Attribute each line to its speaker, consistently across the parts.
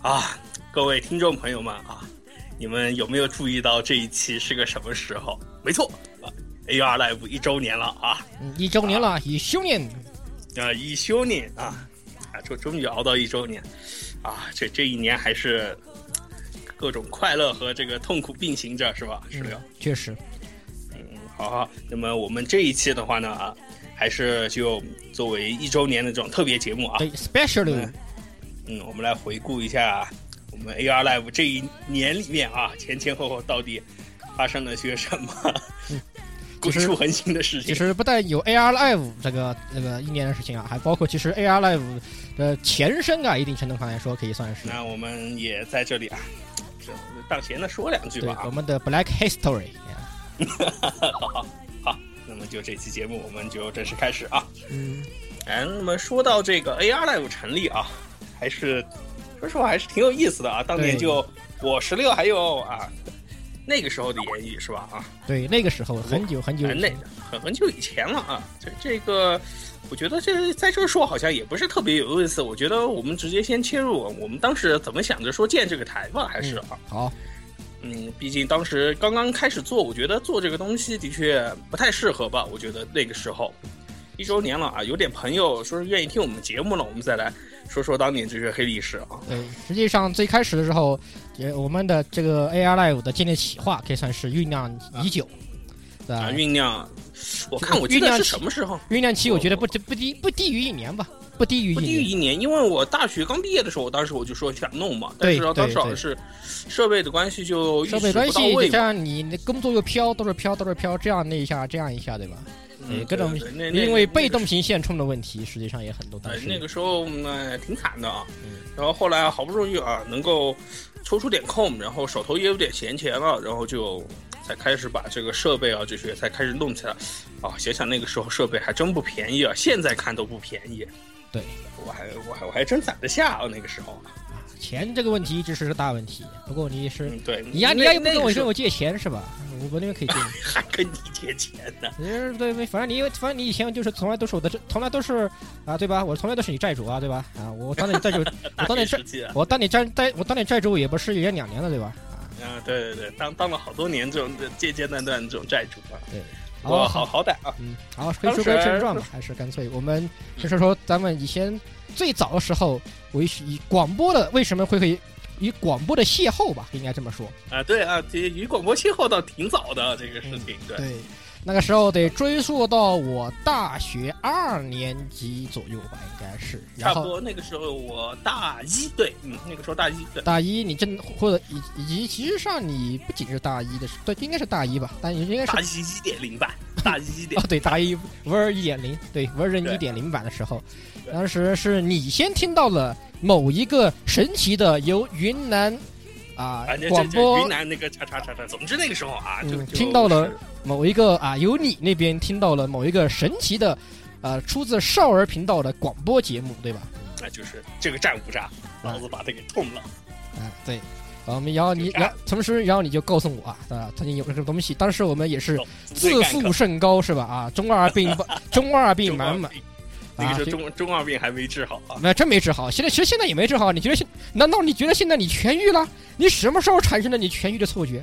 Speaker 1: 啊，各位听众朋友们啊，你们有没有注意到这一期是个什么时候？没错啊，AR Live 一周年了啊，
Speaker 2: 嗯一周年了，一周年，
Speaker 1: 啊，一周年啊，啊，终终于熬到一周年，啊，这这一年还是各种快乐和这个痛苦并行着，是吧？石
Speaker 2: 嗯
Speaker 1: 榴，，
Speaker 2: 确实，
Speaker 1: 嗯，好好。那么我们这一期的话呢，啊，还是就作为一周年的这种特别节目啊，
Speaker 2: 对，specially，
Speaker 1: 嗯，我们来回顾一下我们 AR Live 这一年里面啊，前前后后到底发生了些什么
Speaker 2: 嗯
Speaker 1: 鬼
Speaker 2: 其实
Speaker 1: 畜横行的事情。
Speaker 2: 其实不但有 AR Live 这个这个一年的事情啊，还包括其实 AR Live 的前身啊，一定程度上来说可以算是。
Speaker 1: 那我们也在这里啊，这当前的说两句
Speaker 2: 对
Speaker 1: 吧啊
Speaker 2: 我。们的 Black History，
Speaker 1: 那么就这期节目我们就正式开始啊。
Speaker 2: 嗯，
Speaker 1: 哎，那么说到这个 AR Live 成立啊，还是说实话还是挺有意思的啊。当年
Speaker 2: 对
Speaker 1: 就我十六还有啊那个时候的言语是吧啊，
Speaker 2: 对，那个时候很久很久
Speaker 1: 哎
Speaker 2: 以
Speaker 1: 那
Speaker 2: 前，
Speaker 1: 很很久以前了啊。这这个我觉得这在这说好像也不是特别有意思。我觉得我们直接先切入我们当时怎么想着说建这个台吧，还是啊。
Speaker 2: 好，
Speaker 1: 嗯，毕竟当时刚刚开始做，我觉得做这个东西的确不太适合吧。我觉得那个时候一周年了啊，有点朋友说是愿意听我们节目了，我们再来说说当年这些黑历史啊。
Speaker 2: 对，实际上最开始的时候，也我们的这个 AR Live 的建立企划可以算是酝酿已久，对吧
Speaker 1: 啊，酝酿，我看我记
Speaker 2: 哎酝
Speaker 1: 得
Speaker 2: 酿
Speaker 1: 是
Speaker 2: 期
Speaker 1: 什么时候，
Speaker 2: 酝酿期我觉得不不低不低于一年吧，不低于
Speaker 1: 不低于
Speaker 2: 一年，
Speaker 1: 一年，因为我大学刚毕业的时候，我当时我就说想弄嘛，但
Speaker 2: 对
Speaker 1: 是呢
Speaker 2: 对
Speaker 1: 当时好像
Speaker 2: 对
Speaker 1: 是设备的关系就一
Speaker 2: 设
Speaker 1: 时
Speaker 2: 备
Speaker 1: 不
Speaker 2: 关
Speaker 1: 到
Speaker 2: 系，
Speaker 1: 位
Speaker 2: 这
Speaker 1: 嘛，
Speaker 2: 样你的工作又飘，到处飘，到处飘，这样那一下，这样一下，对吧？
Speaker 1: 嗯，
Speaker 2: 各种
Speaker 1: 对对那
Speaker 2: 因为被
Speaker 1: 那个
Speaker 2: 动型线冲的问题，实际上也很多。但
Speaker 1: 呃，
Speaker 2: 是
Speaker 1: 那个时候呢挺惨的啊，
Speaker 2: 嗯
Speaker 1: 然后后来好不容易啊能够抽出点空，然后手头也有点闲钱了，然后就才开始把这个设备啊这些才开始弄起来。啊，想想那个时候设备还真不便宜啊，现在看都不便宜。
Speaker 2: 对，
Speaker 1: 我还我还我还真攒得下啊那个时候。
Speaker 2: 啊钱这个问题，这是个大问题。不过你是
Speaker 1: 嗯，对，
Speaker 2: 你呀，
Speaker 1: 那
Speaker 2: 你呀又不
Speaker 1: 那
Speaker 2: 跟
Speaker 1: 个
Speaker 2: 我
Speaker 1: 时
Speaker 2: 跟
Speaker 1: 候
Speaker 2: 我借钱是吧？我我那边可以 借你。
Speaker 1: 还跟你借钱呢。
Speaker 2: 嗯，对对，反正你反正你以前就是从来都是我的，从来都是啊，对吧？我从来都是你债主啊，对吧？啊，我当你债主， 我当你债
Speaker 1: 时，期啊，
Speaker 2: 我当你债债，我当你债主也不是也两年了，对吧？啊，
Speaker 1: 啊，对对对，当当了好多年这种借借断断这种债主啊，我
Speaker 2: 哦好
Speaker 1: 好，好歹啊，
Speaker 2: 嗯，好，可以说归正传吧，还是干脆我
Speaker 1: 嗯
Speaker 2: 们就说说咱们以前最早的时候为以广播的为什么会会以广播的邂逅吧，应该这么说。
Speaker 1: 啊，对啊，这与广播邂逅倒挺早的这个事情，对，
Speaker 2: 嗯对，那个时候得追溯到我大学二年级左右吧，应该是。
Speaker 1: 差
Speaker 2: 然
Speaker 1: 不
Speaker 2: 后
Speaker 1: 多那个时候我大一，对，嗯，那个时候大一，对，
Speaker 2: 大一你真或者以以及其实上你不仅是大一的时，对，应该是大一吧，但应该是
Speaker 1: 大一一点零 版，大一一点
Speaker 2: 哦，对，大一 Ver 一点零，对 Ver
Speaker 1: 对
Speaker 2: 一点零版的时候，
Speaker 1: 对
Speaker 2: 当时是你先听到了某一个神奇的由云南啊、
Speaker 1: 啊，那这
Speaker 2: 广
Speaker 1: 这
Speaker 2: 播
Speaker 1: 云南那个叉叉叉叉，总之那个时候啊，就
Speaker 2: 嗯
Speaker 1: 就
Speaker 2: 听到了
Speaker 1: 是
Speaker 2: 某一个啊由你那边听到了某一个神奇的，呃，出自少儿频道的广播节目，对吧？
Speaker 1: 啊，就是这个站不站，老子把他给痛了，
Speaker 2: 啊，对。然后我们，然后你，
Speaker 1: 就这
Speaker 2: 然
Speaker 1: 样
Speaker 2: 后同时，然后你就告诉我啊，啊，曾经有这个东西，当时我们也是
Speaker 1: 懂哦最
Speaker 2: 自
Speaker 1: 干
Speaker 2: 负甚高，是吧？啊，中二 病，中二病
Speaker 1: 中二
Speaker 2: 满满，
Speaker 1: 病那
Speaker 2: 啊
Speaker 1: 个，时候
Speaker 2: 这
Speaker 1: 中中二病还没治好啊，
Speaker 2: 那真没治好。现在其实现在也没治好。你觉得现？难道你觉得现在你痊愈了？你什么时候产生的你痊愈的错觉？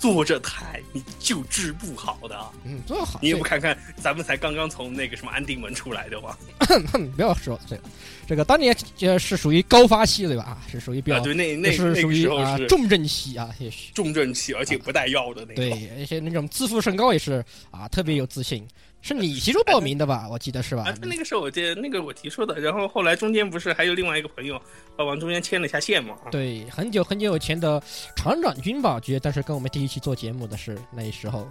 Speaker 1: 做这台你就治不好的啊。
Speaker 2: 嗯，多好！
Speaker 1: 你也不看看，咱们才刚刚从那个什么安定门出来的哇！
Speaker 2: 这不要说这个，这个当年这是属于高发期对吧？啊，是属于比较，
Speaker 1: 啊，对，那那
Speaker 2: 这是
Speaker 1: 那
Speaker 2: 属
Speaker 1: 个
Speaker 2: 于
Speaker 1: 时候
Speaker 2: 啊
Speaker 1: 是
Speaker 2: 重症期啊，也许
Speaker 1: 重症期，而且不带药的那
Speaker 2: 对
Speaker 1: 种。，
Speaker 2: 而且那种自负甚高也是啊，特别有自信。是你提出报名的吧？我记得是吧
Speaker 1: 啊，？他那个时候我记得那个我提出的，然后后来中间不是还有另外一个朋友帮忙中间牵了一下线嘛？啊，
Speaker 2: 对，很久很久以前的厂长君吧，我觉得当时跟我们第一期做节目的是那时候，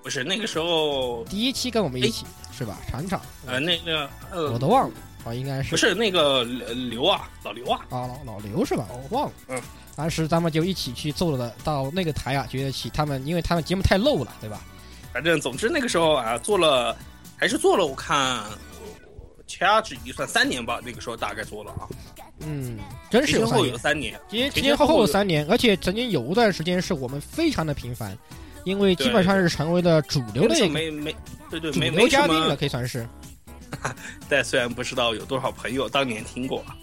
Speaker 1: 不是那个时候，
Speaker 2: 第一期跟我们一起是吧？厂长，
Speaker 1: 哎呃，那个
Speaker 2: 我
Speaker 1: 呃，
Speaker 2: 都忘了，啊，应该
Speaker 1: 不
Speaker 2: 是
Speaker 1: 是那个呃刘啊，老刘啊，
Speaker 2: 啊，老老刘是吧？我忘了。
Speaker 1: 嗯，
Speaker 2: 当时咱们就一起去做了，到那个台啊，觉得起他们，因为他们节目太 low 了，对吧？
Speaker 1: 反正总之那个时候啊，做了还是做了，我看我我掐指一算三年吧，那个时候大概做了啊，
Speaker 2: 嗯，真是
Speaker 1: 前
Speaker 2: 有
Speaker 1: 前
Speaker 2: 三
Speaker 1: 后
Speaker 2: 年
Speaker 1: 有，三年，
Speaker 2: 前
Speaker 1: 前
Speaker 2: 前
Speaker 1: 前
Speaker 2: 后
Speaker 1: 后
Speaker 2: 后
Speaker 1: 后
Speaker 2: 有
Speaker 1: 有
Speaker 2: 三年，而且曾经有一段时间是我们非常的频繁，因为基本上是成为了主流
Speaker 1: 那个
Speaker 2: 的
Speaker 1: 时候
Speaker 2: 一个
Speaker 1: 没没对对
Speaker 2: 主
Speaker 1: 没
Speaker 2: 流
Speaker 1: 没
Speaker 2: 嘉
Speaker 1: 什
Speaker 2: 宾
Speaker 1: 么
Speaker 2: 了，可以算是。
Speaker 1: 但虽然不知道有多少朋友当年听过啊，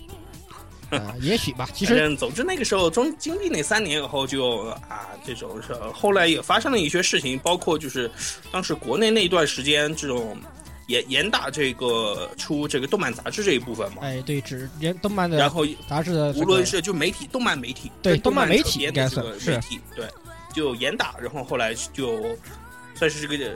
Speaker 2: 啊，也许吧。其
Speaker 1: 反
Speaker 2: 实
Speaker 1: 正总之那个时候中经历那三年以后就啊这种是后来也发生了一些事情，包括就是当时国内那一段时间这种严严打这个出这个动漫杂志这一部分嘛，
Speaker 2: 哎，对，只连动漫
Speaker 1: 然
Speaker 2: 的
Speaker 1: 后
Speaker 2: 杂志的这
Speaker 1: 无
Speaker 2: 个
Speaker 1: 论是就媒体动漫媒体
Speaker 2: 呃对
Speaker 1: 就动
Speaker 2: 动漫媒
Speaker 1: 扯
Speaker 2: 体
Speaker 1: 边
Speaker 2: 应该
Speaker 1: 的这
Speaker 2: 算
Speaker 1: 个
Speaker 2: 是
Speaker 1: 媒体对就严打，然后后来就算是这个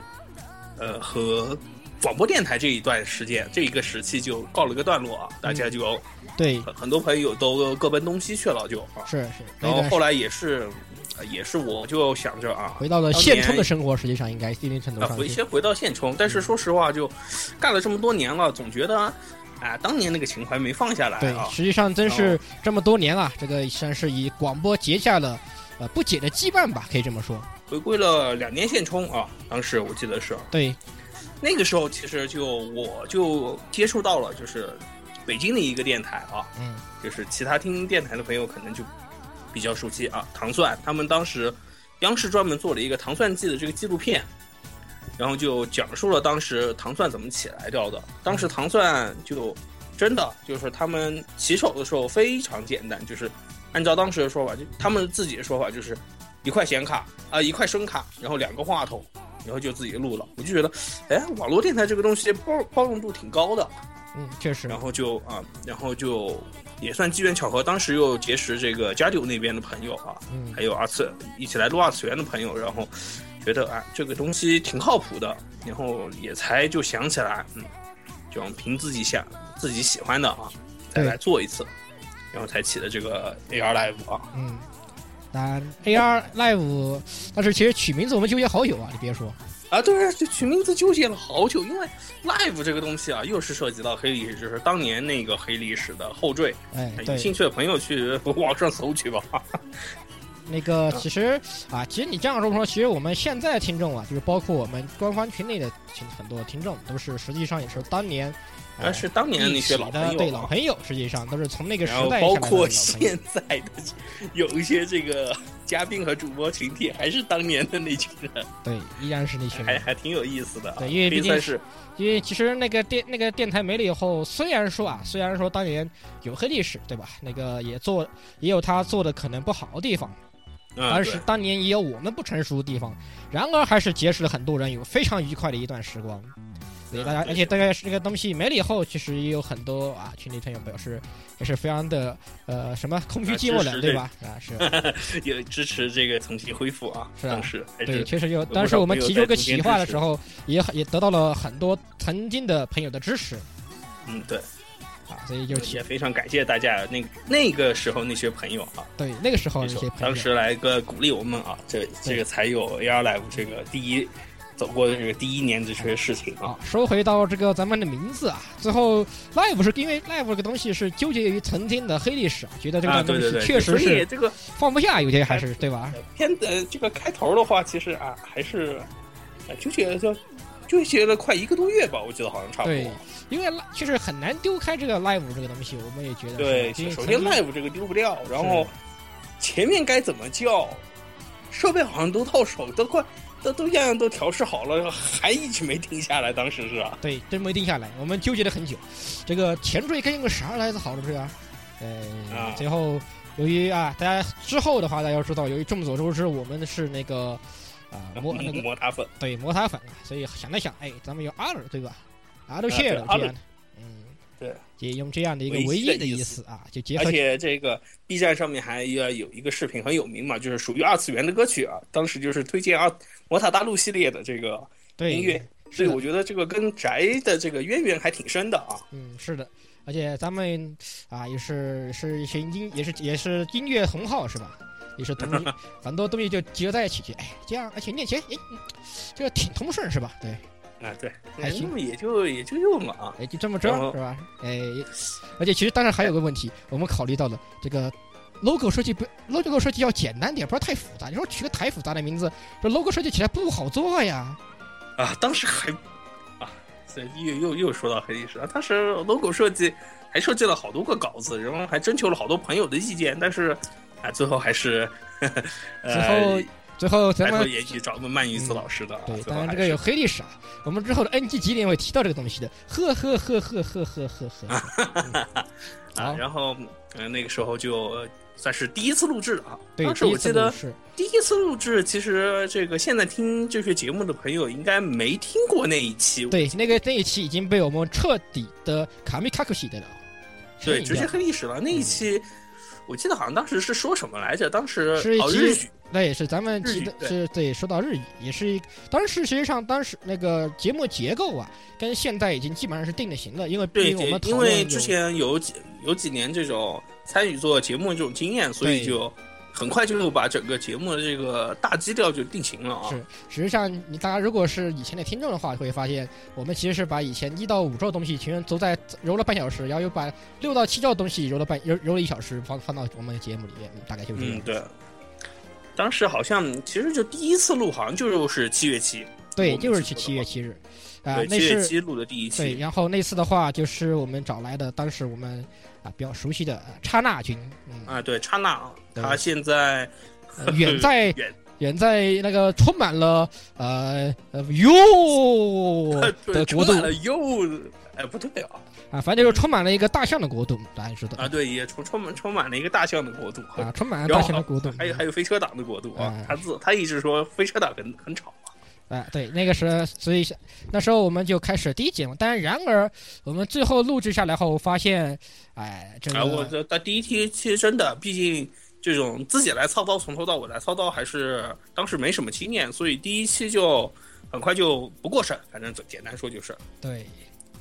Speaker 1: 呃和。广播电台这一段时间，这一个时期就告了个段落啊，大家就、
Speaker 2: 对，
Speaker 1: 很很多朋友都各奔东西去了就，啊。
Speaker 2: 是是，那
Speaker 1: 然后
Speaker 2: 段
Speaker 1: 后
Speaker 2: 时
Speaker 1: 来也是，呃也是我就想着啊，
Speaker 2: 回到了
Speaker 1: 当
Speaker 2: 现
Speaker 1: 年
Speaker 2: 充的生活，实际上应该一定程度
Speaker 1: 啊
Speaker 2: 上
Speaker 1: 回
Speaker 2: 是
Speaker 1: 先回到现充，但是
Speaker 2: 嗯
Speaker 1: 说实话就干了这么多年了，总觉得啊、当年那个情怀没放下来
Speaker 2: 对
Speaker 1: 啊，。
Speaker 2: 实际上真
Speaker 1: 然
Speaker 2: 是这么多年了，啊这个算是以广播结下了呃不解的羁绊吧，可以这么说。
Speaker 1: 回归了两年现充啊，当时我记得是
Speaker 2: 对，
Speaker 1: 那个时候，其实就我就接触到了，就是北京的一个电台啊，
Speaker 2: 嗯，
Speaker 1: 就是其他听电台的朋友可能就比较熟悉啊，糖蒜他们当时央视专门做了一个《糖蒜记》的这个纪录片，然后就讲述了当时糖蒜怎么起来掉的。当时糖蒜就真的就是他们起手的时候非常简单，就是按照当时的说法，就他们自己的说法就是一块显卡啊、一块声卡，然后两个话筒。然后就自己录了，我就觉得，哎，网络电台这个东西包包容度挺高的，
Speaker 2: 嗯，确实
Speaker 1: 然，后就啊，然后就也算机缘巧合，当时又结识这个加九那边的朋友啊，
Speaker 2: 嗯
Speaker 1: 还，有二次一起来录二次元的朋友，然后觉得啊这个东西挺靠谱的，然后也才就想起来，嗯，就凭自己想自己喜欢的啊，再
Speaker 2: 对
Speaker 1: 来做一次，然后才起的这个 AR Live 啊，
Speaker 2: 嗯。但 AR Live，但是其实取名字我们纠结好久啊，你别说，
Speaker 1: 啊，对，这取名字纠结了好久，因为 Live 这个东西啊，又是涉及到黑历史，就是当年那个黑历史的后缀，
Speaker 2: 哎，
Speaker 1: 有
Speaker 2: 对，
Speaker 1: 兴趣的朋友去 网上搜去吧。
Speaker 2: 那个
Speaker 1: 嗯
Speaker 2: 其实啊，其实你这样说不说，其实我们现在听众啊，就是包括我们官方群内的其实很多听众，都是实际上也是当年，呃
Speaker 1: 哎但是当年那
Speaker 2: 一
Speaker 1: 些
Speaker 2: 起
Speaker 1: 老朋
Speaker 2: 的
Speaker 1: 友
Speaker 2: 对
Speaker 1: 啊
Speaker 2: 老朋友，实际上都是从那个时
Speaker 1: 然后
Speaker 2: 代
Speaker 1: 包
Speaker 2: 下来的
Speaker 1: 括
Speaker 2: 老朋友
Speaker 1: 现。在的有一些这个嘉宾和主播群体，还是当年的那群人，
Speaker 2: 对，依然是那群
Speaker 1: 还
Speaker 2: 人。
Speaker 1: 还挺有意思的啊。
Speaker 2: 对因为
Speaker 1: 可以
Speaker 2: 毕竟
Speaker 1: 算是
Speaker 2: 因为其实那个电那个电台没了以后，虽然说啊，虽然说当年有黑历史，对吧？那个也做也有他做的可能不好的地方，
Speaker 1: 嗯，
Speaker 2: 但
Speaker 1: 对
Speaker 2: 是当年也有我们不成熟的地方。然而还是结识了很多人，有非常愉快的一段时光。所以大家，
Speaker 1: 嗯
Speaker 2: 而且大家这个东西没了以后，其实也有很多啊群里朋友表示也是非常的呃什么空虚
Speaker 1: 啊
Speaker 2: 寂
Speaker 1: 支
Speaker 2: 寞冷，
Speaker 1: 持
Speaker 2: 对
Speaker 1: 这
Speaker 2: 吧？啊是
Speaker 1: 也支持这个重新恢复啊，
Speaker 2: 是啊
Speaker 1: 当时还
Speaker 2: 对，
Speaker 1: 是
Speaker 2: 确实有。
Speaker 1: 不
Speaker 2: 当时
Speaker 1: 少
Speaker 2: 我们
Speaker 1: 朋友
Speaker 2: 提
Speaker 1: 在
Speaker 2: 出个
Speaker 1: 中间
Speaker 2: 企划
Speaker 1: 支
Speaker 2: 的
Speaker 1: 持
Speaker 2: 时候，也很也得到了很多曾经的朋友的支持
Speaker 1: 嗯对，
Speaker 2: 啊，所以就提
Speaker 1: 也非常感谢大家那个那个时候那些朋友啊，
Speaker 2: 对那个时候
Speaker 1: 那
Speaker 2: 哦那
Speaker 1: 时
Speaker 2: 些
Speaker 1: 候
Speaker 2: 朋
Speaker 1: 当
Speaker 2: 友，
Speaker 1: 时来个鼓励我们啊，这这个才有 AR Live 这个第一走过这个第一年这些事情啊
Speaker 2: 啊，，说回到这个咱们的名字啊，最后 live 是因为 live 这个东西是纠结于曾经的黑历史啊，觉得这
Speaker 1: 啊
Speaker 2: 个东
Speaker 1: 对对对，
Speaker 2: 西确实
Speaker 1: 所以
Speaker 2: 是
Speaker 1: 这个
Speaker 2: 放不下，有些还是对吧？
Speaker 1: 片呃这个开头的话，其实啊还是啊纠结了就纠结了快一个多月吧，我记得好像差不
Speaker 2: 对
Speaker 1: 多。，
Speaker 2: 因为 li- 确实很难丢开这个 live 这个东西，我们也觉得
Speaker 1: 对，
Speaker 2: 是因为
Speaker 1: 首
Speaker 2: 曾
Speaker 1: 先
Speaker 2: 经
Speaker 1: live 这个丢不掉，然后前面该怎么叫，设备好像都到手，都快都都样样都调试好了，还一直没定下来。当时是 啊，
Speaker 2: 对真没定下来，我们纠结了很久，这个前缀该用个啥来着好呢？不是啊？呃
Speaker 1: 啊，
Speaker 2: 最后由于啊，大家之后的话，大家要知道，由于众所周知，我们是那个 啊、摩那个
Speaker 1: 摩擦粉，
Speaker 2: 对摩擦粉啊，所以想了想，哎，咱们有 R 对吧？R
Speaker 1: 啊对
Speaker 2: share 这样的
Speaker 1: R，
Speaker 2: 嗯，
Speaker 1: 对，
Speaker 2: 也用这样的一个唯
Speaker 1: 唯一
Speaker 2: 一
Speaker 1: 的
Speaker 2: 的
Speaker 1: 意
Speaker 2: 意
Speaker 1: 思
Speaker 2: 思啊，就结
Speaker 1: 而
Speaker 2: 合
Speaker 1: 且这个 B 站上面还要有一个视频很有名嘛，就是属于二次元的歌曲啊。当时就是推荐二摩塔大陆系列的这个
Speaker 2: 对
Speaker 1: 音乐，所
Speaker 2: 是
Speaker 1: 以
Speaker 2: 的
Speaker 1: 我觉得这个跟宅的这个渊源还挺深的啊。
Speaker 2: 嗯，是的，而且咱们啊也是是一些音，也是也是音乐同好是吧？也
Speaker 1: 嗯
Speaker 2: 是东西很多东西就结合在一起去，哎，这样而且念起来，哎，嗯这个挺通顺是吧？对，
Speaker 1: 啊，对，
Speaker 2: 还行
Speaker 1: 那么也就也就用了啊。
Speaker 2: 哎，就这么着
Speaker 1: 然后
Speaker 2: 是吧？哎，而且其实当然还有个问题，我们考虑到了这个 logo 设计不 logo 设计要简单点，不要太复杂。你说取个太复杂的名字，这 logo 设计起来不好做呀。
Speaker 1: 啊，当时还啊，这又又又说到黑历史啊，当时 logo 设计还设计了好多个稿子，然 后还征求了好多朋友的意见，但是啊，最后还是呵呵
Speaker 2: 最后
Speaker 1: 呃
Speaker 2: 最后咱
Speaker 1: 回头
Speaker 2: 们嗯
Speaker 1: 也去找我们曼尼斯老师的啊。
Speaker 2: 对，
Speaker 1: 最后
Speaker 2: 当然
Speaker 1: 还
Speaker 2: 这个
Speaker 1: 是
Speaker 2: 有黑历史啊，我们之后的 NG 几点会提到这个东西的。呵呵呵呵呵呵呵 呵。
Speaker 1: 啊
Speaker 2: 好，
Speaker 1: 然后呃那个时候就呃算是第一次录制了啊。
Speaker 2: 对，
Speaker 1: 当时我
Speaker 2: 第一次
Speaker 1: 记得
Speaker 2: 录是
Speaker 1: 第一次录制，其实这个现在听这些节目的朋友应该没听过那一期，
Speaker 2: 对那个那一期已经被我们彻底的卡米卡库西的了，
Speaker 1: 对，
Speaker 2: 神隐
Speaker 1: 直接
Speaker 2: 掉
Speaker 1: 黑历史了。那一期我记得好像当时是说什么来着？当时
Speaker 2: 嗯是一
Speaker 1: 哦
Speaker 2: 期
Speaker 1: 日语，
Speaker 2: 那也是咱们
Speaker 1: 日
Speaker 2: 记
Speaker 1: 语
Speaker 2: 得
Speaker 1: 对
Speaker 2: 是对，说到日语也是一，当时实际上当时那个节目结构啊，跟现在已经基本上是定了型了，因为毕
Speaker 1: 对
Speaker 2: 竟我们，讨
Speaker 1: 因
Speaker 2: 论
Speaker 1: 为
Speaker 2: 有
Speaker 1: 之前有几有几年这种参与做节目的这种经验，所以
Speaker 2: 对
Speaker 1: 就很快就把整个节目的这个大基调就定型了啊。
Speaker 2: 是，实际上你大家如果是以前的听众的话，会发现我们其实是把以前一到五周的东西全都在揉了半小时，然后又把六到七周的东西揉了半揉揉了一小时，放放到我们的节目里面，大概就是这
Speaker 1: 嗯
Speaker 2: 样，。
Speaker 1: 对。当时好像其实就第一次录，好像就是七月七，
Speaker 2: 对，
Speaker 1: 我们
Speaker 2: 就是
Speaker 1: 是
Speaker 2: 去
Speaker 1: 这
Speaker 2: 七
Speaker 1: 么搞
Speaker 2: 月七日，啊、
Speaker 1: 对，
Speaker 2: 那
Speaker 1: 七月
Speaker 2: 是
Speaker 1: 七录的第一
Speaker 2: 对，
Speaker 1: 期。
Speaker 2: 然后那次的话就是我们找来的，当时我们啊比较熟悉的呃刹那君，嗯，
Speaker 1: 啊，对，刹那啊，
Speaker 2: 对
Speaker 1: 他现在
Speaker 2: 嗯呃远在
Speaker 1: 远
Speaker 2: 远在那个充满了呃呃哟 呃的
Speaker 1: 对
Speaker 2: 国度
Speaker 1: 充满了又，哎，不对啊，
Speaker 2: 啊，反正就是充满了一个大象的国度，大家知道
Speaker 1: 啊，对，也充充满充满了一个大象的国度，
Speaker 2: 啊，充满了
Speaker 1: 然
Speaker 2: 大
Speaker 1: 后
Speaker 2: 象的国度，
Speaker 1: 还有还有飞车党的国度啊
Speaker 2: 哎，
Speaker 1: 他自他一直说飞车党很很吵啊，
Speaker 2: 啊，对，那个时候，所以那时候我们就开始第一节目。但然而，我们最后录制下来后，发现，哎，这个、
Speaker 1: 啊，我这他第一期其实真的，毕竟这种自己来操刀，从头到尾来操刀，还是当时没什么经验，所以第一期就很快就不过审，反正简单说就是，
Speaker 2: 对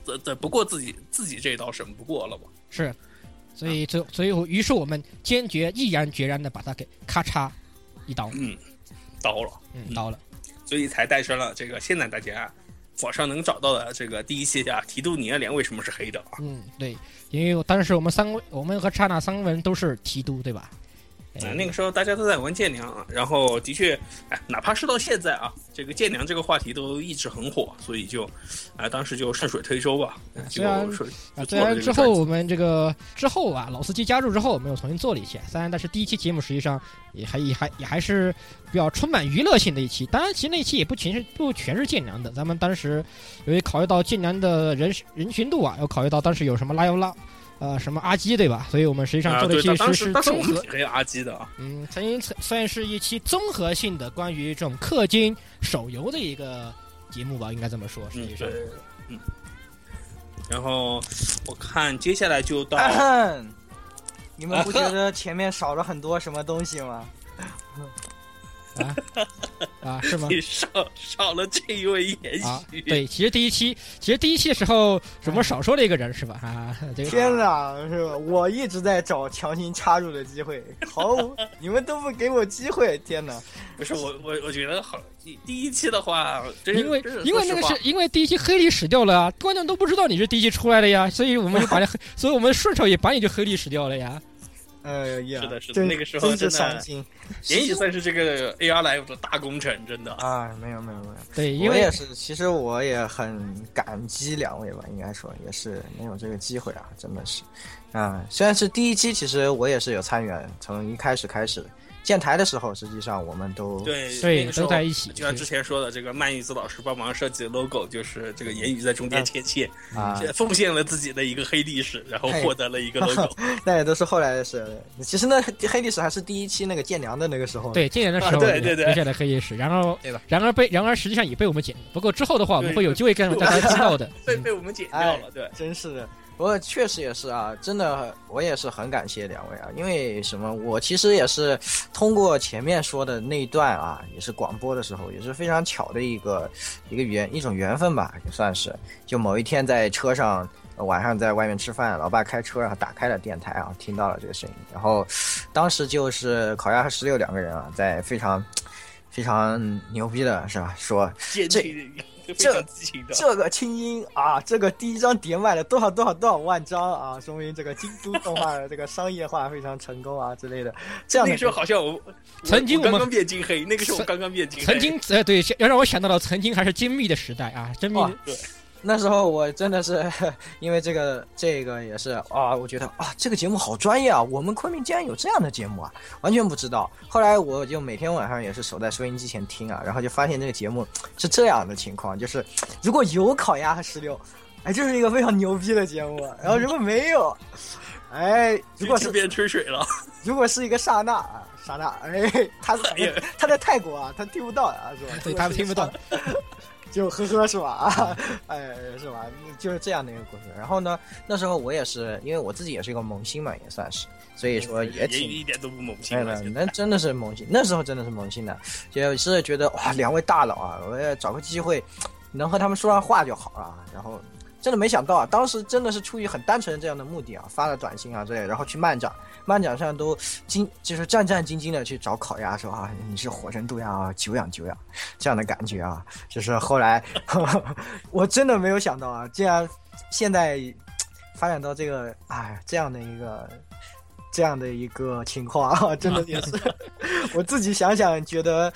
Speaker 1: 这这不过自己自己这一刀审不过了嘛，
Speaker 2: 是，所以最所以我于是我们坚决毅然决然的把它给咔嚓一刀，
Speaker 1: 嗯，刀了。
Speaker 2: 嗯，刀了。
Speaker 1: 所以才诞生了这个现在大家网上能找到的这个第一期啊，提督尼的脸为什么是黑的啊？
Speaker 2: 嗯，对，因为我当时我们三位，我们和刹那三个人都是提督，对吧？
Speaker 1: 呃
Speaker 2: 哎
Speaker 1: 那个时候大家都在玩剑娘啊，然后的确，哎，哪怕是到现在啊，这个剑娘这个话题都一直很火，所以就，啊、当时就顺水推舟吧，嗯
Speaker 2: 啊
Speaker 1: 就
Speaker 2: 虽然
Speaker 1: 说
Speaker 2: 啊，
Speaker 1: 就
Speaker 2: 虽
Speaker 1: 做了
Speaker 2: 然
Speaker 1: 这
Speaker 2: 之
Speaker 1: 个
Speaker 2: 后
Speaker 1: 专辑。
Speaker 2: 我们这个之后啊，老司机加入之后，我们又重新做了一期，虽然但是第一期节目实际上也还也还也还是比较充满娱乐性的一期。当然，其实那期也不全是不全是剑娘的，咱们当时由于考虑到剑娘的人人群度啊，要考虑到当时有什么拉尤拉，呃，什么阿基对吧？所以我们实际上
Speaker 1: 啊，
Speaker 2: 做了一
Speaker 1: 对，当
Speaker 2: 期是
Speaker 1: 当时
Speaker 2: 是
Speaker 1: 当时我
Speaker 2: 综
Speaker 1: 们
Speaker 2: 合，
Speaker 1: 挺黑阿基的啊，
Speaker 2: 嗯，曾经算是一期综合性的关于这种氪金手游的一个节目吧，应该这么说。实
Speaker 1: 嗯
Speaker 2: 际，上
Speaker 1: 对，，嗯。然后我看接下来就 到，
Speaker 3: 嗯， 你们不觉得前面少了很多什么东西 吗？
Speaker 2: 啊，是吗？
Speaker 1: 你少少了这一哎位演
Speaker 2: 啊
Speaker 1: 戏，，
Speaker 2: 对，其实第一期，其实第一期的时候，我们少说了一个人是吧？啊， 这个
Speaker 3: 天哪，是吧？我一直在找强行插入的机会， 毫无，你们都不给我机会，天哪！
Speaker 1: 不是我，我我觉得好，第第一期的话，真是
Speaker 2: 因为
Speaker 1: 真是
Speaker 2: 因为那
Speaker 1: 说
Speaker 2: 个
Speaker 1: 实话
Speaker 2: 是因为第一期黑历史掉了啊，观众都不知道你是第一期出来的呀，所以我们就 把那黑，所以我们顺手也把你这黑历史掉了呀。
Speaker 3: 哎呀，
Speaker 1: 是的是的
Speaker 3: 真
Speaker 1: 那个时候
Speaker 3: 真
Speaker 1: 真
Speaker 3: 是
Speaker 1: 的
Speaker 3: 伤心
Speaker 1: 也许算是这个 AR Live 的大功臣，真的。
Speaker 3: 啊！没有没有没有，
Speaker 2: 对，因
Speaker 3: 我也
Speaker 2: 为
Speaker 3: 是，其实我也很感激两位吧，应该说也是能有这个机会啊，真的是，啊、虽然是第一期，其实我也是有参与的，从一开始开始建台的时候，实际上我们都
Speaker 1: 对那
Speaker 2: 对
Speaker 1: 个时
Speaker 2: 都
Speaker 1: 候
Speaker 2: 在一起，
Speaker 1: 就像之
Speaker 2: 是
Speaker 1: 前说的，这个曼玉子老师帮忙设计的 logo，就是这个言语在中
Speaker 2: 嗯
Speaker 1: 间切切，
Speaker 3: 啊，
Speaker 1: 这奉献了自己的一个黑历史，然后获得了一个 logo。
Speaker 3: 那也都是后来的事。其实那黑历史还是第一期那个建良的那个时候，
Speaker 2: 对今年的时候
Speaker 1: 啊对对对
Speaker 2: 留下的黑历史，然后
Speaker 3: 对吧
Speaker 2: 然而被然而实际上也被我们剪了，不过之后的话我们
Speaker 1: 对
Speaker 2: 会有机会跟大家知 道的。
Speaker 1: 被
Speaker 2: 嗯
Speaker 1: 被我们剪掉了，对，
Speaker 3: 真是的。不过确实也是啊，真的，我也是很感谢两位啊，因为什么？我其实也是通过前面说的那一段啊，也是广播的时候，也是非常巧的一个一个缘一种缘分吧，也算是。就某一天在车上，呃晚上在外面吃饭，老爸开车，然后打开了电台啊，听到了这个声音，然后当时就是烤鸭和石榴两个人啊，在非常非常牛逼的是吧？说
Speaker 1: 坚定的，非常激情的。
Speaker 3: 这个清音啊，这个第一张碟卖了多少多少多少万张啊，说明这个京都动画的这个商业化非常成功啊之类的。这样
Speaker 1: 那
Speaker 3: 的
Speaker 1: 个时候好像我
Speaker 2: 曾经
Speaker 1: 我
Speaker 2: 我
Speaker 1: 刚
Speaker 2: 们
Speaker 1: 刚变金黑，那个时候我刚刚变金黑，
Speaker 2: 呃曾经，哎，对，要让我想到了曾经还是精密的时代啊，精密
Speaker 3: 哇
Speaker 2: 的
Speaker 1: 对
Speaker 3: 那时候我真的是 因为这个这个也是啊，我觉得啊这个节目好专业啊，我们昆明竟然有这样的节目啊，完全不知道。后来我就每天晚上也是守在收音机前听啊，然后就发现这个节目是这样的情况，就是如果有烤鸭和石榴，哎，这是一个非常牛逼的节目啊，然后如果没有，哎，如果
Speaker 1: 这
Speaker 3: 是
Speaker 1: 边吹水了，
Speaker 3: 如果是一个刹那啊，刹那，哎， 他在
Speaker 1: 哎呀
Speaker 3: 他在泰国啊，他听不到啊，是吧？
Speaker 2: 哎对他们听 不懂。
Speaker 3: 就呵呵 是吧？啊，哎，是吧？就是这样的一个故事。然后呢，那时候我也是，因为我自己也是一个萌新嘛，也算是，所以说
Speaker 2: 嗯
Speaker 3: 也
Speaker 1: 也
Speaker 3: 挺。
Speaker 1: 一点都不猛进
Speaker 3: 哎
Speaker 1: 了。现在
Speaker 3: 那真的是萌新，那时候真的是萌新的，也是觉得哇，两位大佬啊，我也找个机会能和他们说上话就好了。然后真的没想到啊，当时真的是出于很单纯的这样的目的啊，发了短信啊之类的，然后去漫展，漫展上都兢就是战战兢兢的去找烤鸭说啊，你是火神渡鸦啊，久仰久仰，这样的感觉啊，就是后来 我真的没有想到啊，竟然现在发展到这个哎这样的一个。这样的一个情况 啊，真的也是， 我自己想想觉得，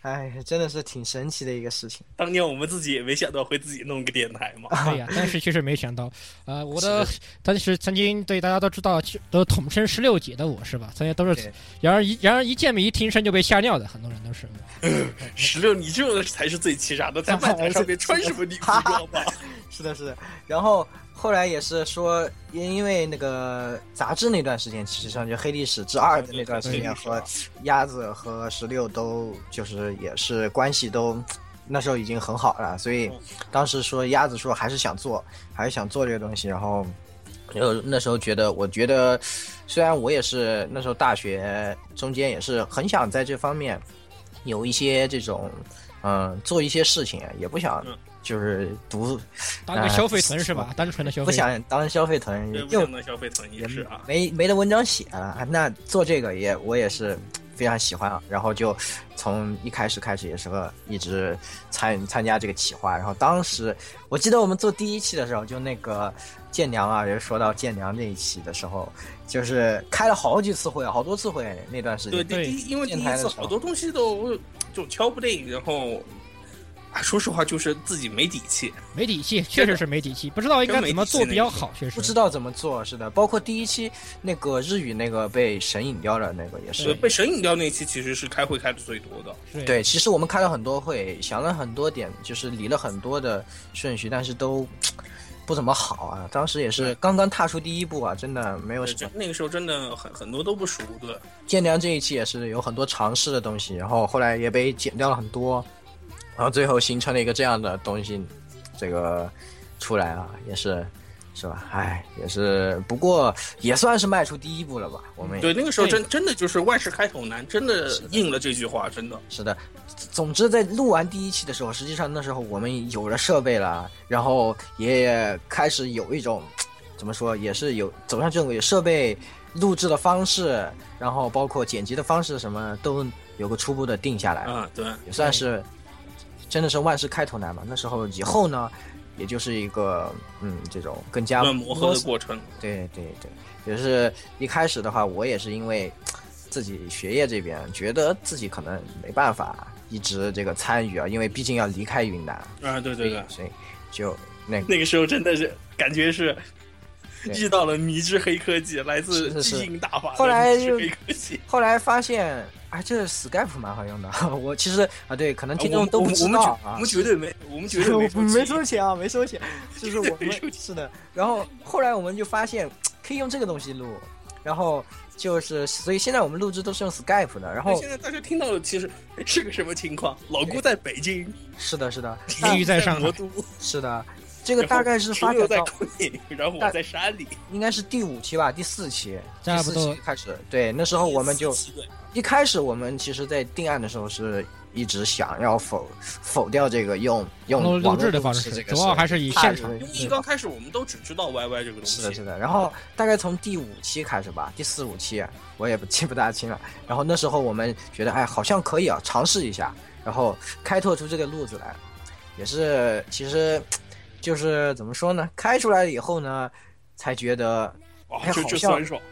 Speaker 3: 哎，真的是挺神奇的一个事情。
Speaker 1: 当年我们自己也没想到会自己弄个电台嘛。
Speaker 2: 对 呀、但是啊确实没想到，呃，我的但是曾经对大家都知道，其实都统称十六姐的我是吧？曾经都是
Speaker 3: 对，
Speaker 2: 然而一然而一见面一听声就被吓尿的，很多人都是。
Speaker 3: 哎
Speaker 1: 十六，你这才是最欺诈的，在漫才上面穿什么你不知
Speaker 3: 哎
Speaker 1: 道吗？
Speaker 3: 是的，是的。然后后来也是说，因因为那个杂志那段时间，其实上就黑历史之 二的那段时间，和鸭子和十六都就是也是关系都。那时候已经很好了，所
Speaker 1: 嗯
Speaker 3: 以当时说鸭子说还是想做，还是想做这个东西。然后，就那时候觉得，我觉得虽然我也是那时候大学中间也是很想在这方面有一些这种，嗯、做一些事情，也不想
Speaker 1: 嗯
Speaker 3: 就是读
Speaker 2: 当个消费团是吧？单纯的消
Speaker 3: 不
Speaker 2: 费。
Speaker 3: 想当消费团，
Speaker 1: 对，不
Speaker 3: 又
Speaker 1: 想当消费层也
Speaker 3: 也
Speaker 1: 是啊。
Speaker 3: 没没得文章写了啊。那做这个也我也是非常喜欢啊，然后就从一开始开始也是个一直参参加这个企划，然后当时我记得我们做第一期的时候，就那个建良啊，也说到建良那一期的时候，就是开了好几次会，好多次会那段时
Speaker 1: 对，
Speaker 3: 间。
Speaker 1: 第
Speaker 2: 对
Speaker 1: 第因为第
Speaker 3: 电
Speaker 1: 一
Speaker 3: 台的
Speaker 1: 次
Speaker 3: 时候
Speaker 1: 好多东西都就敲不定，然后。啊说实话，就是自己没底气。
Speaker 2: 没底气，确实是没底气，不知道应该怎么做比较好，确实
Speaker 3: 不知道怎么做，是的，包括第一期那个日语那个被神隐掉了那个也是，
Speaker 1: 呃被神隐掉那期其实是开会开的最多的，
Speaker 2: 对
Speaker 3: 对，其实我们开了很多会，想了很多点，就是理了很多的顺序，但是都不怎么好啊。当时也是
Speaker 1: 对
Speaker 3: 刚刚踏出第一步啊，真的没有
Speaker 1: 呃
Speaker 3: 什
Speaker 1: 就
Speaker 3: 么。
Speaker 1: 那个时候真的很很多都不熟的。
Speaker 3: 建良这一期也是有很多尝试的东西，然后后来也被剪掉了很多，然后最后形成了一个这样的东西，这个出来啊，也是。是吧？哎，也是，不过也算是迈出第一步了吧。我们也
Speaker 1: 对，那个时候真真的就是万事开头难，真的
Speaker 3: 是的
Speaker 1: 应了这句话，真的。
Speaker 3: 是的，总之在录完第一期的时候，实际上那时候我们有了设备了，然后也开始有一种怎么说，也是有走向正轨，设备录制的方式，然后包括剪辑的方式什么都有个初步的定下来了，
Speaker 1: 啊，对，
Speaker 3: 也算是真的是万事开头难嘛。那时候以后呢，也就是一个嗯这种更加
Speaker 1: 慢慢磨合
Speaker 3: 摸
Speaker 1: 的
Speaker 3: 索
Speaker 1: 过程。
Speaker 3: 对对对，就是一开始的话，我也是因为自己学业这边觉得自己可能没办法一直这个参与啊，因为毕竟要离开云南，
Speaker 1: 啊，对对对，
Speaker 3: 所以就那 个
Speaker 1: 那个时候真的是感觉是
Speaker 3: 对
Speaker 1: 遇到了迷之黑科技，来自
Speaker 3: 是是是
Speaker 1: 基因大法的
Speaker 3: 后来
Speaker 1: 迷
Speaker 3: 就
Speaker 1: 之黑科技。
Speaker 3: 后来发现，哎，这 Skype 蛮好用的。 我其实啊，对，可能 听
Speaker 1: 啊我
Speaker 3: 众
Speaker 1: 们
Speaker 3: 都
Speaker 1: 我
Speaker 3: 不
Speaker 1: 们
Speaker 3: 知道啊
Speaker 1: 我们绝我们绝对没，我们绝对 没
Speaker 3: 没
Speaker 1: 说
Speaker 3: 收钱啊，没 收钱，就是我
Speaker 1: 没
Speaker 3: 们
Speaker 1: 收钱
Speaker 3: 是的。然后后来我们就发现可以用这个东西录，然后就是所以现在我们录制都是用 Skype 的。然
Speaker 1: 那
Speaker 3: 后
Speaker 1: 现在大家听到的其实哎是个什么情况？老姑在北京，
Speaker 3: 是的，是的，
Speaker 2: 地狱在上海
Speaker 1: 魔，都，
Speaker 3: 是的，这个大概是发
Speaker 1: 然后石榴
Speaker 3: 展
Speaker 1: 在
Speaker 3: 到。
Speaker 1: 昆明，然后我
Speaker 3: 大
Speaker 1: 在山里。
Speaker 3: 应该是第五期吧，第四期，
Speaker 2: 差不多
Speaker 3: 第四期开始。对，那时候我们就
Speaker 1: 四七对
Speaker 3: 一开始我们其实，在定案的时候是一直想要否否掉这个用用
Speaker 2: 然后
Speaker 3: 网络
Speaker 2: 录制的方式
Speaker 3: 这，个
Speaker 2: 主要还是以现
Speaker 3: 怕
Speaker 2: 场
Speaker 3: 这。个
Speaker 1: 因为一刚开始我们都只知道 YY 这个东
Speaker 3: 是
Speaker 1: 西
Speaker 3: 的，，是的。然后大概从第五期开始吧，第四五期我也不 记不大清了。然后那时候我们觉得，哎，好像可以啊，尝试一下，然后开拓出这个路子来，也是其实就是怎么说呢？开出来了以后呢，才觉得
Speaker 1: 啊，
Speaker 3: 哎
Speaker 1: 就
Speaker 3: 好
Speaker 1: 就
Speaker 3: 像
Speaker 1: 酸爽。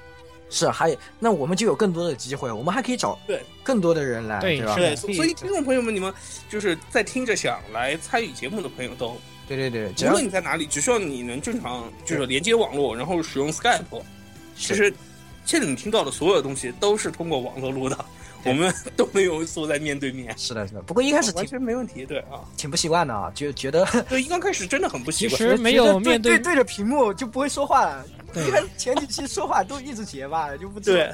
Speaker 3: 是，还有那我们就有更多的机会，我们还可以找
Speaker 1: 对
Speaker 3: 更多的人来，
Speaker 2: 对
Speaker 3: 吧？
Speaker 2: 是
Speaker 1: 对，
Speaker 2: 的
Speaker 1: 所以听众朋友们，你们就是在听着想来参与节目的朋友都
Speaker 3: 对对对，只
Speaker 1: 无
Speaker 3: 要
Speaker 1: 论你在哪里，只需要你能正常就是连接网络，然后使用 Skype，其实这里你听到的所有东西都是通过网络录的，我
Speaker 3: 对
Speaker 1: 们都没有坐在面对面，
Speaker 3: 是的，是的。不过一开始
Speaker 1: 完
Speaker 3: 挺
Speaker 1: 全没问题。对啊，
Speaker 3: 挺不习惯的啊，就觉得
Speaker 1: 对，一刚开始真的很不习
Speaker 2: 其
Speaker 1: 惯。
Speaker 2: 实没有面
Speaker 3: 对对着屏幕就不会说话了。
Speaker 2: 对
Speaker 3: 一开始 前几期说话都一直结巴，就不知道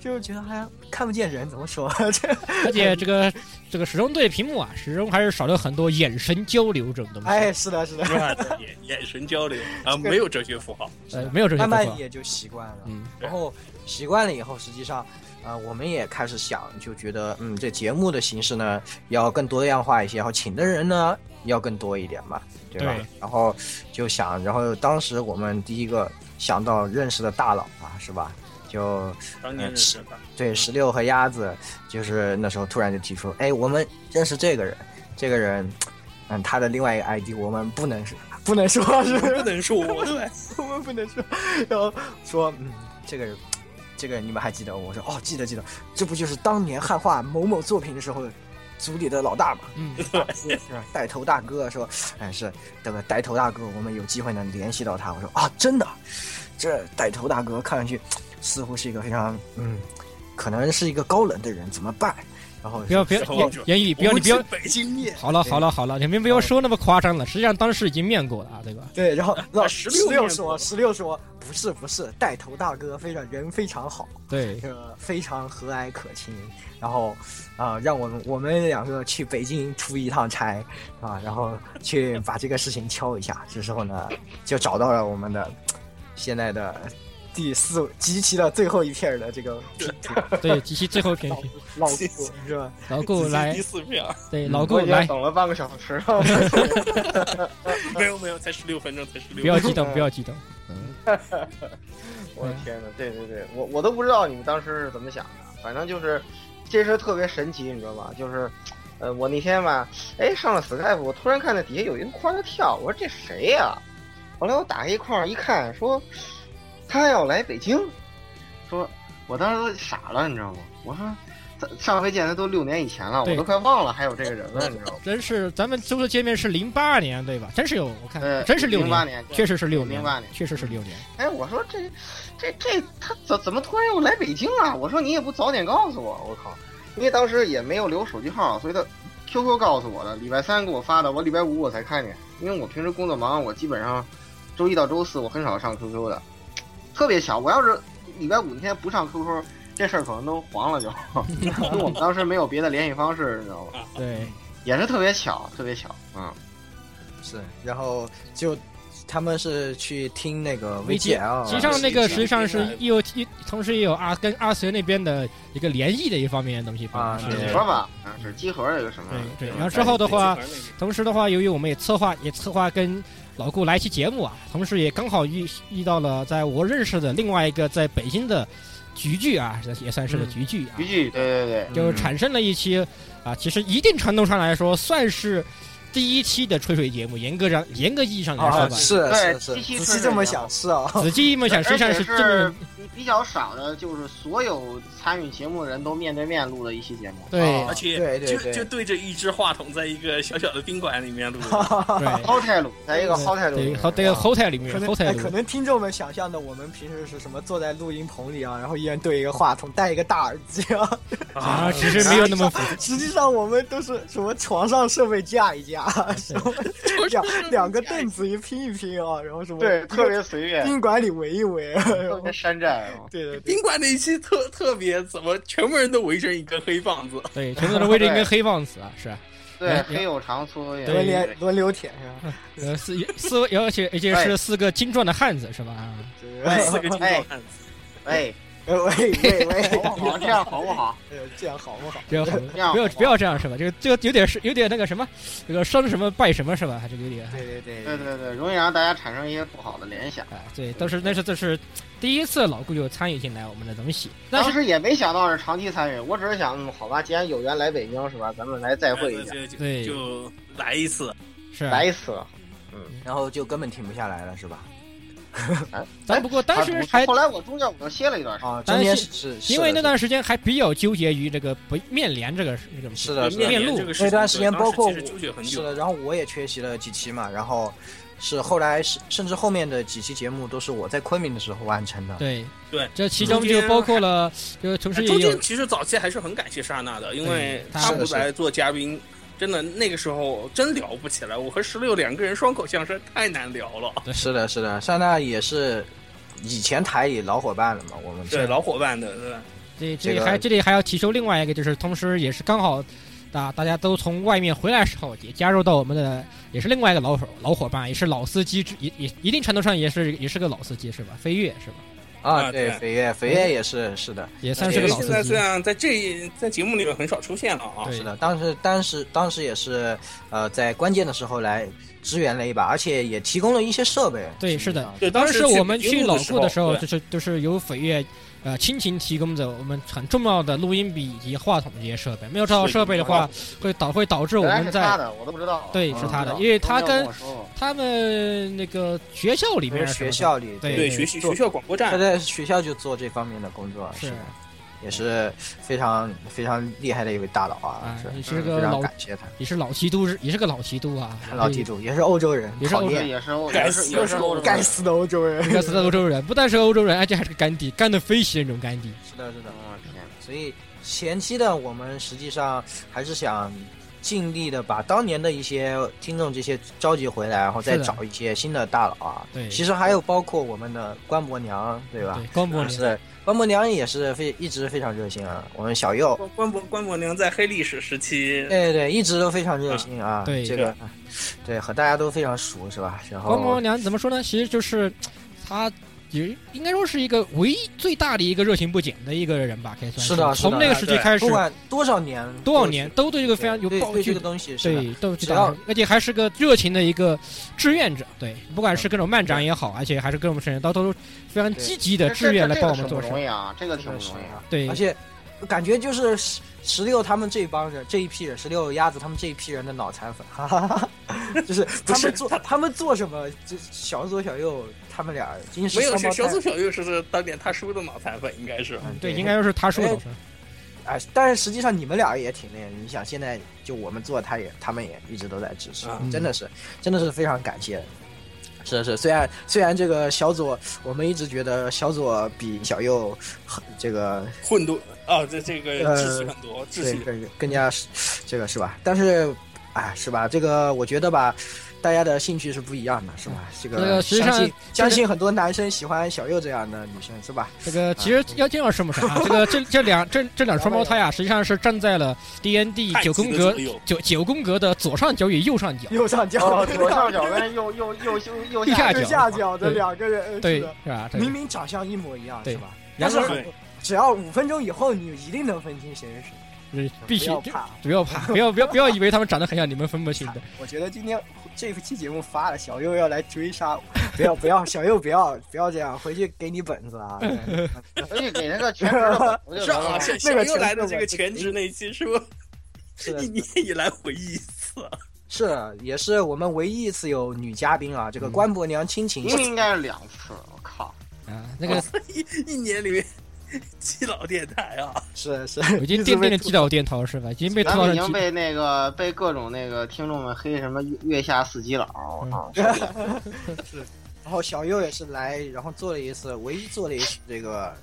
Speaker 3: 就就觉得好像看不见人怎么说。 这
Speaker 2: 而且这个这个始终对屏幕啊，始终还是少了很多眼神交流这种东西。
Speaker 3: 哎，是的，是的，
Speaker 1: 对眼眼神交流啊，没有哲学符号。
Speaker 2: 呃，没有这些
Speaker 3: 慢
Speaker 2: 方
Speaker 3: 慢
Speaker 2: 法。
Speaker 3: 也就习惯了。
Speaker 2: 嗯，
Speaker 1: 对
Speaker 3: 然后习惯了以后，实际上，呃，我们也开始想，就觉得，嗯，这节目的形式呢，要更多样化一些，然后请的人呢，要更多一点嘛，对吧？
Speaker 2: 对
Speaker 3: 然后就想，然后当时我们第一个想到认识的大佬啊，是吧？就
Speaker 1: 当
Speaker 2: 嗯
Speaker 1: 年认识的，
Speaker 3: 对石榴和鸭子，就是那时候突然就提出，哎，我们认识这个人，这个人，嗯，他的另外一个 ID 我们不能不能说，是不是
Speaker 1: 不能说我对，
Speaker 3: 我们不能说，然后说，嗯，这个人， 这个人你们还记得？我说，哦，记得记得，这不就是当年汉化某某作品的时候，组里的老大嘛，
Speaker 2: 嗯，
Speaker 3: 是吧带头大哥说，哎，是这个带头大哥，我们有机会能联系到他。我说啊，真的，这带头大哥看上去似乎是一个非常，嗯，可能是一个高冷的人，怎么办？然后
Speaker 2: 不要
Speaker 3: 说
Speaker 2: 不要
Speaker 1: 时候就
Speaker 2: 言言 语，不要你不要
Speaker 1: 我是北京夜，
Speaker 2: 好了好了好了，你们不要说那么夸张了，实际上当时已经面过了啊，对吧？
Speaker 3: 对，然后老
Speaker 1: 十
Speaker 3: 十
Speaker 1: 六
Speaker 3: 六
Speaker 1: 面
Speaker 3: 说，
Speaker 1: 孔
Speaker 3: 十六说不是不是，带头大哥非常人非常好。
Speaker 2: 对，
Speaker 3: 呃，非常和蔼可亲，然后啊、让我们我们两个去北京出一趟差啊，然后去把这个事情敲一下。这时候呢，就找到了我们的现在的第四集齐了最后一片儿的这个
Speaker 2: 对，及其最后一篇
Speaker 3: 老顾老顾 是吧？
Speaker 2: 老顾来
Speaker 1: 第，四票，
Speaker 2: 对，老顾
Speaker 4: 我已经
Speaker 2: 来，
Speaker 4: 等了半个小时了。
Speaker 1: 没有没有，才十六分钟，才十
Speaker 2: 不要
Speaker 1: 六。
Speaker 2: 激动，不要激动。嗯，
Speaker 4: 我的天呐，对对对，我我都不知道你们当时是怎么想的，反正就是这事儿特别神奇，你知道吗？就是，呃，我那天吧，哎，上了 Skype，我突然看到底下有一个框在跳，我说这谁呀、后来我打开一框一看，说他要来北京，说我当时都傻了，你知道吗？我说。咱上回见他都六年以前了，
Speaker 2: 对
Speaker 4: 我都快忘了还有这个人了，你知道吗？
Speaker 2: 真是咱们初次见面是零八年对吧？真是有，我看
Speaker 4: 呃，
Speaker 2: 真是六
Speaker 4: 零八
Speaker 2: 年，
Speaker 4: 年，对
Speaker 2: 确实是六年
Speaker 4: 08，年
Speaker 2: 确实是六年。
Speaker 4: 哎，我说这，这这他怎怎么突然又来北京了、我说你也不早点告诉我，我靠！因为当时也没有留手机号，所以他 QQ 告诉我的，礼拜三给我发的，我礼拜五我才看见。因为我平时工作忙，我基本上周一到周四我很少上 QQ 的，特别巧。我要是礼拜五那天不上 QQ，这事儿可能都黄 了就，因为我们当时没有别的联系方式，你知道吗？
Speaker 2: 对，
Speaker 4: 也是特别巧，特别巧，嗯。
Speaker 3: 是，然后就他们是去听那个 VGL，
Speaker 2: 实际上那个实际上
Speaker 1: 是
Speaker 2: 是也有一，同时也有阿跟阿随那边的一个联谊的一方面的东西吧
Speaker 3: 啊
Speaker 2: 是
Speaker 3: 对
Speaker 4: 你说吧，啊，是集合有什么？
Speaker 2: 对对
Speaker 4: 吧
Speaker 2: 然后之后的话
Speaker 1: 北京那个，
Speaker 2: 同时的话，由于我们也策划也策划跟老顾来一期节目啊，同时也刚好遇遇到了在我认识的另外一个在北京的局聚啊，也算
Speaker 3: 嗯
Speaker 2: 是个局聚啊，
Speaker 4: 一句，对对对，
Speaker 2: 就产生了一期啊，其实一定程度上来说算是第一期的吹水节目，严格上严格意义上来说
Speaker 3: 啊，
Speaker 2: 吧。
Speaker 3: 是
Speaker 4: 对
Speaker 3: 是是，
Speaker 4: 机器
Speaker 3: 仔
Speaker 4: 是
Speaker 3: 细这
Speaker 4: 这
Speaker 3: 么
Speaker 4: 样
Speaker 3: 想是啊，
Speaker 2: 仔细一么想，哎实际上
Speaker 4: 而且
Speaker 2: 这么
Speaker 4: 比比较少的，就是所有参与节目的人都面对面录了一期节目。
Speaker 2: 对
Speaker 3: 啊
Speaker 1: 而且
Speaker 3: 对
Speaker 1: 就
Speaker 3: 对
Speaker 1: 就
Speaker 3: 对，
Speaker 1: 对着一只话筒，在一个小小的宾馆里面录的， 啊
Speaker 2: 对
Speaker 4: 蒿菜录，在一个蒿菜录，
Speaker 2: 对后这个后台里面
Speaker 3: 啊可能
Speaker 2: 后台
Speaker 3: 哎
Speaker 2: 里
Speaker 3: 可
Speaker 2: 面，
Speaker 3: 能听众们想象的，我们平时是什么坐在录音棚里啊，然后一人对一个话筒，戴一个大耳机啊，
Speaker 2: 啊，其实没有那么复杂。
Speaker 3: 实际上我们都是什么床上设备架一架，什么两两个凳子一拼一拼啊，然后什么
Speaker 4: 对，特别随便，
Speaker 3: 宾馆里围一围，然
Speaker 4: 特
Speaker 3: 后
Speaker 4: 别山寨。 哦
Speaker 3: 对对对，
Speaker 1: 宾馆那一期特特别，怎么全部人都围成一根黑棒子？
Speaker 2: 对，全部都围着一根黑棒子啊，是啊，
Speaker 4: 对，黑有长粗，也
Speaker 3: 轮连轮流舔是吧？
Speaker 2: 呃，四四，而且而且是四个精壮的汉子是吧？啊
Speaker 4: 哎
Speaker 1: 四个金壮汉子，
Speaker 4: 哎，
Speaker 3: 喂喂喂，
Speaker 4: 好不好？这样好不好？
Speaker 3: 呃这样好不好？
Speaker 2: 这个
Speaker 4: 这
Speaker 2: 好
Speaker 4: 样
Speaker 2: 不要
Speaker 4: 好吧
Speaker 2: 不要这样是吧？这个这个有点是有点那个什么，这个伤什么败什么是吧？还是有点
Speaker 3: 对对
Speaker 4: 对
Speaker 3: 对
Speaker 4: 对对，容易让大家产生一些不好的联想。
Speaker 2: 啊，对，都是那是这是第一次老顾就参与进来我们的东西，但
Speaker 4: 当
Speaker 2: 是
Speaker 4: 时也没想到是长期参与，我只是想，嗯，好吧，既然有缘来北京是吧，咱们来再会一下，
Speaker 1: 哎就
Speaker 2: 对
Speaker 1: 就就来一次。
Speaker 2: 是啊
Speaker 4: 来一次。
Speaker 3: 然后就根本停不下来了是吧？
Speaker 2: 咱不过当时
Speaker 4: 不是
Speaker 2: 还
Speaker 4: 啊后来我中间我又歇了一段时间。
Speaker 3: 啊，
Speaker 2: 但
Speaker 3: 中间
Speaker 2: 是
Speaker 3: 是是
Speaker 2: 因为
Speaker 3: 的
Speaker 2: 那段时间还比较纠结于这个不面联这个这个
Speaker 3: 是的，是的
Speaker 2: 面
Speaker 1: 面
Speaker 2: 录
Speaker 1: 这个事情
Speaker 3: 那段时间
Speaker 1: 对当
Speaker 3: 包括
Speaker 1: 其实纠结很
Speaker 3: 是
Speaker 1: 久，
Speaker 3: 的，然后我也缺席了几期嘛，然后是后来是甚至后面的几期节目都是我在昆明的时候完成的。
Speaker 2: 对
Speaker 1: 对，
Speaker 2: 这其
Speaker 1: 中
Speaker 2: 中就
Speaker 1: 间
Speaker 2: 包括了，就是同时
Speaker 1: 哎中
Speaker 2: 也有
Speaker 1: 间其实早期还是很感谢莎娜的，因为
Speaker 2: 对
Speaker 1: 她
Speaker 3: 是
Speaker 1: 不
Speaker 3: 的
Speaker 1: 来做嘉宾，真的那个时候真聊不起来。我和石榴两个人双口相声太难聊了，
Speaker 3: 是的，是的，莎娜也是以前台里老伙伴了嘛，我们
Speaker 1: 对老伙伴的，对吧？
Speaker 2: 对，这里
Speaker 3: 这个
Speaker 2: 还这里还要提出另外一个，就是同时也是刚好，啊，大家都从外面回来的时候，也加入到我们的，也是另外一个老伙老伙伴，也是老司机之，也也一定程度上也是也是个老司机是吧？飞跃是吧？
Speaker 1: 啊
Speaker 3: 啊，
Speaker 1: 对
Speaker 3: 对，飞跃，飞跃也是是的，
Speaker 2: 也算
Speaker 1: 因
Speaker 2: 是个
Speaker 1: 为
Speaker 2: 老
Speaker 1: 哎现在
Speaker 2: 司
Speaker 1: 虽
Speaker 2: 机。
Speaker 1: 然在这一在节目里面很少出现了啊，
Speaker 2: 对
Speaker 3: 是的，当时当时当时也是呃在关键的时候来支援了一把，而且也提供了一些设备。啊
Speaker 2: 对
Speaker 3: 实际
Speaker 2: 是的
Speaker 3: 上
Speaker 1: 对，
Speaker 2: 当
Speaker 1: 时
Speaker 2: 时我们去老
Speaker 1: 顾
Speaker 2: 顾的时候，
Speaker 1: 对
Speaker 2: 就是就是由飞跃，呃，亲情提供着我们很重要的录音笔以及话筒这些设备。没有这套设备的话，会导会导致我
Speaker 4: 原来
Speaker 2: 们
Speaker 4: 是
Speaker 2: 在
Speaker 4: 他的，我都不知道。
Speaker 2: 对
Speaker 4: 嗯
Speaker 2: 是他的
Speaker 4: 不知道
Speaker 2: 因为他
Speaker 4: 都没有我说
Speaker 2: 他们那个学校里
Speaker 3: 因
Speaker 2: 面
Speaker 3: 为
Speaker 2: 什么
Speaker 3: 学
Speaker 2: 的
Speaker 3: 校里
Speaker 2: 对
Speaker 1: 对学习
Speaker 3: 做
Speaker 1: 学校广播
Speaker 3: 他
Speaker 1: 站，
Speaker 3: 在学校就做这方面的工作，
Speaker 2: 是
Speaker 3: 的，也是非常非常厉害的一位大佬啊
Speaker 2: 啊，
Speaker 3: 是
Speaker 2: 也是
Speaker 3: 嗯
Speaker 2: 个
Speaker 3: 非
Speaker 2: 老
Speaker 3: 常感谢他。
Speaker 2: 也是老提督，也是个老提督啊，
Speaker 3: 老
Speaker 2: 对
Speaker 3: 地主也是欧洲人，
Speaker 2: 也是
Speaker 3: 讨
Speaker 2: 欧洲
Speaker 4: 对
Speaker 3: 厌
Speaker 4: 也是欧，
Speaker 1: 该
Speaker 4: 也
Speaker 1: 死
Speaker 4: 是也是欧洲人
Speaker 3: 该死的欧洲人。
Speaker 2: 一个是欧洲人，不但是欧洲人，而且还是个干地，干的飞起的那种干地。
Speaker 3: 是的，是的。
Speaker 4: 我天，
Speaker 3: 所以前期的我们实际上还是想尽力的把当年的一些听众这些召集回来，然后再
Speaker 2: 是的
Speaker 3: 找一些新的大佬啊。
Speaker 2: 对
Speaker 3: 其实还有包括我们的关伯娘，对吧
Speaker 2: 对？，光波
Speaker 3: 就
Speaker 2: 林，
Speaker 3: 是关伯娘也是非一直非常热心啊。我们小右，
Speaker 1: 哦关关博关博娘在黑历史时期，
Speaker 3: 对对，一直都非常热心啊。
Speaker 2: 对
Speaker 3: 这个，对和大家都非常熟是吧？然
Speaker 2: 光波
Speaker 3: 后
Speaker 2: 娘怎么说呢？其实就是他也应该说是一个唯一最大的一个热情不减的一个人吧，可以算
Speaker 3: 是的是的
Speaker 2: 从那个时期开始
Speaker 3: 不，管多少年，
Speaker 2: 多少年都对这个
Speaker 3: 都
Speaker 2: 非常有
Speaker 3: 对
Speaker 2: 抱
Speaker 3: 对这
Speaker 2: 具
Speaker 3: 个。东西是的
Speaker 2: 对，都知
Speaker 3: 只要
Speaker 2: 道，而且还是个热情的一个志愿者。对，不
Speaker 3: 嗯
Speaker 2: 管是各种漫展也好，而且还是各种事情，都都非常积极的
Speaker 4: 这
Speaker 2: 志愿
Speaker 4: 这
Speaker 2: 来帮我
Speaker 4: 这个挺
Speaker 2: 们做
Speaker 4: 不
Speaker 2: 事。
Speaker 4: 容易啊，这个挺
Speaker 3: 真
Speaker 4: 不
Speaker 3: 的是
Speaker 4: 容易。
Speaker 3: 啊。
Speaker 2: 对
Speaker 3: 而，且感觉就是十十六他们这帮人这一批人，十六鸭子他们这一批人的脑残粉，哈哈哈哈， 就是他
Speaker 1: 是
Speaker 3: 们做他们做什么，就小左小右他们俩金石
Speaker 1: 没有
Speaker 3: 双
Speaker 1: 小
Speaker 3: 胞
Speaker 1: 小
Speaker 3: 胎
Speaker 1: 左。小右是当年他叔的脑残粉，应该是。
Speaker 3: 嗯
Speaker 2: 对，应该说是他说的
Speaker 3: 哎。哎，但是实际上你们俩也挺那，你想现在就我们做，他也他们也一直都在支持，
Speaker 1: 嗯
Speaker 3: 真的是真的是非常感谢。是是，虽然虽然这个小左，我们一直觉得小左比小右很这个
Speaker 1: 混沌啊，这这个
Speaker 3: 呃
Speaker 1: 秩序很多，秩
Speaker 3: 对，
Speaker 1: 序
Speaker 3: 更更加是这个是吧？但是，哎，是吧？这个我觉得吧，大家的兴趣是不一样的，是吧？这
Speaker 2: 这个
Speaker 3: 个
Speaker 2: 实际上
Speaker 3: 相信
Speaker 2: 这
Speaker 3: 相
Speaker 2: 个
Speaker 3: 信很多男生喜欢小右这样的女生，是吧？
Speaker 2: 这个其实要这样 说不上啊，这个这这两这这两双胞胎啊，实际上是站在了 D N D
Speaker 1: 太
Speaker 2: 九
Speaker 1: 极
Speaker 2: 宫
Speaker 1: 的
Speaker 2: 格
Speaker 1: 左右
Speaker 2: 九九宫格的左上角与右上角，
Speaker 3: 右上角
Speaker 4: 哦，、左上角跟右右右右右
Speaker 2: 右下角
Speaker 3: 右
Speaker 4: 角
Speaker 3: 下角的两个人，
Speaker 2: 对
Speaker 3: 是的，
Speaker 2: 是吧？这个
Speaker 3: 明明长相一模一样，
Speaker 2: 对
Speaker 3: 是吧？
Speaker 2: 然
Speaker 3: 但
Speaker 2: 后
Speaker 3: 是很只要五分钟以后，你一定能分清谁是谁，
Speaker 2: 是必须
Speaker 3: 不要怕。
Speaker 2: 不要 怕，不要不要不要以为他们长得很像，你们分不清的。
Speaker 3: 我觉得今天这期节目发了，小右要来追杀我，不要不要，小右不要不要这样，回去给你本 子啊！对
Speaker 4: 回去给他个全职的我就
Speaker 1: 上啊，小小
Speaker 3: 那个
Speaker 1: 右来的
Speaker 3: 全职
Speaker 1: 这个全职那一期是我
Speaker 3: 是的
Speaker 1: 一年以来回忆一次，啊
Speaker 3: 是，也是我们唯一一次有女嘉宾
Speaker 2: 嗯
Speaker 3: 啊，这个关伯娘亲情
Speaker 4: 明明应该是两次，我靠，
Speaker 2: 啊，那
Speaker 3: 哦
Speaker 2: 个
Speaker 1: 一一年里面 基佬电台啊，
Speaker 3: 是 是，
Speaker 2: 我已经奠
Speaker 3: 一直
Speaker 2: 定
Speaker 3: 被
Speaker 2: 了
Speaker 3: 吐
Speaker 2: 击倒电头是吧？已经被吐
Speaker 4: 咱
Speaker 2: 槽
Speaker 4: 们已
Speaker 2: 成
Speaker 4: 经
Speaker 2: 击
Speaker 4: 被那个被各种那个听众们黑什么月月下四基佬，我操！
Speaker 3: 然后小右也是来，然后做了一次，唯一做了一次这个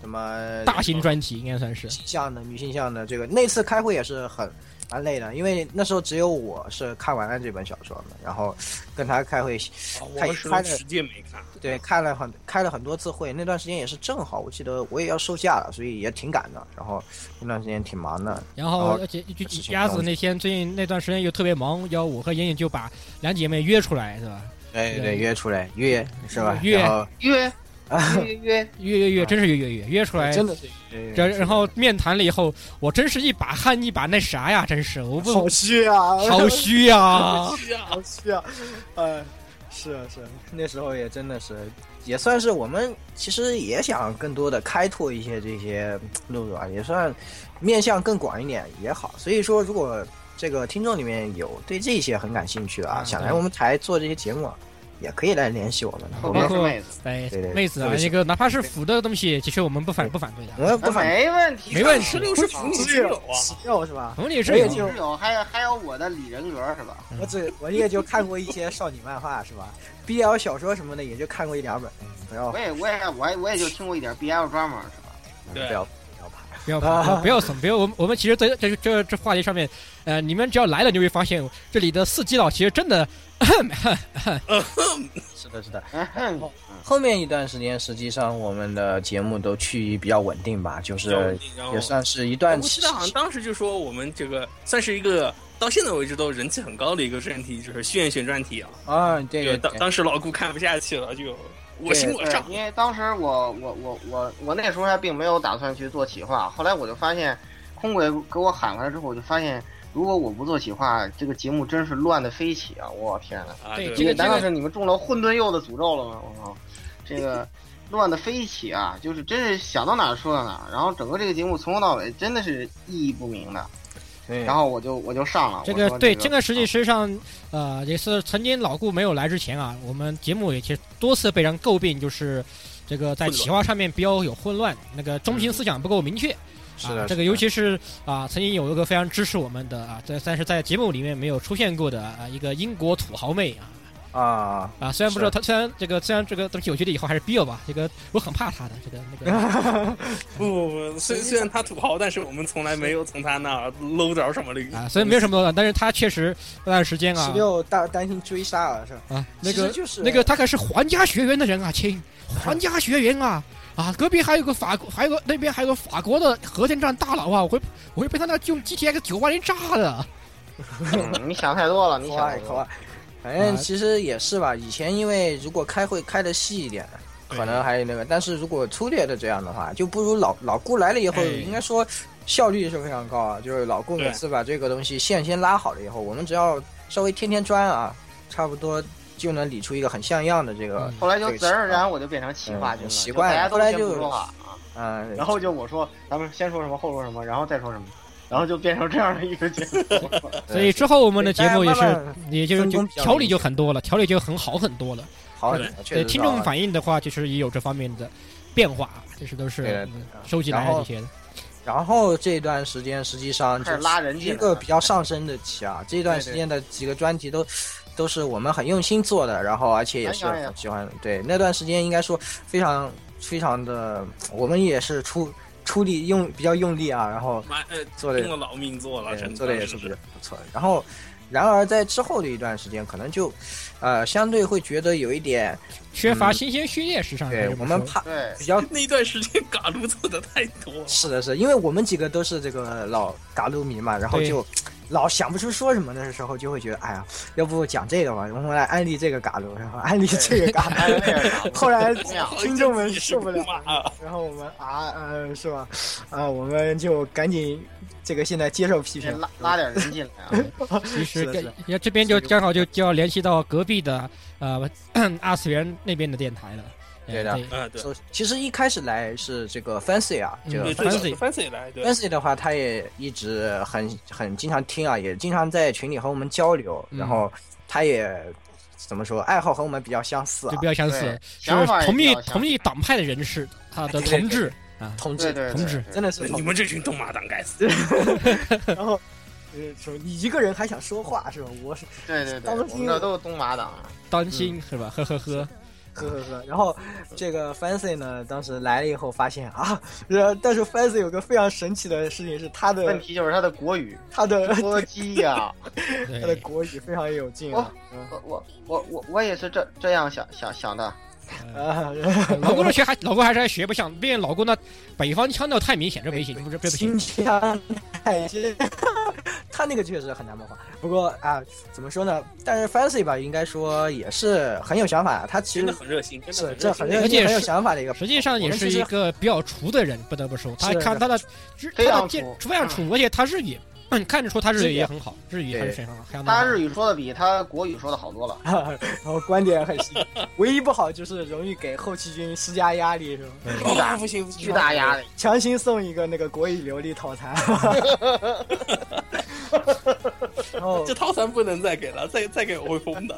Speaker 3: 什么
Speaker 2: 大型专题，应该算是
Speaker 3: 女。性向的女性向的这个。那次开会也是很蛮累的，因为那时候只有我是看完了这本小说的，然后跟他开会，
Speaker 1: 啊我们是
Speaker 3: 开的
Speaker 1: 实际没看，啊
Speaker 3: 对，开了很开了很多次会。那段时间也是正好，我记得我也要休假了，所以也挺赶的。然后那段时间挺忙的，
Speaker 2: 然后
Speaker 3: 哦
Speaker 2: 而且就
Speaker 3: 事情
Speaker 2: 鸭
Speaker 3: 让
Speaker 2: 子
Speaker 3: 我
Speaker 2: 那天最近那段时间又特别忙，要我和莹莹就把两姐妹约出来，是吧？
Speaker 3: 哎对
Speaker 2: 对
Speaker 3: 对，约出来约是吧？
Speaker 2: 约
Speaker 3: 然后
Speaker 4: 约
Speaker 3: 啊
Speaker 4: 约约，
Speaker 2: 约约约，
Speaker 3: 啊
Speaker 2: 真是约约约约出来，
Speaker 3: 真的是约，
Speaker 2: 然然后面谈了以后，我真是一把汗一把那啥呀，真是我不
Speaker 3: 好虚啊，
Speaker 2: 好虚呀。
Speaker 1: 是啊，
Speaker 3: 好虚啊，呃，是啊是啊，那时候也真的是，也算是我们其实也想更多的开拓一些这些嗯路数啊，也算面向更广一点也好。所以说，如果这个听众里面有对这些很感兴趣的啊，
Speaker 2: 嗯
Speaker 3: 想
Speaker 2: 对
Speaker 3: 来我们台做这些节目啊，也可以来联系我们的。
Speaker 4: 后
Speaker 2: 包
Speaker 4: 边
Speaker 2: 括
Speaker 4: 是妹子，
Speaker 2: 哎
Speaker 3: 对对，
Speaker 2: 妹子啊，
Speaker 3: 特别
Speaker 2: 那个哪怕是腐的东西，其实我们不反
Speaker 3: 对
Speaker 2: 不反对的。
Speaker 3: 我们
Speaker 4: 啊
Speaker 3: 不反
Speaker 4: 没问题，
Speaker 2: 没问题
Speaker 4: 十六
Speaker 1: 六
Speaker 4: 是
Speaker 1: 是
Speaker 4: 腐
Speaker 1: 腐
Speaker 4: 女
Speaker 1: 女
Speaker 4: 之
Speaker 1: 之
Speaker 4: 友
Speaker 1: 友
Speaker 4: 啊
Speaker 1: 啊，
Speaker 3: 友是吧？
Speaker 2: 同理
Speaker 3: 我
Speaker 2: 是
Speaker 3: 也
Speaker 2: 有
Speaker 4: 之友，还有还有我的李人格是吧？
Speaker 2: 嗯
Speaker 3: 我只我也就看过一些少女漫画是吧？BL 小说什么的也就看过一两本，嗯不要
Speaker 4: 我也我也我也我也就听过一点 BL drama 是吧？
Speaker 3: 不
Speaker 1: 对
Speaker 3: 要不要怕，
Speaker 2: 不要
Speaker 3: 啊
Speaker 2: 不要不要怂，不要我们我们其实在这这这话题上面，呃，你们只要来了，你会发现这里的四基佬其实真的
Speaker 3: 是的，是的。
Speaker 4: 嗯
Speaker 2: 哦
Speaker 3: 后面一段时间，实际上我们的节目都趋于比较稳定吧，就是啊
Speaker 1: 然后
Speaker 3: 也算是一
Speaker 1: 我
Speaker 3: 段
Speaker 1: 记
Speaker 3: 期
Speaker 1: 得好像啊当时就说我们这个算是一个到现在为止都人气很高的一个专题，就是炫炫专题啊。
Speaker 3: 啊，对
Speaker 1: 就
Speaker 3: 对
Speaker 1: 当
Speaker 3: 对，
Speaker 1: 当时老顾看不下去了，就我行我
Speaker 4: 对
Speaker 1: 上，。
Speaker 4: 因为当时我我我我我那时候还并没有打算去做企划，后来我就发现，空鬼给我喊过来之后，我就发现，如果我不做企划，这个节目真是乱的飞起啊！我天呐，
Speaker 1: 啊，
Speaker 2: 对
Speaker 1: 对，
Speaker 2: 这个
Speaker 1: 我
Speaker 4: 难道是你们中了混沌鼬的诅咒了吗？我靠，这个 乱的飞起啊，就是真是想到哪儿说到哪儿，然后整个这个节目从头到尾真的是意义不明的。
Speaker 3: 对
Speaker 4: 然后我就我就上了，
Speaker 2: 这
Speaker 4: 我
Speaker 2: 个
Speaker 4: 说
Speaker 2: 对
Speaker 4: 个啊
Speaker 2: 这个实际实际上，呃，也是曾经老顾没有来之前啊，我们节目也其实多次被人诟病，就是这个在
Speaker 1: 混乱
Speaker 2: 企划上面比较有混乱，那个中心思想不够明确。
Speaker 3: 是
Speaker 2: 啊
Speaker 3: 的，
Speaker 2: 这个尤其是啊，曾经有一个非常支持我们的啊，在但是在节目里面没有出现过的啊，一个英国土豪妹啊
Speaker 3: 啊，
Speaker 2: 啊，虽然不知道
Speaker 3: 是
Speaker 2: 她，虽然这个虽然这个东西我觉得以后还是 Bill 吧，这个我很怕她的这个那 个
Speaker 1: 不不不，虽虽然他土豪，但是我们从来没有从他那儿搂着什么的
Speaker 2: 啊，虽然没有什么多的，但是她确实那段时间啊
Speaker 3: 十六大担心追杀啊，是吧？
Speaker 2: 啊那
Speaker 3: 其
Speaker 2: 个
Speaker 3: 实就是
Speaker 2: 那个他可是皇家学员的人啊，亲，皇家学员啊啊！隔壁还有个法国，还有个那边还有个法国的核电站大佬啊，我会我会被他那用 GTX 九八零炸的。
Speaker 4: 嗯你想太多了，你
Speaker 3: 口
Speaker 4: 想太
Speaker 3: 外
Speaker 4: 多
Speaker 3: 口
Speaker 4: 了
Speaker 3: 外，反正
Speaker 2: 啊
Speaker 3: 其实也是吧。以前因为如果开会开的细一点，可能还有那个，但是如果粗略的这样的话，就不如老老顾来了以后，
Speaker 2: 哎
Speaker 3: 应该说效率是非常高啊。就是老顾每
Speaker 1: 对
Speaker 3: 次把这个东西线先拉好了以后，我们只要稍微天天钻啊，差不多就能理出一个很像样的这个
Speaker 2: 嗯。
Speaker 4: 后来就
Speaker 3: 对
Speaker 4: 自然而然我就变成企划
Speaker 3: 嗯
Speaker 4: 君了，
Speaker 3: 习
Speaker 4: 就
Speaker 3: 惯了
Speaker 4: 大家都
Speaker 3: 后来
Speaker 4: 先不
Speaker 3: 就
Speaker 4: 说话啊。
Speaker 3: 嗯，
Speaker 4: 然后就我说，咱们先说什么，后说什么，然后再说什么，然后就变成这样的一个节目。
Speaker 2: 所以之后我们的节目也是，
Speaker 3: 对大家慢
Speaker 2: 也就是
Speaker 3: 分
Speaker 2: 就
Speaker 3: 工比较
Speaker 2: 条理
Speaker 3: 明
Speaker 2: 就
Speaker 3: 确
Speaker 2: 很多了，条理就很好很多了。
Speaker 3: 好很
Speaker 1: 对
Speaker 3: 多，确
Speaker 2: 对
Speaker 3: 实
Speaker 2: 听
Speaker 3: 是啊
Speaker 2: 众反映的话，其实也有这方面的变化，这是都是
Speaker 3: 对的
Speaker 2: 嗯
Speaker 3: 对的
Speaker 2: 收集来
Speaker 3: 然
Speaker 2: 的
Speaker 3: 后
Speaker 2: 这些的。
Speaker 3: 然后这段时间实际上
Speaker 4: 开
Speaker 3: 就
Speaker 4: 始拉人进
Speaker 3: 一
Speaker 4: 来
Speaker 3: 个
Speaker 4: 了
Speaker 3: 比较上升的期啊，这段时间的几个专辑都都是我们很用心做的，然后而且也是
Speaker 4: 哎呀哎呀
Speaker 3: 很喜欢。对那段时间应该说非常非常的，我们也是出出力用比较用力啊，然后
Speaker 1: 妈呃，
Speaker 3: 做的
Speaker 1: 拼了老命做了，真
Speaker 3: 对
Speaker 1: 的
Speaker 3: 做的也
Speaker 1: 是
Speaker 3: 是比较不错。然后，然而在之后的一段时间，可能就呃相对会觉得有一点，
Speaker 2: 缺乏
Speaker 3: 嗯
Speaker 2: 新鲜血液，时尚
Speaker 3: 对我们怕
Speaker 4: 对，
Speaker 3: 比较
Speaker 1: 那段时间嘎撸做的太多了。
Speaker 3: 是的，是的，因为我们几个都是这个老嘎路迷嘛，然后
Speaker 2: 对
Speaker 3: 就老想不出说什么的时候，就会觉得，哎呀，要不讲这个吧，我们来安利这个嘎路，然后安利这个嘎
Speaker 4: 哎
Speaker 3: 路。
Speaker 4: 那个啥
Speaker 3: 后来
Speaker 4: 这样
Speaker 3: 听众们受不了
Speaker 1: 啊！
Speaker 3: 然后我们啊，呃，是吧？啊、我们就赶紧这个现在接受批
Speaker 4: 这
Speaker 3: 评
Speaker 4: 拉，拉点人进来啊！
Speaker 3: 嗯
Speaker 2: 其实
Speaker 3: 是的是的
Speaker 2: 这这边就刚好就就要联系到隔壁的呃二次元那边的电台了。呃
Speaker 3: 对的
Speaker 1: 啊，对，
Speaker 3: So，其实一开始来是这个 Fancy 啊，这个
Speaker 1: 对
Speaker 2: 嗯 Fancy
Speaker 1: Fancy 来，对，
Speaker 3: Fancy 的话，他也一直很很经常听啊，也经常在群里和我们交流，
Speaker 2: 嗯
Speaker 3: 然后他也怎么说，爱好和我们比较相似啊
Speaker 2: 就，比较相似
Speaker 4: 对，
Speaker 2: 是
Speaker 4: 想法也
Speaker 2: 同
Speaker 4: 比
Speaker 2: 一
Speaker 4: 较相似
Speaker 2: 同一党派的人士，他 的同志啊，
Speaker 3: 同
Speaker 4: 对
Speaker 3: 志，
Speaker 4: 对，
Speaker 2: 同志
Speaker 3: 真
Speaker 4: 的
Speaker 3: 的是同
Speaker 1: 你
Speaker 3: 志。
Speaker 1: 们这群动马党该死！
Speaker 3: 然后，呃，说你一个人还想说话是吧？我是
Speaker 4: 对对对，
Speaker 3: 当
Speaker 4: 我
Speaker 3: 时
Speaker 4: 们这都是东马党啊，
Speaker 3: 嗯
Speaker 2: 担心是吧？呵呵呵，
Speaker 3: 呵呵呵。然后这个 Fancy 呢，当时来了以后发现啊， 呃，但是 Fancy 有个非常神奇的事情是他
Speaker 4: 问
Speaker 3: 的
Speaker 4: 题就是他的国语
Speaker 3: 他的
Speaker 4: 波基呀。
Speaker 3: 他的
Speaker 2: 对，
Speaker 3: 国语非常有劲
Speaker 1: 哦
Speaker 3: 啊。嗯
Speaker 4: 我我我我我也是这这样想想想的，
Speaker 3: 啊，
Speaker 2: 老郭这学还老郭还是还学不像，毕竟老郭那北方腔调太明显，这不行，这不是这不行
Speaker 3: 新。疆海鲜， 他那个确实很难模仿。不过啊，怎么说呢？但是 Fancy 吧，应该说也是很有想法。啊他其
Speaker 1: 真的
Speaker 3: 实
Speaker 1: 很热心，真
Speaker 3: 是
Speaker 1: 的
Speaker 3: 这
Speaker 1: 很
Speaker 3: 很
Speaker 1: 热
Speaker 3: 热
Speaker 2: 而且
Speaker 3: 心、很有
Speaker 2: 是
Speaker 3: 想法的一个。
Speaker 2: 实际上也是一个比较厨的人，不得不说，他
Speaker 3: 是的
Speaker 2: 看他的日
Speaker 4: 非
Speaker 2: 他
Speaker 4: 常
Speaker 2: 的见
Speaker 4: 厨
Speaker 2: 非常厨，而且他日语， 嗯，看得出他日语
Speaker 3: 日语
Speaker 2: 也很好，日语还是
Speaker 3: 对
Speaker 2: 非常好，还有那
Speaker 4: 他
Speaker 2: 个
Speaker 4: 日语说的比他国语说的好多了。
Speaker 3: 然后观点很新，唯一不好就是容易给后期军施加压力，是吧？
Speaker 1: 心。啊，不行，不行
Speaker 4: 巨大压力，
Speaker 3: 强行送一个那个国语流利套 餐，然后
Speaker 1: 这套餐不能再给了，再再给我会疯的。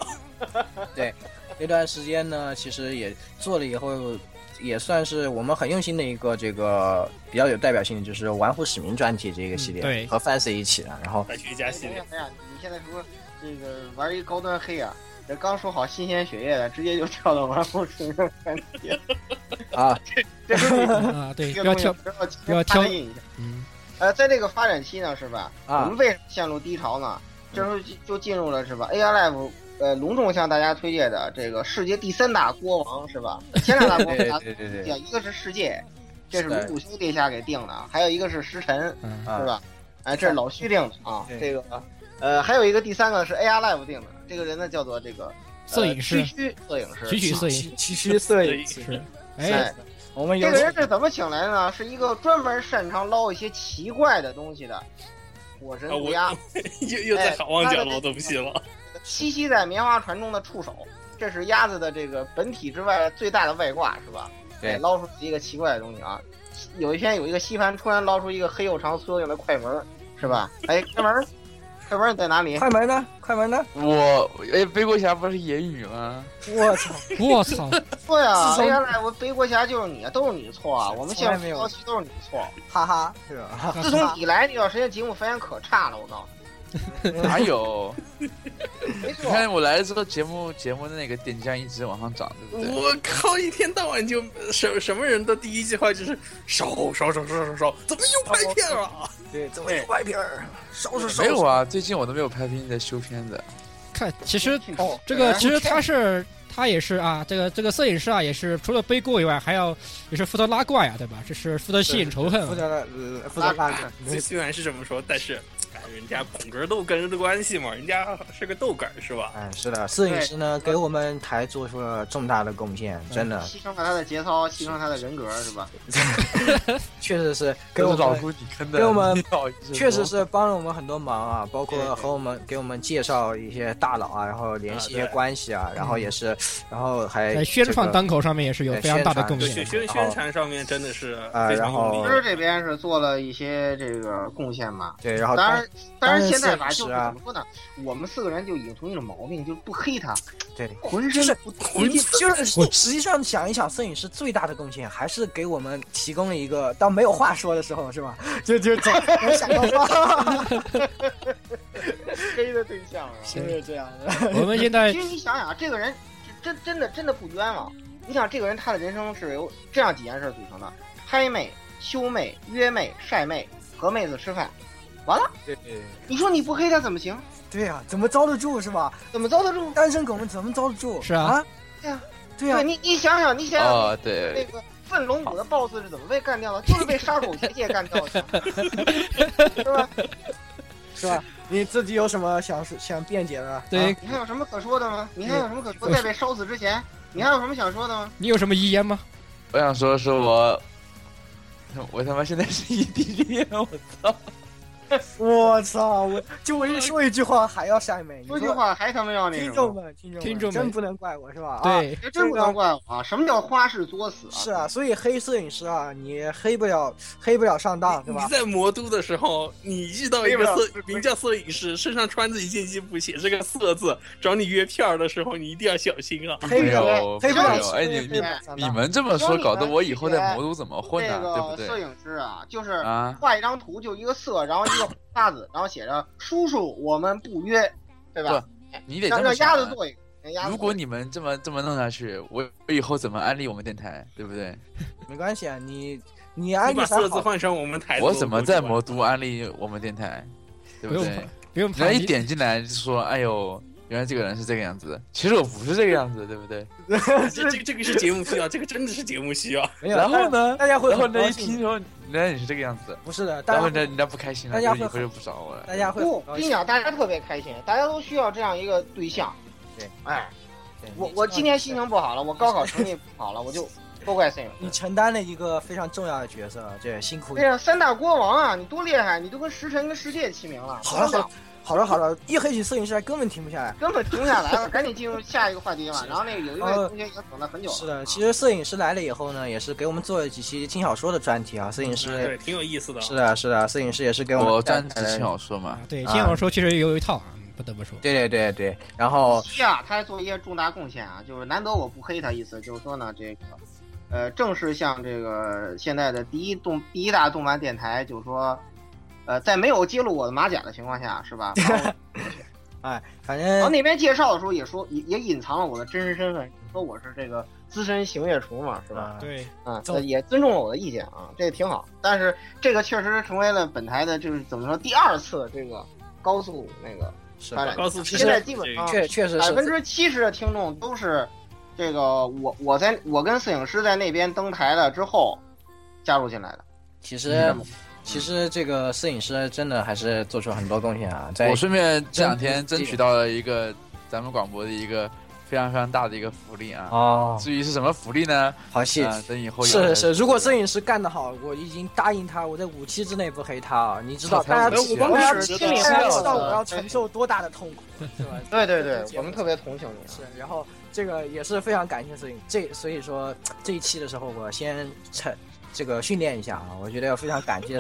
Speaker 3: 那段时间呢，其实也做了以后，也算是我们很用心的一个这个比较有代表性的，就是《玩忽使命》专题这个系列，
Speaker 2: 嗯对
Speaker 3: 和 Fancy 一起的。然后
Speaker 5: 白学家系
Speaker 4: 哎
Speaker 5: 列
Speaker 4: 呀，哎呀，你现在说这个玩一高端黑啊，这刚说好新鲜血液的，直接就跳到玩风神的环节，
Speaker 3: 啊，
Speaker 4: 这是 你
Speaker 2: 啊，对，
Speaker 4: 这个
Speaker 2: 不
Speaker 4: 东
Speaker 2: 要
Speaker 4: 西
Speaker 2: 跳，
Speaker 4: 不要
Speaker 2: 挑
Speaker 4: 答应一下。
Speaker 2: 嗯，
Speaker 4: 呃，在这个发展期呢，是吧？
Speaker 3: 啊嗯
Speaker 4: 我们为什么陷入低潮呢？这时候就就进入了是吧？AI Live 呃隆重向大家推介的这个世界第三大国王是吧？ 前两大国
Speaker 3: 对
Speaker 4: 王大
Speaker 3: 对
Speaker 4: 家
Speaker 3: 对对对
Speaker 4: 都，一个是世界，这是
Speaker 3: 对
Speaker 4: 卢武修殿下给定的，还有一个是时辰，
Speaker 2: 啊，
Speaker 4: 是
Speaker 3: 啊，
Speaker 4: 吧？哎，这是老徐定的啊，
Speaker 3: 对
Speaker 4: 这个呃，还有一个第三个是 AI Live 定的，这个人呢叫做这个呃
Speaker 2: 摄影师
Speaker 4: 区区摄影师，
Speaker 2: 曲曲摄影
Speaker 3: 其其实摄影
Speaker 2: 师，哎
Speaker 4: 哎，
Speaker 3: 我们有
Speaker 4: 这个人是怎么请来的呢？是一个专门擅长捞一些奇怪的东西的火神
Speaker 5: 啊我
Speaker 4: 乌鸦，
Speaker 5: 又又在喊忘角了，我都不信了。
Speaker 4: 栖息在棉花船中的触手，这是鸭子的这个本体之外最大的外挂，是吧？
Speaker 3: 对
Speaker 4: 哎捞出一个奇怪的东西啊！有一天有一个吸盘突然捞出一个黑又长粗又硬的快门儿，是吧？哎，快门儿，快门儿你在哪里？
Speaker 3: 快门呢？快门呢？
Speaker 6: 我哎，背锅侠不是言语吗？
Speaker 3: 我操！
Speaker 2: 我操，
Speaker 4: 对啊，
Speaker 3: 自
Speaker 4: 哎
Speaker 3: 从
Speaker 4: 呀，来我背锅侠就是你，都是你的错啊！我们
Speaker 3: 从来
Speaker 4: 现
Speaker 3: 没
Speaker 4: 在
Speaker 3: 有
Speaker 4: 高区都是你的错。
Speaker 3: 哈 哈，是吧？
Speaker 4: 自从你来那段时间，节目发言可差了，我告诉
Speaker 6: 哪 有？
Speaker 4: 你，没
Speaker 6: 你
Speaker 3: 哦
Speaker 4: 错，
Speaker 6: 看我来了之后，节目节目的那个点击量一直往上涨，对
Speaker 3: 嗯
Speaker 6: 不对？
Speaker 5: 我靠！一天到晚就什什么人的第一句话就是烧烧烧烧烧烧，怎么又拍片了？
Speaker 3: 对，怎么有外边儿？收拾收
Speaker 6: 没
Speaker 3: 拾
Speaker 6: 有啊，最近我都没有拍片子、修片子。
Speaker 2: 看，其实
Speaker 4: 哦
Speaker 2: 这
Speaker 4: 哎
Speaker 2: 个其实他是他也是啊，这个这个摄影师啊，也是除了背锅以外，还要也是负责拉挂呀，对吧？这是负责吸引仇恨
Speaker 3: 负
Speaker 2: 啊。
Speaker 3: 责了，呃负责拉杆。
Speaker 5: 虽虽然是这么说，但是，哎，人家捧哏逗哏的关系嘛，人家是个逗哏儿是吧？
Speaker 3: 嗯，是的，摄影师呢给我们台做出了重大的贡献，真的，
Speaker 4: 牺牲了他的节操，牺牲了他的人格，是吧？
Speaker 3: 确实是给我
Speaker 6: 都是老
Speaker 3: 们，
Speaker 6: 姑你坑的，
Speaker 3: 给我们
Speaker 6: 你好意思说
Speaker 3: 确实是帮了我们很多忙啊，包
Speaker 4: 对
Speaker 3: 括
Speaker 4: 对
Speaker 3: 和我们给我们介绍一些大佬啊，然后联系一些
Speaker 5: 啊对
Speaker 3: 关系啊，然后也是，然后还
Speaker 2: 在哎宣传
Speaker 3: 哎这个
Speaker 2: 当口上面也是有非常大的贡
Speaker 5: 对，
Speaker 3: 对
Speaker 5: 宣
Speaker 2: 献。
Speaker 5: 宣宣传上面真的是
Speaker 3: 啊
Speaker 5: 非
Speaker 3: 嗯然
Speaker 5: 常
Speaker 3: 后
Speaker 5: 用力
Speaker 1: 哦
Speaker 4: 其。实这边是做了一些这个贡献嘛，
Speaker 3: 对，然后
Speaker 4: 当然，当然
Speaker 3: 当然
Speaker 4: 现在
Speaker 3: 啊是
Speaker 4: 吧，就是
Speaker 3: 是啊
Speaker 4: 怎么说呢？我们四个人就已经成一种毛病，就是不黑他，
Speaker 3: 对。
Speaker 4: 浑
Speaker 3: 就
Speaker 4: 身
Speaker 3: 是
Speaker 4: 不
Speaker 3: 你就是实际上想一想，摄影师最大的贡献还是给我们提供了一个，当没有话说的时候，是吧？就就 总能想到话，
Speaker 4: 黑的对象 是吧？
Speaker 3: 是这样的。
Speaker 2: 我们现 在
Speaker 4: 其实你想想啊，这个人真真的真的不冤枉。你想，这个人他的人生是由这样几件事组成的：嗨妹、羞妹、约妹、晒妹、和妹子吃饭。完了，
Speaker 3: 对
Speaker 4: 你说你不黑他怎么行？
Speaker 3: 对啊，怎么遭得住是吧？
Speaker 4: 怎么遭得住？
Speaker 3: 单身狗们怎么遭得住？
Speaker 2: 是啊
Speaker 3: 啊，
Speaker 4: 对啊，
Speaker 3: 对啊
Speaker 4: 对，你，你想想，你想想
Speaker 6: 啊，
Speaker 4: 那
Speaker 6: 对，
Speaker 4: 个奋龙谷的 BOSS 是怎么被干掉的？就是被杀手结界干掉 的，是吧？
Speaker 3: 是吧？你自己有什么想想辩解的？
Speaker 2: 对
Speaker 3: 啊
Speaker 4: 你还有什么可说的吗？你还有什么可说？在被烧死之前，你还有什么想说的吗？
Speaker 2: 你有什么遗言吗？
Speaker 6: 我想说是我，
Speaker 3: 嗯
Speaker 6: 我他妈现在是异地恋，我操！
Speaker 3: 我操！我就我一说一句话还要晒美，你
Speaker 4: 说句话还他妈要那什
Speaker 3: 听
Speaker 4: 么
Speaker 3: 众们，听众
Speaker 2: 听众们
Speaker 3: 真不能怪我是吧？啊，
Speaker 2: 对，
Speaker 4: 这真不能怪我啊！什么叫花式作死啊？
Speaker 3: 是啊，所以黑摄影师啊，你黑不了，黑不了上当，对
Speaker 5: 你
Speaker 3: 吧？
Speaker 5: 在魔都的时候，你遇到一个摄名叫摄影师，身上穿着一件衣服，写着个“色”字，找你约片儿的时候，你一定要小心啊！
Speaker 3: 黑不了，
Speaker 6: 有
Speaker 3: 黑
Speaker 6: 没
Speaker 3: 不了
Speaker 6: 有，
Speaker 3: 上
Speaker 6: 哎，
Speaker 3: 当，
Speaker 6: 你
Speaker 3: 黑
Speaker 6: 你
Speaker 3: 不了上
Speaker 6: 你
Speaker 3: 当。
Speaker 6: 们这么
Speaker 4: 说
Speaker 6: 说，
Speaker 4: 你
Speaker 6: 搞得
Speaker 4: 们
Speaker 6: 我
Speaker 4: 这
Speaker 6: 以后
Speaker 4: 些
Speaker 6: 在魔都怎么混
Speaker 4: 这
Speaker 6: 啊？对不
Speaker 4: 个摄
Speaker 6: 对？
Speaker 4: 影师啊，就是
Speaker 6: 啊，
Speaker 4: 画一张图，就一个色，然后一个红叉子，然后写着“叔叔，我们不约”，对吧？
Speaker 6: 你得这
Speaker 4: 让
Speaker 6: 么
Speaker 4: 让鸭
Speaker 6: 想
Speaker 4: 子
Speaker 6: 啊。
Speaker 4: 做一个，让鸭子做一个。
Speaker 6: 如果你们这么这么弄下去，我我以后怎么安利我们电台，对不对？
Speaker 3: 没关系啊，你哎你安
Speaker 5: 你
Speaker 3: 利
Speaker 5: 把“
Speaker 3: 啥
Speaker 5: 色”字
Speaker 3: 好？
Speaker 5: 换成我们台词，
Speaker 6: 我怎么在
Speaker 5: 我
Speaker 6: 魔都安利我们电台，对
Speaker 2: 不
Speaker 6: 不
Speaker 2: 用
Speaker 6: 对
Speaker 2: 怕？，不 用
Speaker 6: 人家
Speaker 2: 怕。
Speaker 6: 一点进来就说：“哎呦，原来这个人是这个样子的。”其实我不是这个样子，对不对？
Speaker 5: 不 这这个这个是节目需要，这个真的是节目需要。
Speaker 3: 没有
Speaker 6: 然后呢？
Speaker 3: 大家会
Speaker 6: 然后
Speaker 3: 很
Speaker 6: 呢？
Speaker 3: 高
Speaker 6: 一听
Speaker 3: 兴，
Speaker 6: 说原来你是这个样子，
Speaker 3: 不是的，
Speaker 6: 然
Speaker 3: 大
Speaker 6: 后
Speaker 3: 家
Speaker 6: 呢，人家不开心了，
Speaker 3: 大家
Speaker 6: 就
Speaker 3: 会
Speaker 6: 以后就不找我了。
Speaker 3: 大家会
Speaker 4: 不
Speaker 3: 很，
Speaker 4: 我
Speaker 3: 高
Speaker 4: 跟你
Speaker 3: 兴。
Speaker 4: 讲，大家特别开心，大家都需要这样一个对象。
Speaker 3: 对，
Speaker 4: 哎，
Speaker 3: 对
Speaker 4: 我
Speaker 3: 你
Speaker 4: 我
Speaker 3: 知道
Speaker 4: 今天心情不好了，我高考成绩不好了，我就都怪摄影
Speaker 3: 你
Speaker 4: 师。
Speaker 3: 承担了一个非常重要的角色，对，辛苦
Speaker 4: 对
Speaker 3: 你。
Speaker 4: 呀，三大国王啊，你多厉害，你都跟时辰跟世界齐名了。
Speaker 3: 好了好了，好了好了，一黑起摄影师还根本停不下来。
Speaker 4: 根本停不下来了，赶紧进入下一个话题吧。然后那个有一位同学已经等了很久了。
Speaker 3: 呃是的，其实摄影师来了以后呢，也是给我们做了几期轻小说的专题啊。摄影师
Speaker 5: 对，挺有意思的。
Speaker 3: 是的，是的，摄影师也是给我
Speaker 6: 我
Speaker 3: 们带
Speaker 6: 专
Speaker 3: 来
Speaker 6: 职听
Speaker 3: 了
Speaker 6: 我说嘛
Speaker 2: 啊，对，
Speaker 3: 啊
Speaker 2: 金小说其实有一套啊，不得不说，
Speaker 3: 对对对对，然后
Speaker 4: 七啊，他还做一些重大贡献啊，就是难得我不黑他一次，就是说呢，这个，呃，正式向这个现在的第一动第一大动漫电台，就是说，呃，在没有揭露我的马甲的情况下，是 吧？然后
Speaker 3: 哎，反
Speaker 4: 然后
Speaker 3: 正
Speaker 4: 哦那边介绍的时候也说也也隐藏了我的真实身份，说我是这个资深行业厨嘛，是吧？
Speaker 2: 对，
Speaker 4: 啊，
Speaker 3: 走
Speaker 4: 也尊重了我的意见啊，这个挺好。但是这个确实成为了本台的，就是怎么说，第二次这个高速那个
Speaker 3: 是
Speaker 4: 发展。
Speaker 5: 高速
Speaker 4: 现在基本上
Speaker 3: 确确实
Speaker 4: 百
Speaker 3: 是
Speaker 4: 分之七十的听众都是这个我我在我跟摄影师在那边登台了之后加入进来的。
Speaker 3: 其实
Speaker 6: 嗯
Speaker 3: 其实这个摄影师真的还是做出很多贡献啊，在
Speaker 6: 我顺便这两天争取到了一个咱们广播的一个非常非常大的一个福利啊。
Speaker 3: 哦，
Speaker 6: 至于是什么福利呢？
Speaker 3: 好戏。
Speaker 6: 啊，等以后有
Speaker 3: 是
Speaker 6: 了
Speaker 3: 是，如果摄影师干得好，我已经答应他，我在五期之内不黑他啊！你知道，
Speaker 6: 才
Speaker 3: 大家
Speaker 6: 五
Speaker 3: 知
Speaker 6: 期啊
Speaker 3: 道
Speaker 4: 我
Speaker 3: 大
Speaker 4: 们
Speaker 3: 家
Speaker 4: 是
Speaker 3: 知
Speaker 4: 心里
Speaker 3: 道
Speaker 4: 知道
Speaker 3: 我要承受多大的痛苦，是吧？
Speaker 4: 对对对
Speaker 3: 这，个
Speaker 4: 我们特别同情你啊。
Speaker 3: 是，然后这个也是非常感谢摄影，这所以说这一期的时候，我先趁这个训练一下啊，我觉得要非常感谢，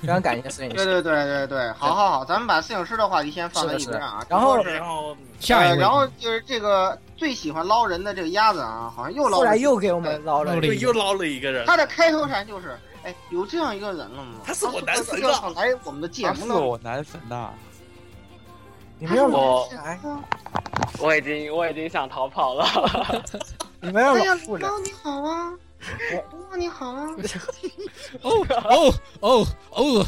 Speaker 3: 非常感谢摄影
Speaker 4: 对对
Speaker 3: 师。
Speaker 4: 对对对，好好好，咱们把摄影师的话题先放在一
Speaker 3: 是的
Speaker 4: 边啊。
Speaker 3: 然后
Speaker 4: 只不过是
Speaker 5: 然后
Speaker 2: 下一
Speaker 4: 呃
Speaker 2: 位，
Speaker 4: 然后就是这个最喜欢捞人的这个鸭子啊，好像又捞
Speaker 3: 后来
Speaker 4: 人。
Speaker 3: 又给我们捞
Speaker 2: 捞
Speaker 3: 了一
Speaker 2: 了
Speaker 3: 个，
Speaker 5: 对又捞了一个 人，
Speaker 4: 他的开头禅就是：“哎，有这样一个人了吗？
Speaker 5: 他是我男神啊
Speaker 4: 要想来我们的节
Speaker 6: 他
Speaker 4: 目
Speaker 6: 是
Speaker 4: 呢。
Speaker 6: 我男神呐、
Speaker 3: 你们要哎
Speaker 7: 我
Speaker 3: 来，
Speaker 7: 我已经我已经想逃跑了。
Speaker 3: 你们要
Speaker 4: 哎呀
Speaker 3: 老，妇人，
Speaker 4: 捞你好啊，捞你好啊。
Speaker 2: 哦哦哦哦，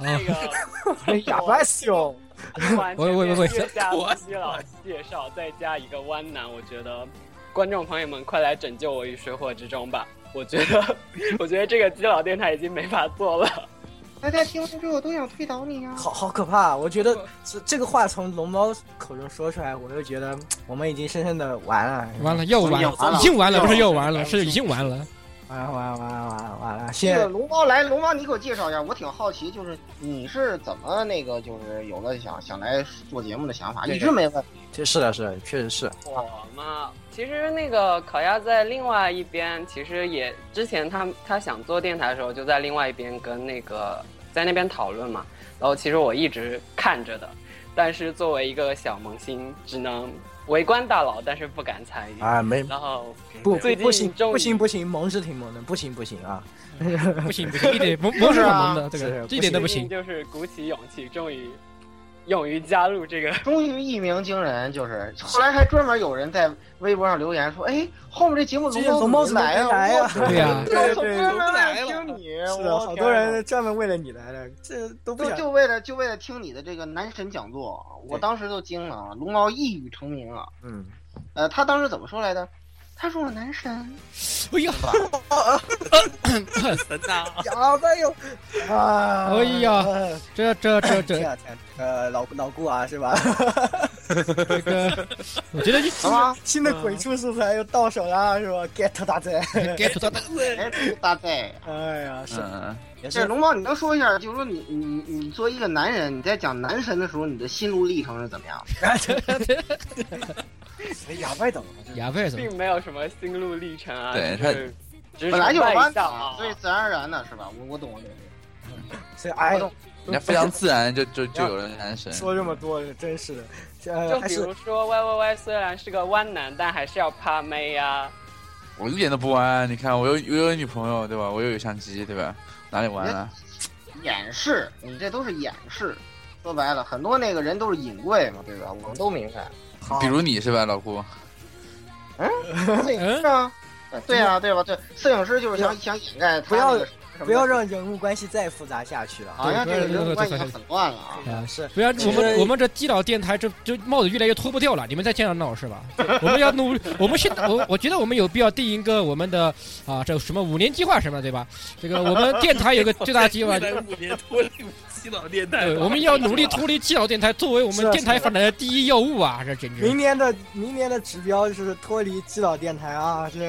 Speaker 7: 那
Speaker 2: 啊，
Speaker 7: 个
Speaker 3: 哑巴兄，
Speaker 7: 听完
Speaker 2: 喂喂喂喂
Speaker 7: 月下司机老师介绍，再加一个弯男，我觉得观众朋友们快来拯救我于水火之中吧！我觉得 我觉得这个基佬电台已经没法做了。
Speaker 4: 大家听完之后都想推倒你呀、
Speaker 3: 好好可怕！啊我觉得这这个话从龙猫口中说出来，我就觉得我们已经深深的完了，
Speaker 2: 完了，又完
Speaker 4: 已经完
Speaker 2: 了，
Speaker 4: 了
Speaker 2: 已经完了，不是又完了，是已经完了。
Speaker 3: 完了，完了，完了，完了，完了！
Speaker 4: 这
Speaker 3: 现
Speaker 4: 个
Speaker 3: 在
Speaker 4: 龙猫来，龙猫你给我介绍一下，我挺好奇，就是你是怎么那个，就是有了想想来做节目的想法，
Speaker 3: 对
Speaker 4: 一直没问。
Speaker 3: 这是的，是的，确实是，
Speaker 7: 我嘛，其实那个烤鸭在另外一边，其实也之前他他想做电台的时候，就在另外一边跟那个在那边讨论嘛。然后其实我一直看着的，但是作为一个小萌新，只能围观大佬，但是不敢参与。
Speaker 3: 啊，没
Speaker 7: 然后
Speaker 3: 不
Speaker 7: 最近
Speaker 3: 不行
Speaker 7: 终于
Speaker 3: 不行不行，萌是挺萌的，不行不行啊！
Speaker 2: 不行不行，一点萌萌是很萌的，这
Speaker 3: 是
Speaker 2: 个
Speaker 3: 不
Speaker 2: 这一点都不
Speaker 7: 最
Speaker 2: 行。
Speaker 7: 近就是鼓起勇气，终于勇于加入这个。
Speaker 4: 终于一鸣惊人，就是后来还专门有人在微博上留言说，哎，后面这节目龙猫怎么
Speaker 3: 这
Speaker 4: 来啊
Speaker 3: 龙猫
Speaker 4: 呀？
Speaker 3: 怎
Speaker 4: 我
Speaker 2: 么没
Speaker 4: 我我
Speaker 2: 来呀
Speaker 3: 对对对
Speaker 4: 专门来啊听你，
Speaker 3: 啊是
Speaker 4: 我
Speaker 3: 的，好
Speaker 4: 天
Speaker 3: 多
Speaker 4: 哪
Speaker 3: 人专门为了你来的，这都不
Speaker 4: 就
Speaker 3: 想
Speaker 4: 就为了就为了听你的这个男神讲座，我当时就惊了，啊！龙猫一语成名啊！
Speaker 3: 嗯，
Speaker 4: 呃，他当时怎么说来着？他是我男 神，
Speaker 2: 哎呀，
Speaker 5: 神呐！
Speaker 3: 哑巴哟啊！
Speaker 2: 哎呀这这这
Speaker 3: 这
Speaker 2: 这
Speaker 3: 两天呃老老顾啊是吧？
Speaker 2: 这个，我觉得你
Speaker 4: 好吗？
Speaker 3: 新的鬼畜素材又到手了是吧？get 大贼！
Speaker 2: get 到的
Speaker 4: 哎，大概。
Speaker 3: 哎呀，是
Speaker 6: 嗯，
Speaker 3: 也
Speaker 4: 这
Speaker 3: 是
Speaker 4: 龙猫，你能说一下，就是说你你你你作为一个男人，你在讲男神的时候，你的心路历程是怎么样的？
Speaker 3: 哑巴懂，
Speaker 2: 哑巴怎么？
Speaker 7: 并没有什么心路历程啊，
Speaker 6: 对
Speaker 7: 就是只是
Speaker 4: 本来就是
Speaker 7: 崇拜
Speaker 4: 弯
Speaker 7: 一下
Speaker 4: 的
Speaker 7: 啊，。
Speaker 4: 所以自然而然的是吧？我我懂我懂。
Speaker 3: 所以哎
Speaker 4: 我懂
Speaker 6: 人家非常自然就就就有了男神。
Speaker 3: 说这么多真是的，这呃
Speaker 7: 就
Speaker 3: 还
Speaker 7: 比
Speaker 3: 是
Speaker 7: 如说 Y Y Y 虽然是个弯男，但还是要趴妹啊呀、
Speaker 6: 我一点都不弯，你看我有我有女朋友对吧？我又有相机对吧？哪里啊弯了、
Speaker 4: 掩饰，你这都是掩饰。说白了，很多那个人都是隐晦嘛，对吧？我们都明 白。
Speaker 3: 好
Speaker 6: 比如你是吧，老顾？
Speaker 4: 摄影师啊，呃对啊，对吧？对，摄影师就是想想掩盖他
Speaker 3: 不要
Speaker 4: 那个什么
Speaker 3: 不要让人物关系再复杂下去了啊！
Speaker 4: 好像这 个
Speaker 2: 对对
Speaker 4: 人
Speaker 2: 对
Speaker 4: 物关系
Speaker 2: 对对
Speaker 4: 很乱了啊。
Speaker 2: 啊
Speaker 3: 是
Speaker 2: 不然
Speaker 3: 其
Speaker 2: 我们
Speaker 3: 实
Speaker 2: 我们这基佬电台这这帽子越来越脱不掉了，你们再这样闹是 吧？我们要努，我们现在我我觉得我们有必要定一个我们的啊这什么五年计划什么对吧？这 个我们电台有个最大计划，呃
Speaker 5: 在五年脱离基佬电台
Speaker 2: 对，，我们要努力脱离基佬电台作为我
Speaker 3: 是
Speaker 2: 们
Speaker 3: 啊
Speaker 2: 电台发展的第一要务啊！这简直
Speaker 3: 明年的明年的指标就是脱离基佬电台啊！是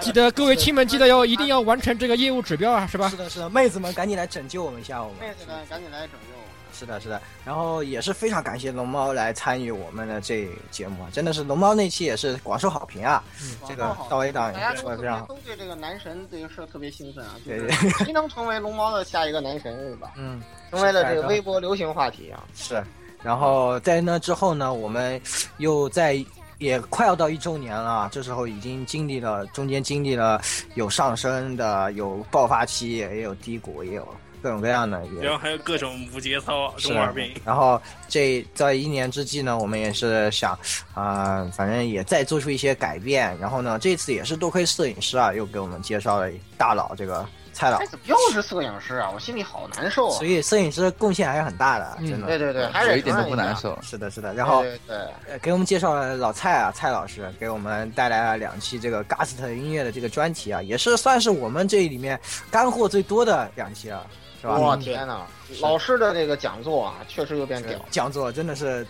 Speaker 2: 记得各位亲们记得要一定要完成这个业务指标啊，是吧
Speaker 3: 是？的，是的，妹子们赶紧来拯救我们一 下，我们
Speaker 4: 妹子们，赶紧来拯救我
Speaker 3: 是的，是的。然后也是非常感谢龙猫来参与我们的这节目啊，真的是龙猫那期也是广受好评啊，
Speaker 4: 们！广
Speaker 3: 这个
Speaker 4: 告好
Speaker 3: 到 A 档
Speaker 4: 大家
Speaker 3: 也
Speaker 4: 都
Speaker 3: 说的
Speaker 4: 特
Speaker 3: 非常
Speaker 4: 别
Speaker 3: 好。
Speaker 4: 都对这个男神这个事儿特别兴奋啊，就
Speaker 3: 对
Speaker 4: 是
Speaker 3: 对，
Speaker 4: 谁能成为龙猫的下一个男神是吧？
Speaker 3: 嗯，
Speaker 4: 成为了这个微博流行话题啊。
Speaker 3: 是。然后在那之后呢，我们又在也快要到一周年了，这时候已经经历了中间经历了有上升的，有爆发期，也有低谷，也有各种各样的，也
Speaker 5: 然后还有各种无节操
Speaker 3: 是
Speaker 5: 中二病。
Speaker 3: 然后这在一年之际呢，我们也是想啊、反正也再做出一些改变。然后呢，这次也是多亏摄影师啊，又给我们介绍了大佬这个蔡老
Speaker 4: 哎，，怎么又是摄影师啊？我心里好难受啊
Speaker 3: 所！以摄影师贡献还是很大的，
Speaker 2: 嗯
Speaker 3: 真的。
Speaker 4: 对对对，还
Speaker 6: 我
Speaker 4: 是
Speaker 6: 一点都不难。受。
Speaker 3: 是的，是的。然后
Speaker 4: 对对对，
Speaker 3: 呃给我们介绍了老蔡啊，蔡老师给我们带来了两期这个 Gust 音乐的这个专题啊，也是算是我们这里面干货最多的两期了，是吧？嗯
Speaker 4: 我天哪！老师的这个讲座啊，确实有点屌。
Speaker 3: 讲座真的是，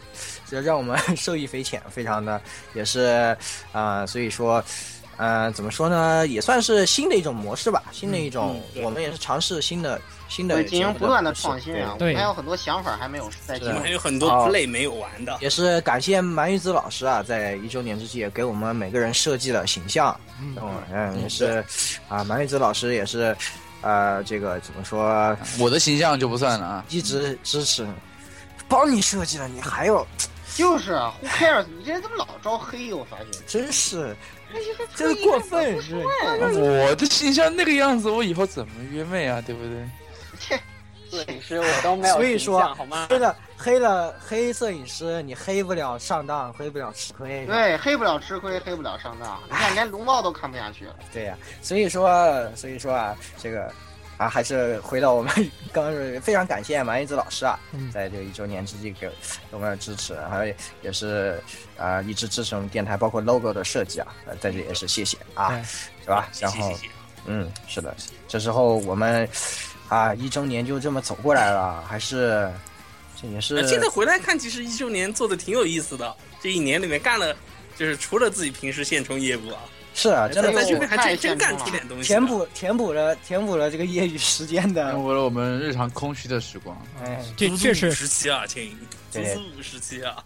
Speaker 3: 这让我们受益匪浅，非常的 也是，呃，所以说，呃，怎么说呢，也算是新的一种模式吧，新的一种，我们也是尝试新的新的
Speaker 4: 嗯对，进行不断的创新啊，我
Speaker 2: 对
Speaker 4: 们还有很多想法还没有在进
Speaker 3: 是
Speaker 1: 我们
Speaker 4: 行。
Speaker 1: 还有很多
Speaker 3: 好
Speaker 1: play 没有玩的。
Speaker 3: 也是感谢蛮玉子老师啊，在一周年之际也给我们每个人设计了形象，
Speaker 2: 嗯
Speaker 3: 嗯，嗯也是，啊，蛮玉子老师也是，呃，这个怎么说，
Speaker 6: 我的形象就不算了啊，
Speaker 3: 一直支持，帮你设计了，你还要，
Speaker 4: 就是啊，Who cares？你这人怎么老招黑？我发现
Speaker 3: 真是，真过分，是。
Speaker 6: 我的形象那个样子，我以后怎么约妹啊？对不对？
Speaker 7: 摄影师我都没有
Speaker 3: 所以
Speaker 7: 形
Speaker 3: 说
Speaker 7: 象好吗？
Speaker 3: 黑了黑了黑摄影师，你黑不了上当，黑不了吃亏。
Speaker 4: 对，黑不了吃亏，黑不了上当。你看，连龙猫都看不下去了。
Speaker 3: 对呀、所以说所以说啊，这个啊还是回到我们刚刚说，非常感谢马一子老师啊，
Speaker 2: 嗯
Speaker 3: 在这个一周年之际给我们的支持，还有也是啊、一直支持我们电台，包括 logo 的设计啊，呃在这也是谢谢啊
Speaker 2: 对，
Speaker 3: 是吧？
Speaker 5: 谢
Speaker 3: 然
Speaker 5: 谢
Speaker 3: 后
Speaker 5: 谢谢
Speaker 3: 嗯，是的，这时候我们啊一周年就这么走过来了，还是这也是
Speaker 5: 呃现在回来看，其实一周年做的挺有意思的。这一年里面干了，就是除了自己平时现充业务啊，
Speaker 3: 是啊，真的
Speaker 5: 在
Speaker 4: 哎呦
Speaker 5: 这边还真
Speaker 4: 太
Speaker 5: 真
Speaker 4: 现
Speaker 5: 干
Speaker 4: 充
Speaker 5: 出
Speaker 4: 了
Speaker 5: 点东西。
Speaker 3: 填，补填补了填补了这个业余时间
Speaker 4: 嗯
Speaker 6: 耽
Speaker 3: 的，
Speaker 2: 嗯
Speaker 6: 误了我们日常空虚的时光。
Speaker 3: 哎，
Speaker 2: 这确实
Speaker 5: 十七啊，亲，足
Speaker 3: 对
Speaker 5: 足五十七啊。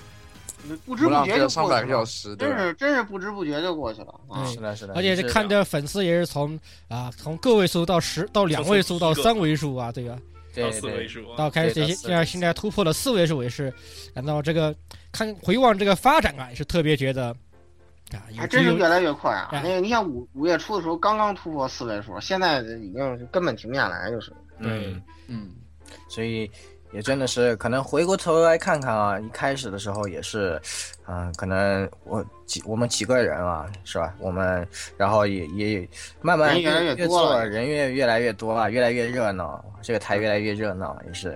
Speaker 4: 不知
Speaker 6: 我
Speaker 4: 不
Speaker 6: 浪费
Speaker 4: 觉就
Speaker 6: 了上
Speaker 4: 过
Speaker 6: 百
Speaker 4: 去
Speaker 6: 个
Speaker 4: 了
Speaker 6: 小，时，对
Speaker 4: 真
Speaker 6: 吧？
Speaker 4: 是真是不知不觉就过去了啊！
Speaker 3: 嗯是的，是的，
Speaker 2: 而且这看着粉丝也是从啊从个位数到十到两位数到三位数啊，这个
Speaker 5: 到
Speaker 3: 对
Speaker 5: 四位
Speaker 3: 对，
Speaker 5: 数啊，
Speaker 2: 到开始
Speaker 3: 哦对
Speaker 2: 这
Speaker 3: 到
Speaker 2: 些
Speaker 3: 四
Speaker 2: 现在
Speaker 3: 位
Speaker 2: 现在突破了四位数也是，感到这个看回望这个发展啊，也是特别觉得啊，有
Speaker 4: 还真是
Speaker 2: 有
Speaker 4: 越来越快啊！
Speaker 2: 哎
Speaker 4: 那个，你像五五月初的时候刚刚突破四位数，现在已经就根本停不下来，就是。
Speaker 3: 嗯，
Speaker 6: 嗯，
Speaker 3: 所以也真的是可能回过头来看看啊，一开始的时候也是，嗯、可能我几我们几个人啊，是吧？我们然后也也慢慢
Speaker 4: 人越来越多
Speaker 3: 做
Speaker 4: 了
Speaker 3: 了，人越越来越多啊，越来越热闹，这个台越来越热闹，也是，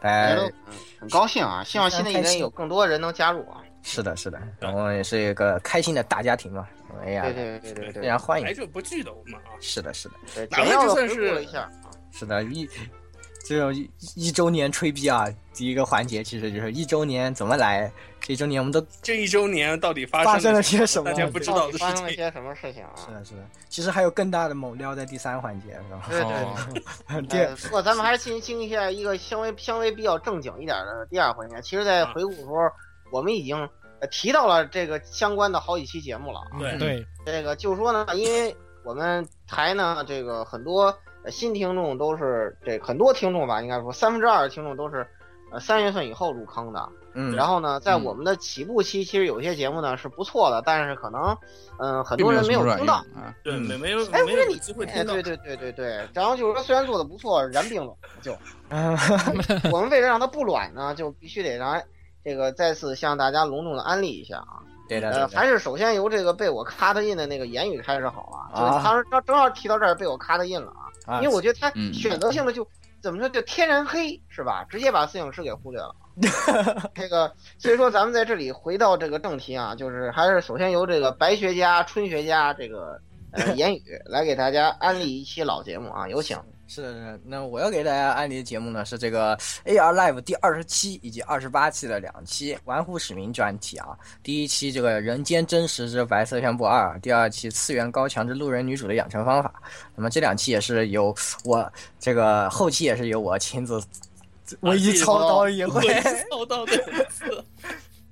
Speaker 3: 大
Speaker 4: 大家
Speaker 3: 家
Speaker 4: 都嗯很高兴啊！希望新的一年有更多人能加入啊！
Speaker 3: 是的，是的，
Speaker 2: 嗯
Speaker 3: 我们也是一个开心的大家庭嘛，哎呀，
Speaker 4: 对对对对
Speaker 3: 非
Speaker 4: 对
Speaker 3: 常欢
Speaker 5: 来
Speaker 2: 哎
Speaker 3: 迎，
Speaker 5: 者哎不拒的我们啊。
Speaker 3: 是的，是的。
Speaker 4: 对，
Speaker 5: 哪
Speaker 4: 简
Speaker 5: 位
Speaker 4: 要
Speaker 5: 就
Speaker 4: 的
Speaker 5: 算
Speaker 4: 回
Speaker 5: 是
Speaker 4: 顾了一下啊，
Speaker 3: 是的，一这种一一周年吹逼啊，第一个环节其实就是一周年怎么来，这一周年我们都
Speaker 5: 这一周年到底发
Speaker 3: 发
Speaker 5: 生
Speaker 3: 生
Speaker 5: 了
Speaker 3: 了些什么？
Speaker 5: 大家不知道
Speaker 4: 到
Speaker 5: 的
Speaker 4: 底
Speaker 5: 事
Speaker 4: 发生了
Speaker 5: 情。
Speaker 4: 些什么事情啊？
Speaker 3: 是的，是的，其实还有更大的猛料在第三环节，是吧？
Speaker 4: 对对
Speaker 6: 哦
Speaker 4: 对。
Speaker 3: 第
Speaker 4: 呃，不过咱们还是进行一下一个相微相微比较正经一点的第二环节。其实，在回顾的时候，我们已经呃提到了这个相关的好几期节目了啊。
Speaker 2: 对对
Speaker 4: 这个就是说呢，因为我们台呢，这个很多呃新听众都是这很多听众吧，应该说三分之二的听众都是呃三月份以后入坑的。
Speaker 3: 嗯，
Speaker 4: 然后呢，在
Speaker 6: 嗯
Speaker 4: 我们的起步期，其实有些节目呢是不错的，但是可能嗯、很
Speaker 6: 并
Speaker 4: 多
Speaker 6: 没
Speaker 4: 人
Speaker 6: 什
Speaker 4: 没
Speaker 6: 么
Speaker 4: 有
Speaker 6: 卵
Speaker 4: 听
Speaker 6: 用
Speaker 4: 到。
Speaker 6: 啊。
Speaker 5: 对，
Speaker 3: 嗯
Speaker 5: 没没有
Speaker 4: 哎，不
Speaker 5: 没
Speaker 4: 是
Speaker 5: 有
Speaker 4: 你
Speaker 5: 机会听
Speaker 4: 哎，
Speaker 5: 到
Speaker 4: 对。对对对对。然后就是说，虽然做的不错，燃并卵就。
Speaker 3: 嗯，
Speaker 4: 我们为了让它不卵呢，就必须得让这个再次向大家隆重的安利一下啊。
Speaker 3: 对的，
Speaker 4: 呃，
Speaker 3: 对的
Speaker 4: 还是首先由这个被我咔的印的那个言语开始好了。
Speaker 3: 啊
Speaker 4: 就是他他正好提到这儿被我咔的印了啊，
Speaker 3: 啊
Speaker 4: 因为我觉得他
Speaker 6: 嗯
Speaker 4: 选择性的就、怎么说就天然黑是吧？直接把摄影师给忽略 了。这个，所以说咱们在这里回到这个正题啊，就是还是首先由这个白学家、春学家这个呃言语来给大家安利一期老节目啊，有请。
Speaker 3: 是的，是的。那我要给大家安利的节目呢是这个 AR 哎 Live 第二十七以及二十八期的两期玩忽使命专题啊。第一期这个人间真实之白色相簿二，第二期次元高墙之路人女主的养成方法。那么这两期也是由我这个后期也是由我亲自唯一
Speaker 4: 啊
Speaker 3: 操刀一
Speaker 5: 我
Speaker 3: 回，
Speaker 5: 操到的一次，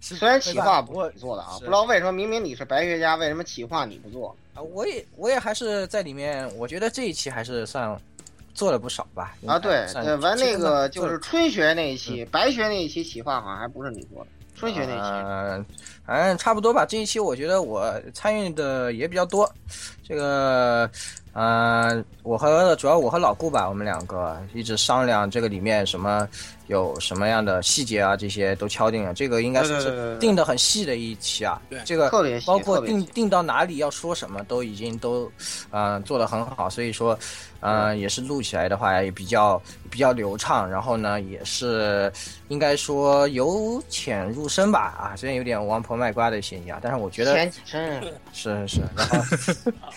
Speaker 4: 虽然企划不
Speaker 3: 我
Speaker 4: 是你做的啊，
Speaker 3: 是
Speaker 4: 不知道为什么明明你是白学家，为什么企划你不做？
Speaker 3: 啊，我也我也还是在里面，我觉得这一期还是算做了不少吧？应该
Speaker 4: 啊，对，
Speaker 3: 算
Speaker 4: 对，完那个
Speaker 3: 做
Speaker 4: 就
Speaker 3: 了
Speaker 4: 是春雪那一期，白雪那一期企划好像还不是你做的，春雪那一期。
Speaker 3: 呃，反正差不多吧。这一期我觉得我参与的也比较多，这个呃，我和主要我和老顾吧，我们两个一直商量这个里面什么有什么样的细节啊，这些都敲定了。这个应该
Speaker 4: 对
Speaker 3: 是
Speaker 4: 对对对对
Speaker 3: 定的很细的一期啊。
Speaker 5: 对
Speaker 3: 这个
Speaker 4: 特别细
Speaker 3: 包括
Speaker 4: 特别
Speaker 3: 定定到哪里要说什么，都已经都呃做的很好，所以说呃也是录起来的话也比较比较流畅，然后呢也是应该说由浅入深吧啊，虽然有点王婆卖瓜的嫌疑啊，但是我觉得
Speaker 4: 前几真
Speaker 7: 啊
Speaker 4: 是
Speaker 3: 是是，然后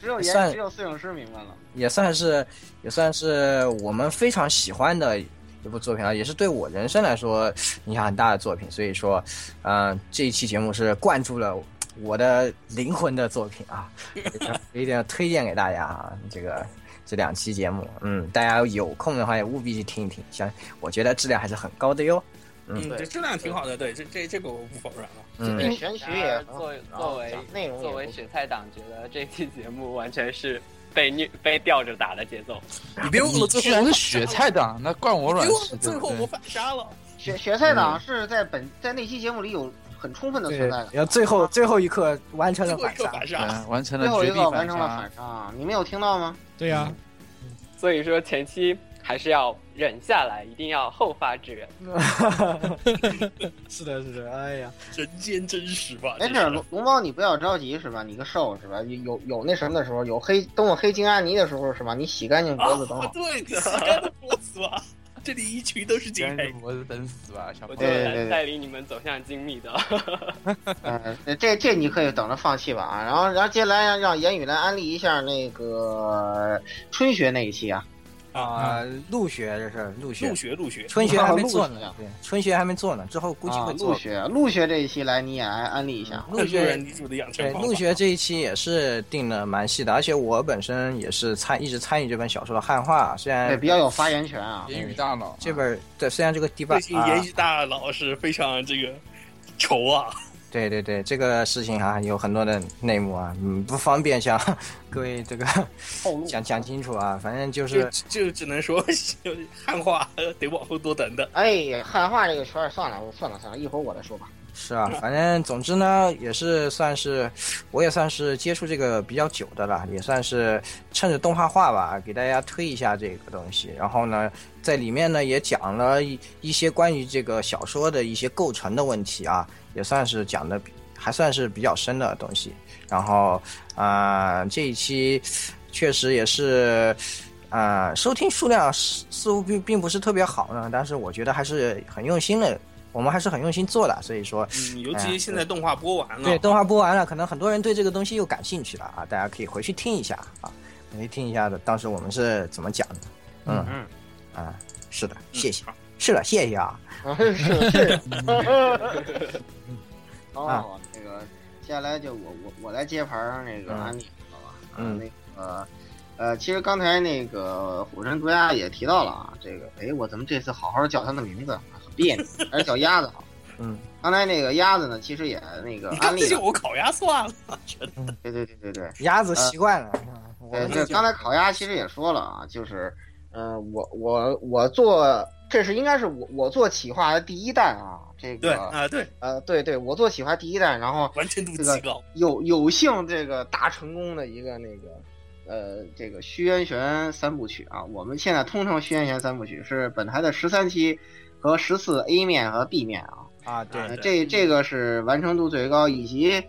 Speaker 4: 只有
Speaker 3: 算
Speaker 4: 演只有摄影师明白了。
Speaker 3: 也算是也算是我们非常喜欢的一部作品啊，也是对我人生来说影响很大的作品，所以说，嗯、这一期节目是灌注了我的灵魂的作品啊，有一定要推荐给大家啊，这个。这两期节目，嗯，大家有空的话也务必去听一听，像我觉得质量还是很高的哟。
Speaker 1: 嗯，
Speaker 4: 对
Speaker 1: 这质量挺好的，对，这这这个我不否认啊。
Speaker 3: 嗯，
Speaker 4: 对，选曲也很好
Speaker 7: 呃作，
Speaker 4: 然
Speaker 7: 作
Speaker 4: 后
Speaker 7: 为
Speaker 4: 讲内容也
Speaker 7: 作
Speaker 4: 不
Speaker 7: 为
Speaker 4: 错
Speaker 7: 雪菜党，觉得这期节目完全是被虐被吊着打的节奏。
Speaker 5: 你别忘了
Speaker 6: 你
Speaker 5: 最
Speaker 6: 居
Speaker 5: 后
Speaker 6: 然是雪菜党，那怪我软
Speaker 5: 别忘
Speaker 6: 柿
Speaker 5: 了
Speaker 6: 对
Speaker 5: 最
Speaker 6: 不
Speaker 5: 后我
Speaker 6: 对？
Speaker 5: 反杀了。
Speaker 4: 雪雪菜党是在本在那期节目里有很充分的存
Speaker 3: 对
Speaker 4: 在，
Speaker 3: 然后
Speaker 4: 感，
Speaker 3: 最后最后一刻完成
Speaker 5: 最
Speaker 3: 了
Speaker 5: 后一
Speaker 3: 反
Speaker 5: 个
Speaker 3: 杀，
Speaker 5: 反杀，
Speaker 6: 对，完成
Speaker 4: 最
Speaker 6: 了
Speaker 4: 后一
Speaker 6: 绝地
Speaker 4: 个完
Speaker 6: 反
Speaker 4: 成了
Speaker 6: 杀
Speaker 4: 反。杀，啊你没有听到吗？
Speaker 2: 对啊呀，
Speaker 3: 嗯
Speaker 7: 所以说前期还是要忍下来，一定要后发制人。
Speaker 3: 是的，是的，哎呀，
Speaker 5: 人间真实吧？
Speaker 4: 没
Speaker 5: 这
Speaker 4: 事哎儿，
Speaker 5: 是
Speaker 4: 龙龙猫你不要着急是吧？你个瘦是吧？有有有那什么的时候，有黑等我黑金安妮的时候是吧？你洗干净脖子等
Speaker 5: 啊
Speaker 4: 好，。
Speaker 5: 对的，死干的不死吧？这里一群都是金
Speaker 6: 真
Speaker 5: 黑
Speaker 6: 是，我等死吧，小
Speaker 7: 我
Speaker 6: 朋
Speaker 7: 就
Speaker 6: 友。
Speaker 4: 对对
Speaker 7: 带
Speaker 4: 对
Speaker 7: 带领你们走向精密的。
Speaker 4: 嗯、这这你可以等着放弃吧啊。然后然后接下来让让言语来安利一下那个春雪那一期啊。
Speaker 3: 啊、陆学这是陆学
Speaker 5: 入，学入学，
Speaker 3: 春学还没做
Speaker 4: 陆学
Speaker 3: 呢，对，春学还没做呢，之后估计
Speaker 4: 啊
Speaker 3: 会，
Speaker 4: 陆
Speaker 3: 做。
Speaker 4: 雪，陆雪这一期来你也安安利一下。
Speaker 3: 陆
Speaker 5: 路人
Speaker 3: 学
Speaker 5: 女主的养成
Speaker 3: 对
Speaker 5: 方法。
Speaker 3: 陆学这一期也是定的蛮细的，而且我本身也是参一直参与这本小说的汉化，虽
Speaker 4: 对，
Speaker 3: 然
Speaker 4: 比较有发言权啊。
Speaker 6: 言语大佬啊，
Speaker 3: 这本对虽然这个第八
Speaker 5: 最近
Speaker 3: 啊，
Speaker 5: 言语大佬是非常这个愁啊，
Speaker 3: 对对对，这个事情啊有很多的内幕啊，嗯，不方便向 各位这个
Speaker 4: 后路
Speaker 3: 讲讲清楚啊，反正 就
Speaker 5: 就是就只能说 汉化呃得往后多等等。
Speaker 4: 哎，汉化这个圈儿算了，我算了算了，一会儿我再说吧。
Speaker 3: 是啊，反正总之呢，也是算是，我也算是接触这个比较久的了，也算是趁着动画化吧，给大家推一下这个东西。然后呢，在里面呢也讲了一一些关于这个小说的一些构成的问题啊，也算是讲的还算是比较深的东西。然后啊、这一期确实也是。啊、收听数量似似乎并并不是特别好呢，但是我觉得还是很用心的，我们还是很用心做的，所以说
Speaker 1: 嗯，尤
Speaker 3: 哎呀
Speaker 1: 其现在动画播完了，
Speaker 3: 对，动画播完了，可能很多人对这个东西又感兴趣了啊，大家可以回去听一下啊，可以听一下的，当时我们是怎么讲的。嗯
Speaker 1: 嗯
Speaker 3: 啊，是的，谢谢
Speaker 1: 嗯。
Speaker 3: 是的，谢谢啊。
Speaker 4: 是是。
Speaker 3: 啊
Speaker 4: 哦，那个接下来就我我我来接盘儿那个
Speaker 3: 嗯
Speaker 4: 安利，好吧？啊
Speaker 3: 嗯
Speaker 4: 那个呃，其实刚才那个虎神毒鸦也提到了啊，这个哎，我怎么这次好好叫他的名字，很别 扭，还是叫鸭子好。
Speaker 3: 嗯，
Speaker 4: 刚才那个鸭子呢，其实也那个
Speaker 5: 你
Speaker 4: 安
Speaker 5: 干脆
Speaker 4: 利
Speaker 5: 叫
Speaker 4: 了，
Speaker 5: 我烤鸭算了，
Speaker 4: 对对对对对，
Speaker 3: 鸭子习惯了，嗯我
Speaker 4: 对，
Speaker 3: 们
Speaker 4: 这
Speaker 3: 就
Speaker 4: 刚才烤鸭其实也说了啊，就是，呃，我我我做，这是应该是我我做企划的第一弹啊，这
Speaker 5: 对
Speaker 4: 个，
Speaker 5: 啊对，
Speaker 4: 呃，对对，我做企划第一弹，然后
Speaker 5: 完成度极高，
Speaker 4: 有有幸这个大成功的一个那个，呃，这个虚渊玄三部曲啊，我们现在通称虚渊玄三部曲，是本台的十三期和十次 A 面和 B 面啊，
Speaker 3: 啊，对
Speaker 5: 啊
Speaker 4: 呃这这个是完成度最高，以及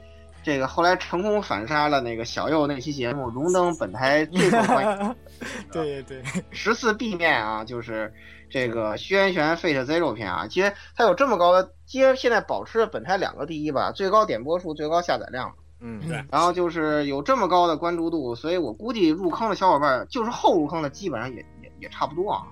Speaker 4: 这个后来成功反杀了那个小右那期节目，荣登本台最受欢迎。
Speaker 3: 对对，
Speaker 4: 十次 B 面啊，就是这个虚渊玄 Fate Zero 篇啊，其实它有这么高的，其实现在保持着本台两个第一吧，最高点播数、最高下载量，
Speaker 3: 嗯，
Speaker 5: 对
Speaker 4: 然后就是有这么高的关注度，所以我估计入坑的小伙伴儿，就是后入坑的，基本上也也也差不多啊，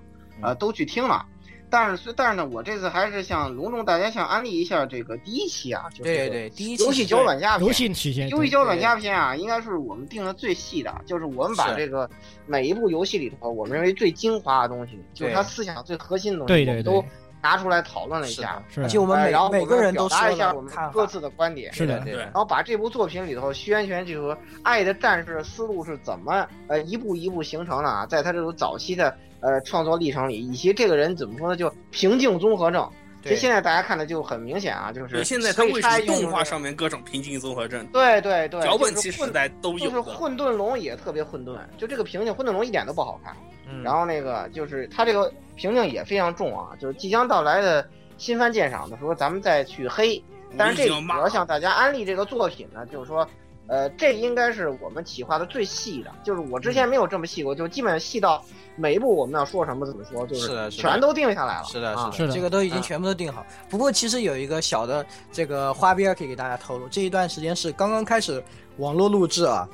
Speaker 4: 呃，都去听了。但是虽但是呢，我这次还是想隆重大家想安利一下这个第一期啊，就是
Speaker 3: 对
Speaker 4: 这
Speaker 3: 对
Speaker 4: 个
Speaker 3: 对，第一期
Speaker 4: 游戏脚软架篇
Speaker 2: 游戏期间，
Speaker 4: 游戏胶软加篇啊，应该是我们定的最细的，就是我们把
Speaker 3: 是
Speaker 4: 这个每一部游戏里头我们认为最精华的东西，就是它
Speaker 3: 对
Speaker 4: 思想最核心的东西，
Speaker 2: 对
Speaker 4: 我
Speaker 2: 对
Speaker 4: 们
Speaker 2: 对
Speaker 4: 都，拿出来讨论了一下，
Speaker 2: 是
Speaker 3: 而且我们
Speaker 4: 哎
Speaker 3: 每
Speaker 4: 然后我
Speaker 3: 每个人都
Speaker 4: 表达
Speaker 3: 说
Speaker 4: 一下
Speaker 3: 了
Speaker 4: 我们
Speaker 3: 看
Speaker 4: 各
Speaker 3: 法，
Speaker 4: 自的观点，
Speaker 2: 是的
Speaker 3: 对
Speaker 1: 对
Speaker 4: 然后把这部作品里头虚渊玄和爱的战士的思路是怎么呃一步一步形成的啊，在他这种早期的呃创作历程里，以及这个人怎么说呢，就平静综合症。其实
Speaker 3: 对
Speaker 4: 现在大家看的就很明显啊，就是
Speaker 1: 对，现在他为什
Speaker 4: 他
Speaker 1: 么
Speaker 4: 用
Speaker 1: 动画
Speaker 4: 了
Speaker 1: 上面各种瓶颈综合症、
Speaker 4: 对对对，
Speaker 1: 脚本
Speaker 4: 就是
Speaker 1: 器时
Speaker 4: 混
Speaker 1: 代都
Speaker 4: 就是
Speaker 1: 有的？
Speaker 4: 混沌龙也特别混沌，就这个瓶颈混沌龙一点都不好看。
Speaker 3: 嗯
Speaker 4: 然后那个就是它这个瓶颈也非常重啊，就是即将到来的新番鉴赏的时候，咱们再去黑。但是这
Speaker 1: 我已经
Speaker 4: 里我
Speaker 1: 骂
Speaker 4: 要向大家安利这个作品呢，就是说，呃，这应该是我们企划的最细的，就是我之
Speaker 3: 嗯
Speaker 4: 前没有这么细过，就基本细到每一步我们要说什么怎么说，就是
Speaker 3: 的是的
Speaker 4: 全都定下来了。
Speaker 3: 是的，
Speaker 4: 啊
Speaker 2: 是的
Speaker 3: 这个都已
Speaker 4: 啊
Speaker 3: 经全部都定好。不过其实有一个小的这个花边可以给大家透露，这一段时间是刚刚开始网络录制啊，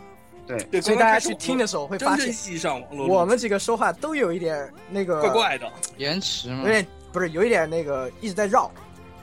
Speaker 1: 对，
Speaker 3: 所以大家去听
Speaker 1: 的
Speaker 3: 的时候会
Speaker 1: 真
Speaker 3: 发
Speaker 1: 正
Speaker 3: 现
Speaker 1: 意义上网络
Speaker 3: 我们几个说话都有一点那个
Speaker 1: 怪怪的，
Speaker 6: 延迟吗
Speaker 3: 有？点不是有一点那个一直在绕，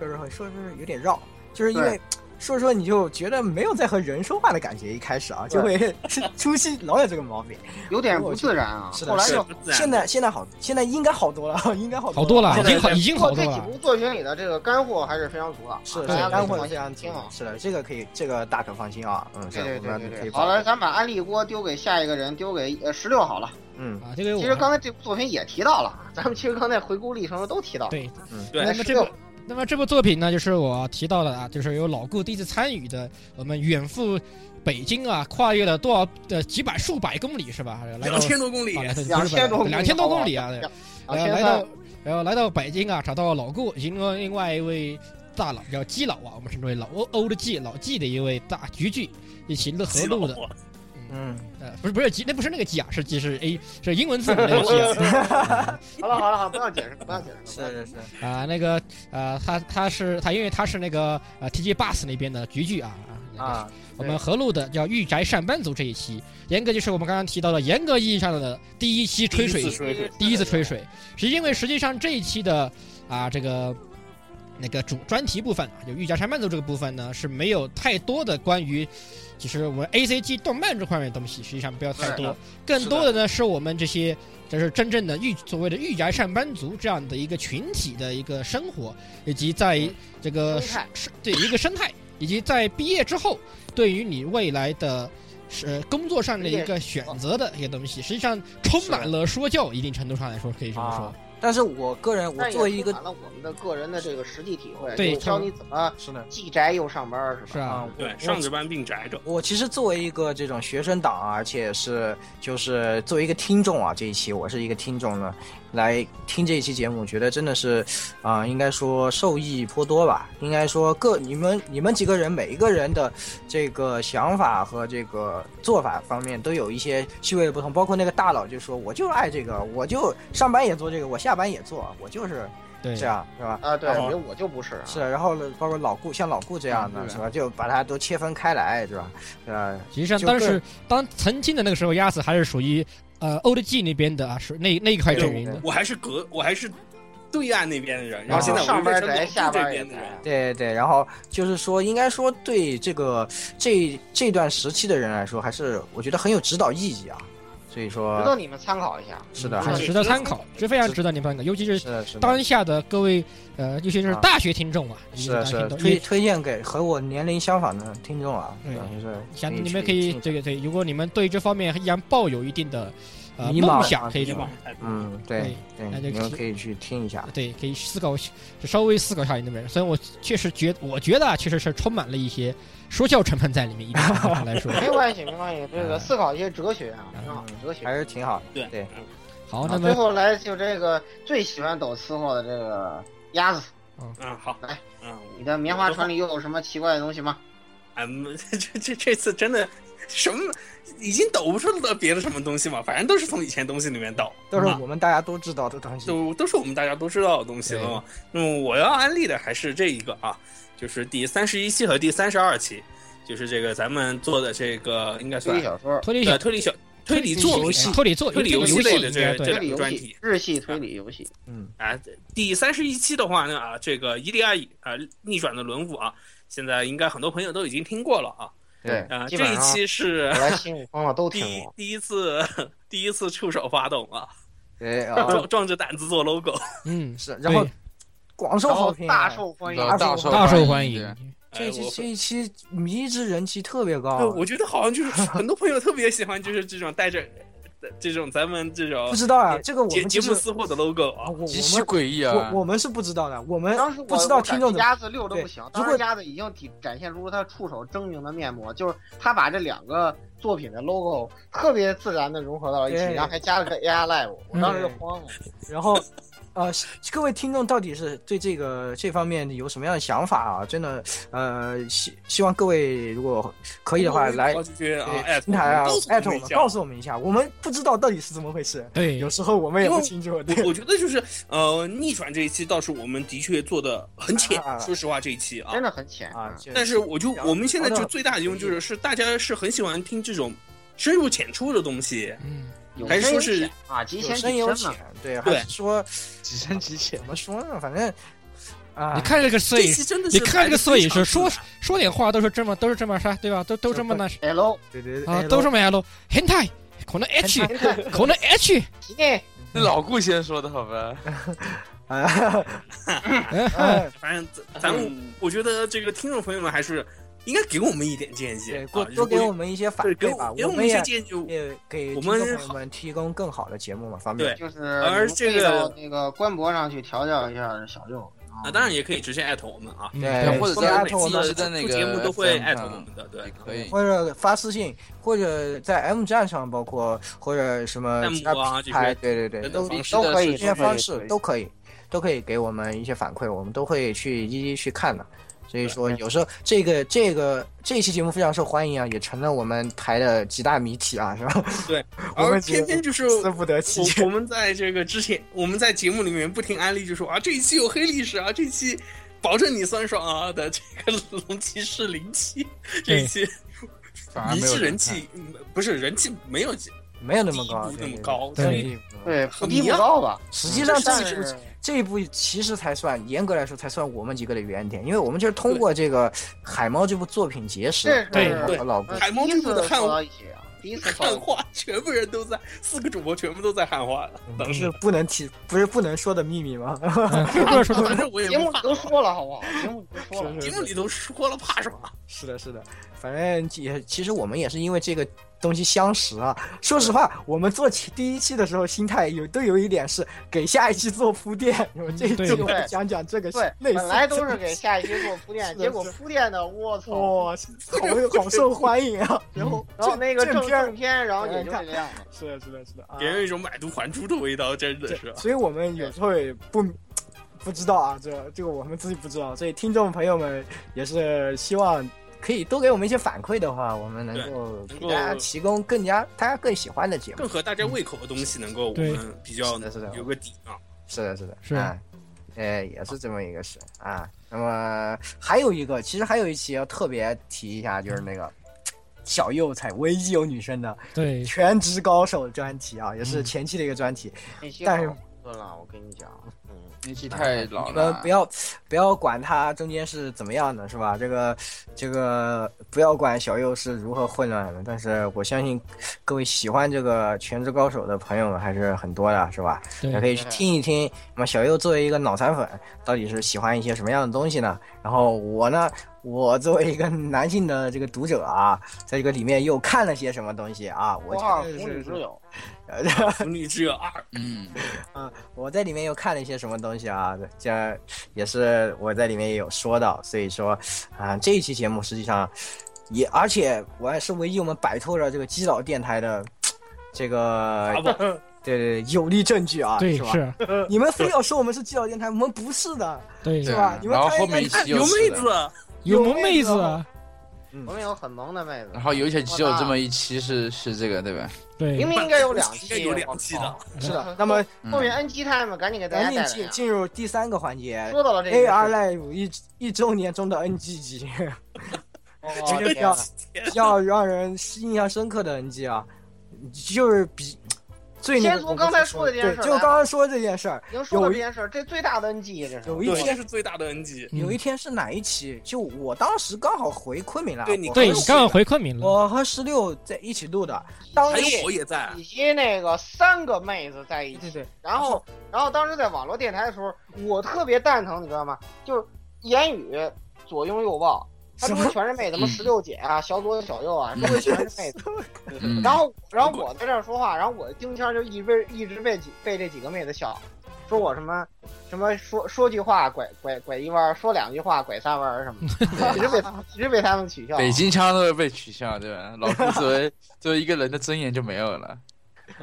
Speaker 3: 就是会说说有点绕，就是因为说着说你就觉得没有在和人说话的感觉，一开始啊就 会初期老有这个毛病。
Speaker 4: 有点不自然啊。
Speaker 3: 是的
Speaker 4: 后来
Speaker 3: 是
Speaker 4: 就
Speaker 1: 不自然
Speaker 3: 现在现在好，现在应该好多了， 应该好
Speaker 2: 好多
Speaker 3: 多
Speaker 2: 了，已
Speaker 1: 现在
Speaker 2: 经好，已经
Speaker 4: 通过
Speaker 2: 好多
Speaker 4: 这几
Speaker 2: 了
Speaker 4: 部。作品里的这个干货还是非常足的，
Speaker 3: 是
Speaker 4: 大
Speaker 3: 是
Speaker 4: 家
Speaker 3: 干
Speaker 4: 可以
Speaker 3: 货
Speaker 4: 放
Speaker 3: 非常
Speaker 4: 心
Speaker 3: 听
Speaker 4: 听啊。
Speaker 3: 是的，这个可以，这个大可放心啊，嗯，是
Speaker 4: 对对
Speaker 3: 的我
Speaker 4: 对
Speaker 3: 们可
Speaker 4: 对
Speaker 3: 以
Speaker 4: 对，好了，
Speaker 3: 保证，
Speaker 4: 咱把安利锅丢给下一个人，丢给呃十六好了。
Speaker 3: 嗯，
Speaker 2: 啊，这个我
Speaker 4: 其实刚才这部作品也提到了，啊咱们其实刚才回顾历程的都提到了。
Speaker 2: 对
Speaker 3: 嗯，
Speaker 1: 对
Speaker 2: 那
Speaker 4: 哎
Speaker 2: 么
Speaker 4: 十
Speaker 2: 这
Speaker 4: 六
Speaker 2: 个，那么这部作品呢，就是我提到的啊，就是由老顾第一次参与的，我们远赴北京啊，跨越了多少呃几百数百公里是吧？来到
Speaker 1: 两千多公里
Speaker 2: 啊，来到
Speaker 4: 两千多公里
Speaker 2: 两千多公里啊，对
Speaker 4: 两
Speaker 2: 然后
Speaker 4: 千
Speaker 2: 来
Speaker 4: 三
Speaker 2: 到，然后来到北京啊，找到老顾，以及另外另外一位大佬叫基佬啊，我们称之为老欧欧的季老季的一位大局局一起乐合
Speaker 1: 洗脑
Speaker 2: 录的，
Speaker 1: 我
Speaker 3: 嗯，
Speaker 2: 呃，不是不是鸡，那不是那个鸡啊，是鸡是 A 是英文字母那个 鸡啊。
Speaker 4: 好了好了好了，不要解释，不要解释。
Speaker 3: 是是是，
Speaker 2: 啊、那个呃，他他是他，因为他是那个呃 TG Bus 那边的局局啊啊那个
Speaker 3: 啊，
Speaker 2: 我们合录的叫《御宅上班族》这一期，严格就是我们刚刚提到的，严格意义上的第一期吹水，
Speaker 1: 水
Speaker 2: 第一次吹水，是因为实际上这一期的啊这个那个主专题部分啊，就《御宅上班族》这个部分呢，是没有太多的关于。就是我们 A C G 动漫这块面的东西，实际上不要太
Speaker 3: 啊
Speaker 4: 是
Speaker 2: 多
Speaker 4: 的，
Speaker 2: 更多的呢是我们这些，就是真正的御所谓的御宅上班族这样的一个群体的一个生活，以及在这个
Speaker 4: 生态
Speaker 2: 是对一个生态，以及在毕业之后对于你未来的是呃工作上的一个
Speaker 3: 哦
Speaker 2: 选择的一些东西，实际上充满了说教，一定程度上来说可以这么说
Speaker 3: 啊。但是我个人，我
Speaker 4: 但也啊
Speaker 3: 作为一个
Speaker 4: 充满了我们的个人的这个实际体会，
Speaker 2: 对
Speaker 4: 就是教你怎么
Speaker 3: 是的，
Speaker 4: 既宅又上班，是吧？
Speaker 2: 是啊
Speaker 3: 啊，
Speaker 1: 对，
Speaker 3: 我
Speaker 1: 上着班并宅着，
Speaker 3: 我其实作为一个这种学生党啊，而且是就是作为一个听众啊，这一期我是一个听众呢，来听这一期节目，觉得真的是，啊、应该说受益颇多吧。应该说各你们你们几个人每一个人的这个想法和这个做法方面都有一些细微的不同，包括那个大佬就说我就爱这个，我就上班也做这个，我下班也做，我就是
Speaker 2: 对，
Speaker 3: 这样，是吧？
Speaker 4: 啊，对，
Speaker 1: 然后
Speaker 4: 我就不是啊，
Speaker 3: 是，然后呢，包括老顾，像老顾这样的，
Speaker 4: 嗯
Speaker 3: 是吧？就把它都切分开来，是吧？呃，
Speaker 2: 实际上
Speaker 3: 就
Speaker 2: 当
Speaker 3: 更
Speaker 2: 时当曾经的那个时候，鸭子还是属于呃 old G 那边的啊，是那那一块阵营的。
Speaker 1: 我还是隔我还是对岸那边的人，然后现在
Speaker 4: 啊上
Speaker 1: 我
Speaker 4: 班
Speaker 1: 又
Speaker 4: 宅，
Speaker 1: 变成
Speaker 4: 下
Speaker 1: 老顾这
Speaker 4: 班也
Speaker 1: 边的
Speaker 4: 宅
Speaker 1: 人。。
Speaker 3: 对对，然后就是说，应该说对这个这这段时期的人来说，还是我觉得很有指导意义啊。所以
Speaker 4: 值得
Speaker 3: 说，
Speaker 4: 你们参考一 下。
Speaker 3: 是的，
Speaker 2: 很
Speaker 3: 还
Speaker 1: 是
Speaker 3: 是
Speaker 2: 值得参考，是非常值得你们参考，尤其是
Speaker 3: 是的，是的，
Speaker 2: 当下的各位，呃，尤其是
Speaker 3: 啊
Speaker 2: 大学听众啊，尤其
Speaker 3: 是
Speaker 2: 大
Speaker 3: 的，
Speaker 2: 学
Speaker 3: 是的，
Speaker 2: 听众
Speaker 3: 推推荐给和我年龄相仿的听众啊，
Speaker 2: 对
Speaker 3: 等于是
Speaker 2: 想
Speaker 3: 去
Speaker 2: 你们可以
Speaker 3: 听
Speaker 2: 这个对，如果你们对这方面依然抱有一定的呃
Speaker 3: 迷茫
Speaker 2: 梦
Speaker 3: 啊
Speaker 2: 想，可以
Speaker 3: 迷
Speaker 2: 这么
Speaker 3: 茫嗯，对对，
Speaker 2: 那就
Speaker 3: 你们
Speaker 2: 听
Speaker 3: 可以去听一下。
Speaker 2: 对，可以思考，就稍微思考一下你的人。虽然我确实觉，我觉得啊，确实是充满了一些说教成分在里面，一定程度上 来说。
Speaker 4: 没关系，没关系，这个思考一些哲学啊，
Speaker 2: 嗯
Speaker 4: 挺好，哲学。啊
Speaker 3: 还是挺好，
Speaker 1: 对
Speaker 3: 对，
Speaker 2: 好，那
Speaker 4: 最
Speaker 2: 么
Speaker 4: 后来就这个最喜欢抖伺候的这个鸭子，
Speaker 1: 嗯，好，
Speaker 4: 来，
Speaker 1: 嗯，
Speaker 4: 你的棉花船里又有什么奇怪的东西吗？
Speaker 1: 俺们这这这次真的什么已经抖不出了别的什么东西嘛，反正都是从以前东西里面抖，
Speaker 3: 都是
Speaker 1: 嗯
Speaker 3: 我们大家都知道的东西。
Speaker 1: 都都是我们大家都知道的东西了嘛。那么我要安利的还是这一个啊，就是第三十一期和第三十二期，就是这个咱们做的这个应该
Speaker 4: 推
Speaker 1: 算
Speaker 4: 理小说、
Speaker 2: 推理
Speaker 1: 呃
Speaker 2: 小
Speaker 1: 推理小推理作品啊
Speaker 2: 推理作
Speaker 1: 推理游戏类的
Speaker 2: 应该
Speaker 1: 这
Speaker 4: 推
Speaker 2: 对
Speaker 1: 这
Speaker 4: 理
Speaker 1: 两个
Speaker 4: 游
Speaker 1: 专
Speaker 4: 戏
Speaker 1: 题、
Speaker 4: 日系推理游戏，
Speaker 3: 嗯，
Speaker 1: 啊，第三十一期的话呢，啊，这个伊利亚伊啊，逆转的轮舞啊，现在应该很多朋友都已经听过了啊。
Speaker 4: 对
Speaker 1: 啊，
Speaker 4: 基
Speaker 1: 这
Speaker 4: 本
Speaker 1: 一
Speaker 4: 上
Speaker 1: 期是
Speaker 4: 后来新悟空了都
Speaker 1: 第
Speaker 4: 听
Speaker 1: 一
Speaker 4: 过。
Speaker 1: 第一次第一次触手发动啊，
Speaker 3: 对 啊，
Speaker 1: 壮壮着胆子做 logo。
Speaker 2: 嗯，
Speaker 3: 是，然后
Speaker 2: 对
Speaker 3: 广受
Speaker 4: 然
Speaker 3: 好
Speaker 4: 后
Speaker 3: 评，
Speaker 4: 大受欢迎。
Speaker 3: 大
Speaker 6: 大
Speaker 3: 受
Speaker 2: 大受
Speaker 6: 欢
Speaker 2: 欢
Speaker 6: 迎
Speaker 2: 迎。
Speaker 3: 这一
Speaker 1: 哎
Speaker 3: 期
Speaker 1: 我
Speaker 3: 这一期迷之人气特别
Speaker 1: 对
Speaker 3: 高，啊
Speaker 1: 我觉得好像就是 很多朋友特别喜欢，就是这种带着呃这种咱们这种
Speaker 3: 不知道啊，
Speaker 1: 节
Speaker 3: 这个我
Speaker 1: 节
Speaker 3: 们
Speaker 1: 节
Speaker 3: 其实
Speaker 1: 目私货的 logo 啊
Speaker 3: 我，我
Speaker 6: 极其诡异啊
Speaker 3: 们！我我们是不知道的，我们
Speaker 4: 当时我
Speaker 3: 哎不知道
Speaker 4: 我感
Speaker 3: 听众
Speaker 4: 觉
Speaker 3: 怎么
Speaker 4: 鸭子溜的不行
Speaker 3: 对，
Speaker 4: 当
Speaker 3: 如果
Speaker 4: 时鸭子已经体展现出他触手狰狞的面目，就是他把这两个作品的 logo 特别自然的融合到了一起，
Speaker 3: 对
Speaker 4: 然后还加了个 AI Live，我当时就
Speaker 3: 嗯
Speaker 4: 慌了。
Speaker 3: 然后，呃，各位听众到底是对这个这方面有什么样的想法啊？真的，呃，希希望各位如果可以的
Speaker 1: 哎
Speaker 3: 话，来
Speaker 1: 这边啊，
Speaker 3: 对
Speaker 1: 艾
Speaker 3: 平台啊
Speaker 1: 特我们
Speaker 3: 艾
Speaker 1: 艾特我
Speaker 3: 特我们，
Speaker 1: 们
Speaker 3: 告诉我们一下，我们不知道到底是怎么回事，
Speaker 2: 对
Speaker 3: 有，时候我们也不清楚。对
Speaker 1: 我我觉得就是呃，逆转这一期倒是我们的确做的很浅
Speaker 3: 啊，
Speaker 1: 说实话这一期啊
Speaker 4: 真，的很浅
Speaker 3: 啊，
Speaker 1: 但是我就
Speaker 3: 聊
Speaker 1: 我们现在
Speaker 3: 聊
Speaker 1: 就
Speaker 3: 得
Speaker 1: 最大的疑问就是是大家是很喜欢听这种深入浅出的东西，
Speaker 2: 嗯，
Speaker 4: 有
Speaker 1: 还是
Speaker 4: 深
Speaker 1: 说
Speaker 4: 有
Speaker 1: 是
Speaker 4: 浅啊，极
Speaker 3: 有
Speaker 4: 浅
Speaker 3: 深
Speaker 4: 极
Speaker 3: 有
Speaker 4: 深
Speaker 3: 浅
Speaker 4: 嘛。，
Speaker 3: 对，还
Speaker 1: 对
Speaker 3: 是说
Speaker 6: 极深极浅
Speaker 3: 怎，么说呢？反正啊，
Speaker 2: 你看这个摄
Speaker 1: 这
Speaker 2: 影
Speaker 1: 期真的是
Speaker 2: 你看这个摄影师说
Speaker 1: 非常自然
Speaker 2: 说点话都是这么都是这么啥，对吧？都都这么那
Speaker 4: ，Hello，
Speaker 3: 对对哎
Speaker 2: 啊，都这么 L 変態，可能 H，可能 H，
Speaker 4: 今天
Speaker 6: 那老顾先说的好吧？
Speaker 3: 啊，哎
Speaker 2: 嗯
Speaker 1: 反正咱咱
Speaker 7: 嗯
Speaker 1: 们我觉得这个听众朋友们还是应该给我们一点建议
Speaker 3: 对，，
Speaker 1: 啊
Speaker 3: 多多给我。们一些反
Speaker 1: 如果对，给
Speaker 3: 馈吧，
Speaker 1: 我给我们
Speaker 3: 们
Speaker 1: 一些
Speaker 3: 也
Speaker 1: 建议，
Speaker 3: 也给
Speaker 1: 我
Speaker 3: 听众
Speaker 1: 们
Speaker 3: 朋友们提供更好的节目嘛，方便
Speaker 1: 对
Speaker 4: 就是
Speaker 1: 而
Speaker 4: 你们
Speaker 1: 这
Speaker 4: 可以
Speaker 1: 个
Speaker 4: 到那个官博上去调教一下小六。
Speaker 1: 啊，当然也可以直接艾特我们啊，
Speaker 3: 对
Speaker 2: 嗯对
Speaker 6: 或者
Speaker 1: 我
Speaker 3: 艾
Speaker 6: 在
Speaker 1: 们
Speaker 3: 特
Speaker 1: 每
Speaker 3: 我
Speaker 1: 次
Speaker 3: 们
Speaker 6: 是在那个
Speaker 1: 做节目都会
Speaker 6: FM
Speaker 1: 艾特我
Speaker 6: 上
Speaker 3: 嗯
Speaker 1: 们的，对
Speaker 6: 也。可以。
Speaker 3: 或者发私信，或者在 M 站上，包括或者什么
Speaker 1: 弹幕
Speaker 3: 其他
Speaker 1: 啊
Speaker 3: 平
Speaker 1: 这些
Speaker 3: 台，对对
Speaker 1: 等
Speaker 3: 对，
Speaker 1: 等
Speaker 3: 都
Speaker 1: 方式
Speaker 4: 都可以
Speaker 3: 这些方式
Speaker 4: 对
Speaker 3: 都可以，都可以给我们一些反馈，我们都会去一一去看的。所以说，有时候这个这个这一期节目非常受欢迎啊，也成了我们台的几大谜题啊，是吧？ 我们
Speaker 1: 而
Speaker 3: 节
Speaker 1: 偏
Speaker 3: 目
Speaker 1: 偏就是
Speaker 3: 思不得其
Speaker 1: 我
Speaker 3: 解
Speaker 1: 我。们在这个之前，我们在节目里面不停安利，就说啊，这一期有黑历史啊，这一期保证你酸爽啊的这个龙骑士零七，这一期
Speaker 6: 反而
Speaker 1: 迷
Speaker 6: 没有
Speaker 1: 之人
Speaker 6: 看，
Speaker 1: 气嗯不是人气没有
Speaker 3: 没有那么高，
Speaker 1: 第一步
Speaker 3: 对
Speaker 1: 那么高
Speaker 3: 对
Speaker 2: 所
Speaker 3: 对
Speaker 2: 以
Speaker 3: 对对
Speaker 4: 对，不
Speaker 1: 很
Speaker 4: 低
Speaker 1: 迷
Speaker 4: 不
Speaker 1: 啊
Speaker 4: 高 吧。
Speaker 3: 实际上这
Speaker 4: 但
Speaker 3: 一部
Speaker 4: 是
Speaker 3: 这一部其实才算严格来说才算我们几个的原点，因为我们就是通过这个海猫这部作品结识
Speaker 4: 这是，
Speaker 2: 对
Speaker 3: 然后
Speaker 1: 对
Speaker 3: 和老顾
Speaker 4: 呃
Speaker 1: 海猫
Speaker 4: 第
Speaker 1: 这
Speaker 4: 一
Speaker 1: 部
Speaker 4: 次
Speaker 1: 的汉
Speaker 4: 凑到一起啊，第一次凑到一
Speaker 1: 汉
Speaker 4: 起。
Speaker 1: 化，全部人都在，四个主播全部都在汉化，当时
Speaker 3: 是不能提，不是不能说的秘密吗？
Speaker 2: 嗯，不是说
Speaker 1: 反正我也
Speaker 4: 节目
Speaker 1: 不
Speaker 4: 里
Speaker 1: 怕，
Speaker 4: 都说了好不好？节目里都说
Speaker 1: 节目里都说了，
Speaker 4: 了
Speaker 3: 是，啊
Speaker 1: 怕什么？
Speaker 3: 是的，是的，反正也其实我们也是因为这个东西相识啊。说实话，我们做起第一期的时候，心态有都有一点是给下一期做铺垫。
Speaker 1: 嗯
Speaker 3: 我们这一期
Speaker 2: 对
Speaker 3: 我们讲讲这个
Speaker 4: 对，
Speaker 3: 类似，
Speaker 4: 本来都 是给下一期做铺
Speaker 3: 是
Speaker 4: 垫，
Speaker 3: 的哦
Speaker 4: 结果铺垫的，我操！
Speaker 3: 哇，好好受欢迎啊。
Speaker 1: 嗯
Speaker 3: 然后
Speaker 4: 然后那个
Speaker 3: 正
Speaker 4: 正
Speaker 3: 片儿
Speaker 4: 正片，然后也就
Speaker 3: 哎
Speaker 4: 是这样了。
Speaker 3: 是的，是的，是的啊
Speaker 1: 给。人一种买椟还珠的味道，真的是啊
Speaker 3: 这。所以我们有时候也不不知道啊，这这个我们自己不知道，所以听众朋友们也是希望可以多给我们一些反馈的话，我们能够
Speaker 1: 对
Speaker 3: 给
Speaker 1: 能够
Speaker 3: 大家提供更加大家更喜欢的节目
Speaker 1: 更。合大家胃口的东西，能够我
Speaker 2: 对
Speaker 1: 们比较
Speaker 3: 是的是的
Speaker 1: 有个底啊。
Speaker 3: 是的，是的，
Speaker 2: 是
Speaker 3: 啊，呃，也是这么一个事啊。那么还有一个，其实还有一期要特别提一下，就是那个。小幼才唯一有女生的
Speaker 2: 对，
Speaker 3: 《全职高手》专题啊，也是前期的一个专题。
Speaker 4: 那些
Speaker 3: 但是
Speaker 4: 好了，我跟你讲，嗯，
Speaker 6: 那期太老
Speaker 3: 哎你们
Speaker 6: 了
Speaker 3: 不。要不要管他中间是怎么样的，是吧？这个这个不要管小右是如何混乱的，但是我相信各位喜欢这个《全职高手》的朋友们还是很多的，是吧？也可
Speaker 2: 对，
Speaker 3: 以去听一听。那么小右作为一个脑残粉，到底是喜欢一些什么样的东西呢？然后我呢，我作为一个男性的这个读者啊，在这个里面又看了些什么东西啊？我
Speaker 4: 括
Speaker 3: 觉
Speaker 4: 号
Speaker 3: 得
Speaker 4: 腐女
Speaker 3: 是
Speaker 4: 之友，
Speaker 1: 腐女只有 二，
Speaker 6: 嗯，
Speaker 3: 嗯，我在里面又看了一些什么东西啊，这也是我在里面也有说到，所以说啊、这一期节目实际上也，而且我还是唯一我们摆脱了这个基佬电台的这个
Speaker 1: 好吧？
Speaker 3: 对 对对有力证据啊，
Speaker 2: 对
Speaker 3: 是吧？
Speaker 2: 是，
Speaker 3: 你们非要说我们是基佬电台，我们不是的，
Speaker 2: 对
Speaker 3: 是
Speaker 6: 对
Speaker 3: 吧？你们
Speaker 6: 然后
Speaker 3: 看
Speaker 6: 后面一
Speaker 5: 哎
Speaker 3: 看
Speaker 6: 期
Speaker 1: 有
Speaker 6: 又
Speaker 1: 妹
Speaker 6: 是
Speaker 1: 子
Speaker 6: 的，，
Speaker 3: 哦
Speaker 2: 有萌妹子，啊
Speaker 1: 啊
Speaker 3: 嗯
Speaker 4: 我们有很萌的妹子
Speaker 6: 然。后有一期只有这么一期是是这个对吧？
Speaker 2: 对
Speaker 4: 明，明应该 有两
Speaker 1: 应该
Speaker 4: 期，
Speaker 1: 有两期的
Speaker 4: 我靠。
Speaker 3: 是的，那么
Speaker 6: 嗯
Speaker 4: 后面 NG time 赶紧给大家
Speaker 3: 赶紧
Speaker 4: 带来
Speaker 3: 进
Speaker 4: 啊。
Speaker 3: 进入第三个环节
Speaker 4: 说到了这个
Speaker 3: ，AR Live 一一周年中的 NG 集。
Speaker 4: 我
Speaker 3: 这
Speaker 4: 的
Speaker 3: 个
Speaker 4: 天
Speaker 3: 要让人印象深刻的 NG 啊啊，就是比最那
Speaker 4: 先
Speaker 3: 个
Speaker 4: 从刚才说的这件事
Speaker 3: 对
Speaker 4: 儿
Speaker 3: 就
Speaker 4: 来
Speaker 3: 刚刚说这件事儿，
Speaker 4: 已经说到
Speaker 3: 有
Speaker 4: 这
Speaker 3: 一
Speaker 4: 件事儿，这最大的 NG 这是。
Speaker 3: 有一
Speaker 5: 对，这
Speaker 3: 天
Speaker 5: 是最大的 NG。
Speaker 3: 有一
Speaker 2: 嗯
Speaker 3: 天是哪一期？就我当时刚好回昆明了，
Speaker 5: 对你
Speaker 3: 我
Speaker 5: 刚
Speaker 2: 对
Speaker 3: 和
Speaker 2: 你
Speaker 5: 有
Speaker 2: 刚好回昆明了，
Speaker 3: 我和十六在一起录的，当
Speaker 5: 还
Speaker 3: 时
Speaker 5: 有我也在，
Speaker 4: 以及那个三个妹子在一
Speaker 3: 对
Speaker 4: 起，
Speaker 3: 对，
Speaker 4: 然后然后当时在网络电台的时候，我特别蛋疼，你知道吗？就是言语左拥右抱，他
Speaker 3: 什
Speaker 4: 周
Speaker 3: 么
Speaker 4: 围全是妹子，什么十六姐啊、小左小右啊，周围全是妹子。
Speaker 6: 嗯
Speaker 4: 然 后然后我在这儿说话，然后我的京腔就一直被一直被几被这几个妹子笑，说我什么什么说说句话拐拐拐一弯儿，说两句话拐三弯儿什么 的，一直被一直被他们取笑。
Speaker 6: 北京腔都会被取笑，对吧？老顾作为作为一个人的尊严就没有了。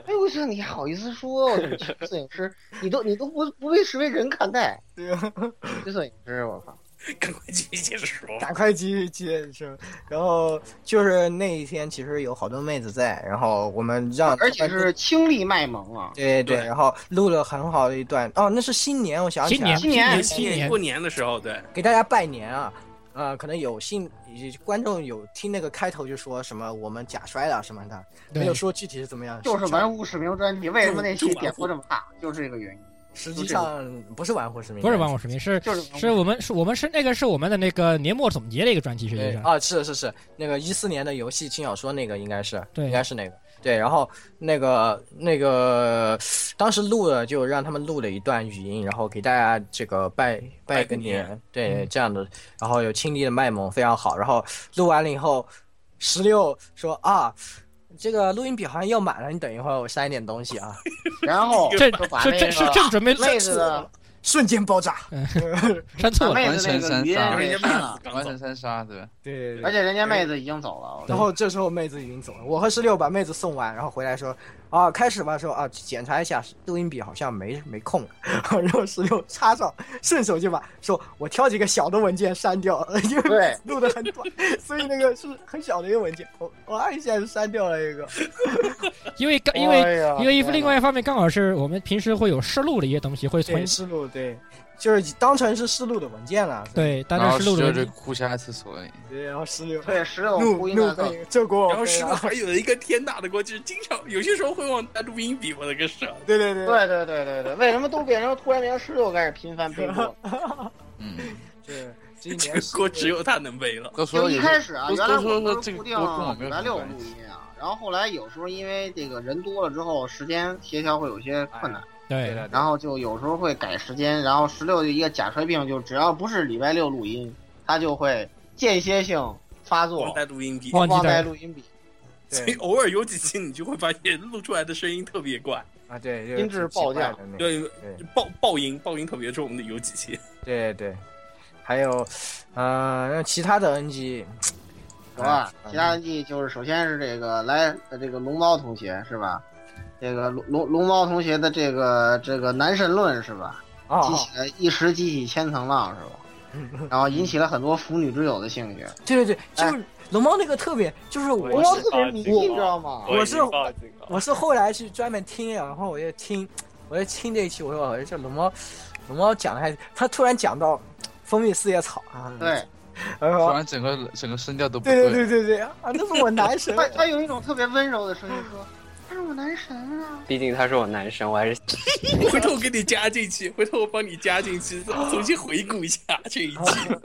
Speaker 4: 哎，我说你还好意思说，哦我去摄影师，你都你都不不被视为人看待，
Speaker 3: 对啊，
Speaker 4: 去摄影师，我靠！
Speaker 3: 嗯
Speaker 5: 赶快继续接着说。
Speaker 3: 赶快继续接着。然后就是那一天，其实有好多妹子在，然后我们让
Speaker 4: 而且是倾力卖萌啊，
Speaker 3: 对对，
Speaker 5: 对
Speaker 3: 然后录了很好的一段哦，那是新年，我想起
Speaker 2: 新年
Speaker 3: 来了，
Speaker 4: 今年
Speaker 2: 新
Speaker 5: 哎今
Speaker 2: 年
Speaker 5: 过年的时候，对，
Speaker 3: 给大家拜年啊。呃，可能有信观众有听那个开头就说什么我们假摔了什么的，没
Speaker 2: 对
Speaker 3: 有，说具体是怎么样。
Speaker 4: 就是
Speaker 3: 实际上
Speaker 4: 玩物使名专题，为什么那期点播这么大，就是这个原因，
Speaker 3: 实际上不是玩忽视民，
Speaker 2: 不是玩我视频，是
Speaker 4: 就是
Speaker 2: 是我们是我们是那个是我们的那个年末总结的一个专题，实际
Speaker 3: 对
Speaker 2: 上
Speaker 3: 啊，是是是，那个一四年的游戏轻小说那个应该是，
Speaker 2: 对
Speaker 3: 应该是那个。对，然后那个那个，当时录了就让他们录了一段语音，然后给大家这个拜拜个
Speaker 5: 个年
Speaker 3: 年，对、
Speaker 2: 嗯
Speaker 3: 这样的，然后有亲力的卖萌非常好。然后录完了以后，十六说啊，这个录音笔好像要满了，你等一会儿我塞点东西 啊，
Speaker 4: 然后
Speaker 2: 这
Speaker 4: 就把
Speaker 2: 是
Speaker 4: 那
Speaker 2: 正
Speaker 4: 个
Speaker 2: 是正准备
Speaker 4: 妹子的
Speaker 3: 瞬间爆炸。
Speaker 2: 删错
Speaker 4: 把
Speaker 2: 了，
Speaker 4: 妹子那个语音
Speaker 6: 完全
Speaker 4: 给
Speaker 5: 删
Speaker 4: 删
Speaker 5: 了
Speaker 4: 了，
Speaker 6: 完成三杀，对吧？
Speaker 3: 对对
Speaker 4: 而
Speaker 3: 对。
Speaker 4: 且人家妹子已经走了，
Speaker 3: 然后这时候妹子已经走了，我和十六把妹子送完，然后回来说，啊，开始吧，说啊，检查一下录音笔好像没没空了，然后十六插上，顺手就把说我挑几个小的文件删掉，因为
Speaker 4: 对，
Speaker 3: 录的很短，所以那个是很小的一个文件，我我按一下就删掉了一个，
Speaker 2: 因为刚因为
Speaker 4: 哎呀
Speaker 2: 因为一
Speaker 4: 天哪
Speaker 2: 另外一方面刚好是我们平时会有试录的一些东西，会从
Speaker 3: 对，试录对，就是当成是试录的文件了，
Speaker 2: 对当
Speaker 6: 然
Speaker 2: 成
Speaker 6: 后
Speaker 2: 试录的
Speaker 6: 就
Speaker 2: 文
Speaker 6: 啊是
Speaker 2: 件，
Speaker 6: 哭瞎厕所了。
Speaker 3: 对，然后十六
Speaker 4: 对，十六
Speaker 3: 怒
Speaker 4: 哭音
Speaker 3: 怒
Speaker 4: 大奏，
Speaker 3: 被这锅我
Speaker 5: 然后
Speaker 3: 背
Speaker 5: 师
Speaker 3: 了
Speaker 5: 傅还有一个天大的锅，就是经常有些时候会忘带录音笔，我的个神！
Speaker 3: 对对对
Speaker 4: 对对对对对，为什么都变成突然变成十六开始频繁 背锅？
Speaker 6: 嗯，
Speaker 3: 对，这一
Speaker 5: 这
Speaker 3: 年
Speaker 5: 个锅只有他能背了。
Speaker 6: 都说
Speaker 4: 就一
Speaker 6: 也
Speaker 4: 开
Speaker 6: 是
Speaker 4: 始啊，
Speaker 6: 都
Speaker 4: 原来我
Speaker 6: 都说
Speaker 4: 们
Speaker 6: 这
Speaker 4: 是固定
Speaker 6: 个锅跟我
Speaker 4: 礼
Speaker 6: 没有
Speaker 4: 拜
Speaker 6: 什
Speaker 4: 六
Speaker 6: 么
Speaker 4: 录
Speaker 6: 关系。
Speaker 4: 音啊，然后后来有时候因为这个人多了之后，时间协调会有些
Speaker 6: 哎
Speaker 4: 困难，
Speaker 3: 对
Speaker 2: 对
Speaker 3: 了，
Speaker 4: 然后就有时候会改时间，然后十六就一个假摔病，就只要不是礼拜六录音，他就会间歇性发
Speaker 5: 忘
Speaker 4: 作，
Speaker 5: 带录音笔，
Speaker 2: 忘记
Speaker 4: 忘带
Speaker 2: 带
Speaker 4: 录音笔，
Speaker 6: 哎
Speaker 5: 所以
Speaker 3: 对
Speaker 5: 偶尔有几期你就会发现录出来的声音特别怪，
Speaker 3: 啊对，
Speaker 4: 音质爆降
Speaker 3: 对。那个
Speaker 5: 对
Speaker 3: 对，
Speaker 5: 爆爆音，爆音特别重的有几 期。
Speaker 3: 对对，还有，呃，那其他的 NG，
Speaker 4: 是吧？
Speaker 3: 哎
Speaker 4: 其他的记忆就是，首先是这个来呃这个龙猫同学是吧？这个龙龙龙猫同学的这个这个男神论是吧？
Speaker 3: 哦，
Speaker 4: 激
Speaker 3: 哦
Speaker 4: 起了一时激起千层浪 是吧？然后引起了很多腐女之友的 兴趣。
Speaker 3: 对对对，就是龙猫那个特别，就是
Speaker 4: 龙
Speaker 3: 我
Speaker 4: 猫
Speaker 3: 是
Speaker 4: 特别迷，你知道吗？
Speaker 3: 我是
Speaker 8: 报警了。
Speaker 3: 我是后来去专门听，然后我就听，我就听这一期，我说我这龙猫，龙猫讲的还，他突然讲到蜂蜜四叶草啊，
Speaker 4: 对，
Speaker 3: 然
Speaker 6: 突
Speaker 3: 后
Speaker 6: 然整个整个声调都不
Speaker 3: 对对对对对啊，那是我男神，
Speaker 4: 他他有一种特别温柔的声音说：“他是我男神啊
Speaker 7: 毕竟他是我男神，我还是
Speaker 5: 回头我给你加进去，回头我帮你加进去，重新回顾 一下这一期。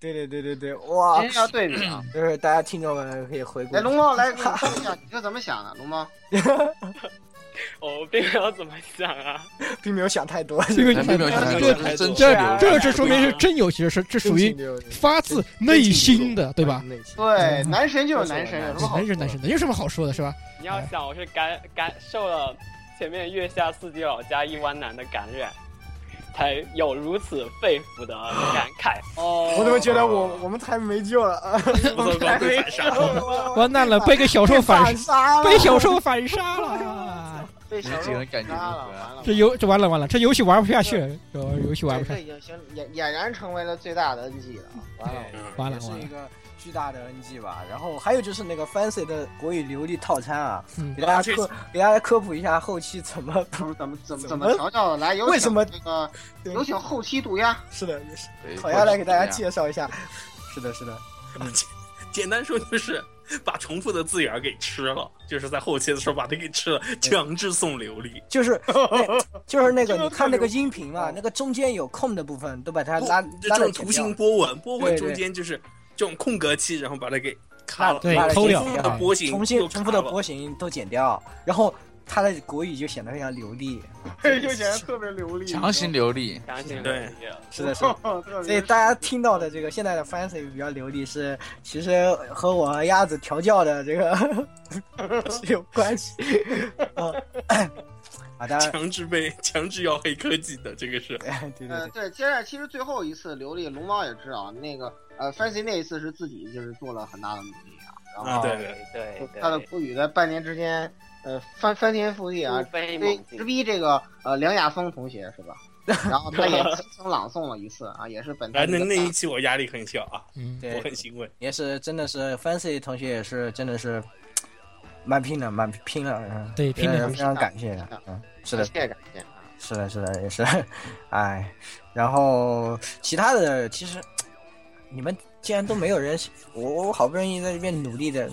Speaker 3: 对对对对对，！”哇
Speaker 4: 今，天要对比啊。
Speaker 3: 就是大家听众们可以回顾
Speaker 4: 哎，，龙猫来，给我说一下你是怎么想的？龙猫，
Speaker 8: 我并没有怎么想啊，
Speaker 3: 并没有想太多，
Speaker 2: 这个
Speaker 6: 还没有想太
Speaker 2: 这
Speaker 6: 多，就是真
Speaker 2: 这
Speaker 6: 气流
Speaker 4: 啊
Speaker 2: 这这说明是真有其事，这属于发自内心的，对吧？？
Speaker 4: 对，男神就是男神，有什么好
Speaker 2: 男？神男神的，有什么好说的，是吧？
Speaker 8: 你要想我是感感受了前面月下四季老家一湾男的感染，才有如此肺腑的感慨。
Speaker 4: 哦
Speaker 3: 我怎么觉得我我们太没救了啊！
Speaker 5: 我糟糕，被反杀了！
Speaker 2: 完蛋了，被个小受反
Speaker 3: 杀
Speaker 2: 被小受反杀了，
Speaker 4: 被小
Speaker 6: 这
Speaker 4: 肉
Speaker 6: 个感觉
Speaker 4: 杀
Speaker 6: 如
Speaker 4: 了，
Speaker 6: 何
Speaker 4: 完
Speaker 6: 啊
Speaker 4: 了。
Speaker 2: 这游这完了完了，这游戏玩不下去，这游戏玩
Speaker 4: 这
Speaker 2: 不
Speaker 4: 这
Speaker 2: 下去，
Speaker 4: 已经形俨俨然成为了最大的 NG 了，完了。
Speaker 2: 完了
Speaker 3: 也是
Speaker 2: 完
Speaker 3: 一
Speaker 2: 了，
Speaker 3: 个巨大的 NG 吧。然后还有就是那个 Fancy 的国语流利套餐啊，
Speaker 2: 嗯
Speaker 3: 给大
Speaker 5: 这
Speaker 3: 家科给大家科普一下后期怎么
Speaker 4: 怎么怎么怎么
Speaker 3: 怎
Speaker 4: 怎
Speaker 3: 么
Speaker 4: 么调教的？来，有请
Speaker 3: 为什么
Speaker 4: 这个
Speaker 3: 对
Speaker 4: 有请后期渡鸦，
Speaker 3: 是的，也是
Speaker 6: 对
Speaker 3: 好要来给大家
Speaker 6: 这样
Speaker 3: 介绍一下。是的，是的，
Speaker 5: 简单说就是
Speaker 1: 把重复的字眼儿给吃了，就是在后期的时候把它给吃了，强制送流利。
Speaker 3: 就是那就是哦那个你看那个音频嘛，那个中间有空的部分都把它
Speaker 1: 不
Speaker 3: 拉
Speaker 1: 这
Speaker 3: 拉
Speaker 1: 种
Speaker 3: 了
Speaker 1: 图形波纹，波纹
Speaker 3: 对对
Speaker 1: 中间就是这种空格期，然后把它给卡了，
Speaker 2: 对
Speaker 1: 把
Speaker 2: 抠掉
Speaker 1: 重复的波形
Speaker 3: 重新
Speaker 1: 都
Speaker 3: 重复的
Speaker 1: 卡了
Speaker 3: 波形都剪掉，然后他的国语就显得非常流利。
Speaker 4: 就显得特别流利，
Speaker 6: 强行流利，
Speaker 9: 强行
Speaker 1: 对
Speaker 9: 理解了
Speaker 3: 是的，是 的。所
Speaker 4: 所
Speaker 3: 以大家听到的这个现在的 fancy 比较流利，是其实和我和鸭子调教的这 个是有关系。啊，好的，
Speaker 1: 强制被强制要黑科技的，这个是
Speaker 3: 对对
Speaker 4: 呃，
Speaker 1: 嗯
Speaker 3: 对，
Speaker 4: 对，接下来其实最后一次流利，龙猫也知道那个呃，Fancy 那一次是自己就是做了很大的努力啊，然后
Speaker 3: 哦
Speaker 1: 啊，对对，
Speaker 9: 对对，
Speaker 4: 他的国语在半年之间呃翻翻天覆地啊
Speaker 9: 突，飞
Speaker 4: 追
Speaker 9: 猛
Speaker 4: 直
Speaker 9: 进，
Speaker 4: 逼这个呃梁亚峰同学是吧？然后他也轻声朗诵了一次啊，也是本台
Speaker 1: 反正
Speaker 4: 的
Speaker 1: 哎那一期我压力很小啊，
Speaker 2: 嗯，
Speaker 1: 我
Speaker 3: 对
Speaker 1: 很，欣慰。
Speaker 3: 也是真的是 fancy 同学也是真的是蛮拼的，蛮拼了，嗯，
Speaker 2: 对，拼
Speaker 3: 也
Speaker 2: 的
Speaker 3: 非常感谢的，嗯，是的
Speaker 4: 感，谢感谢啊，
Speaker 3: 是的，是的，也是，哎，然后其他的其实你们既然都没有人，我我好不容易在这边努力的，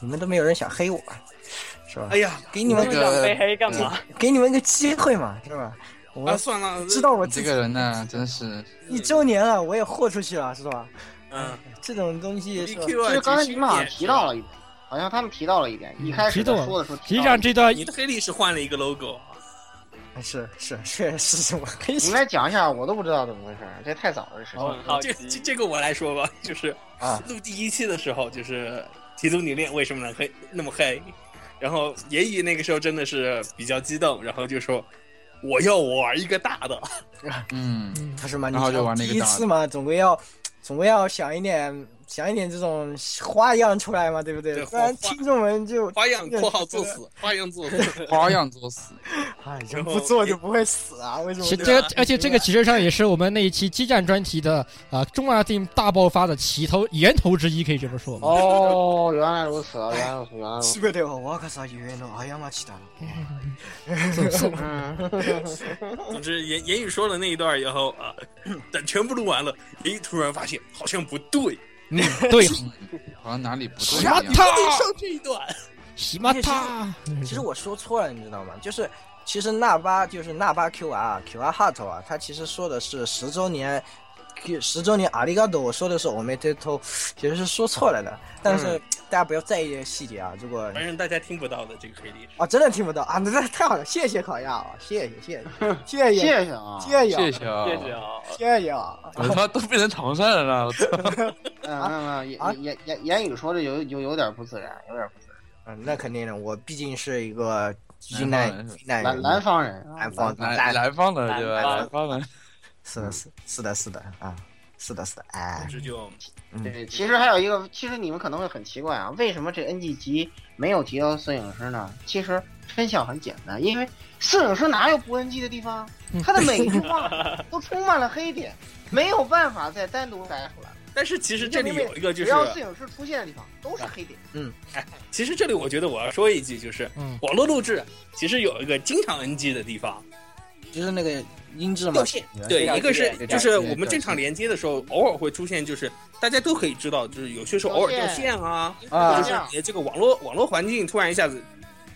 Speaker 3: 你们都没有人想黑我，是吧
Speaker 1: 哎？呀，
Speaker 3: 给你
Speaker 9: 那
Speaker 3: 们
Speaker 9: 么
Speaker 6: 这
Speaker 9: 想
Speaker 6: 个
Speaker 9: 被黑
Speaker 1: 嗯
Speaker 9: 干嘛？
Speaker 3: 给你们一个机会嘛，是吧？
Speaker 1: 啊，
Speaker 3: 我
Speaker 1: 算了，
Speaker 3: 知道我自
Speaker 6: 这
Speaker 3: 己
Speaker 6: 个人呢，真是
Speaker 3: 一周年了，我也豁出去了，是吧？
Speaker 1: 嗯
Speaker 3: 这种东西是吧？
Speaker 1: ，BQ
Speaker 4: 其
Speaker 1: 啊，
Speaker 4: 实刚才你
Speaker 1: 集训
Speaker 4: 们好像
Speaker 1: 也是
Speaker 4: 提到了一点，好像他们提到了一点，一开始
Speaker 2: 提到了
Speaker 4: 说的时候提
Speaker 2: 实
Speaker 4: 到
Speaker 2: 际
Speaker 4: 了
Speaker 2: 上这段
Speaker 1: 啊你的黑历史换了一个 logo 啊。
Speaker 3: 哎是是确实是我很
Speaker 4: 你
Speaker 3: 想
Speaker 4: 们来讲一下，我都不知道怎么回事，这太早的事情
Speaker 9: 我
Speaker 7: 哦
Speaker 4: 了。
Speaker 9: 很好
Speaker 1: 这
Speaker 9: 奇，
Speaker 1: 这这个我来说吧，就是
Speaker 3: 啊
Speaker 1: 录第一期的时候，就是提督你练为什么能黑那么黑，然后爷爷那个时候真的是比较激动，然后就说我要玩一个大的，
Speaker 6: 嗯，
Speaker 2: 嗯
Speaker 3: 不是嘛？你
Speaker 6: 然后就玩那个
Speaker 3: 第一
Speaker 6: 大
Speaker 3: 次
Speaker 6: 的
Speaker 3: 嘛，总归要总归要想一点想一点这种花样出来嘛，对不对？
Speaker 1: 对
Speaker 3: 不然
Speaker 1: 花
Speaker 3: 听众们就
Speaker 1: 花样（括号作 死），花样作死，
Speaker 6: 花样作死，
Speaker 3: 哎，人
Speaker 1: 然后
Speaker 3: 不做就不会死啊？为什么
Speaker 2: 其
Speaker 3: 就？
Speaker 2: 这个，而且这个其实上也是我们那一期激战专题的啊、中二病大爆发的起头源头之一，可以这么说吗？
Speaker 4: 哦，原来如此，原来如此，原来如
Speaker 3: すべてを若さゆえの過ちだ。
Speaker 4: 此。嗯
Speaker 1: 总之，言言语说了那一段以后啊， 等全部录完了，言语突然发现好像不对，
Speaker 2: 嗯，对，
Speaker 6: 好像哪里不对一
Speaker 2: 西马
Speaker 6: 样。
Speaker 2: 塔，
Speaker 1: 上这一段，
Speaker 2: 西马塔，
Speaker 3: 其实我说错了，你知道吗？就是其实纳巴就是纳巴 QR QR Hut 啊，它其实说的是十周年。十周年阿里嘎多，我说的是我们这头，其实是说错了的，但是大家不要在意这些细节啊。如果
Speaker 1: 反正大家听不到的这个黑历史。
Speaker 3: 啊真的听不到啊，那那太好了，谢谢烤鸭啊，谢谢谢谢谢谢
Speaker 4: 谢谢啊，
Speaker 3: 谢
Speaker 6: 谢
Speaker 3: 谢
Speaker 6: 谢啊！
Speaker 9: 谢谢
Speaker 8: 哦
Speaker 9: 啊，
Speaker 3: 谢谢啊，
Speaker 6: 我他妈都变成唐山人了，我操！
Speaker 4: 嗯，没有没有，
Speaker 3: 啊
Speaker 4: 言言言言语说的有有有点不自然，有点不自
Speaker 3: 嗯，那肯定的，我毕竟是一个云南云
Speaker 4: 然。
Speaker 3: 南
Speaker 4: 南
Speaker 3: 人，
Speaker 4: 南方人，啊
Speaker 3: 南方
Speaker 6: 南
Speaker 3: 南
Speaker 6: 南方的对吧？
Speaker 9: 南
Speaker 6: 南方的，
Speaker 3: 是的，是是的，是的啊，是的，是的，哎
Speaker 1: 总，之就
Speaker 4: 对，其实还有一个，其实你们可能会很奇怪啊，为什么这 NG 集没有提到摄影师呢？其实真相很简单，因为摄影师哪有不 NG 的地方？啊他的每一句话都充满了黑点，没有办法再单独摘出来。
Speaker 1: 但是其实这里有一个就
Speaker 4: 只要摄
Speaker 1: 是，
Speaker 4: 影师出现的地方都是黑点。
Speaker 1: 其实这里我觉得我要说一句，就是
Speaker 2: 嗯
Speaker 1: 网络录制其实有一个经常 NG 的地方，
Speaker 3: 就是那个音质嘛
Speaker 1: 掉，线。嗯对，
Speaker 9: 掉
Speaker 1: 一个是
Speaker 9: 线
Speaker 1: 就是我们正常连接的时候，偶尔会出现，就是大家都可以知道，就是有些时候偶尔掉线啊，
Speaker 3: 啊
Speaker 1: 或者是你这个网络网络环境突然一下子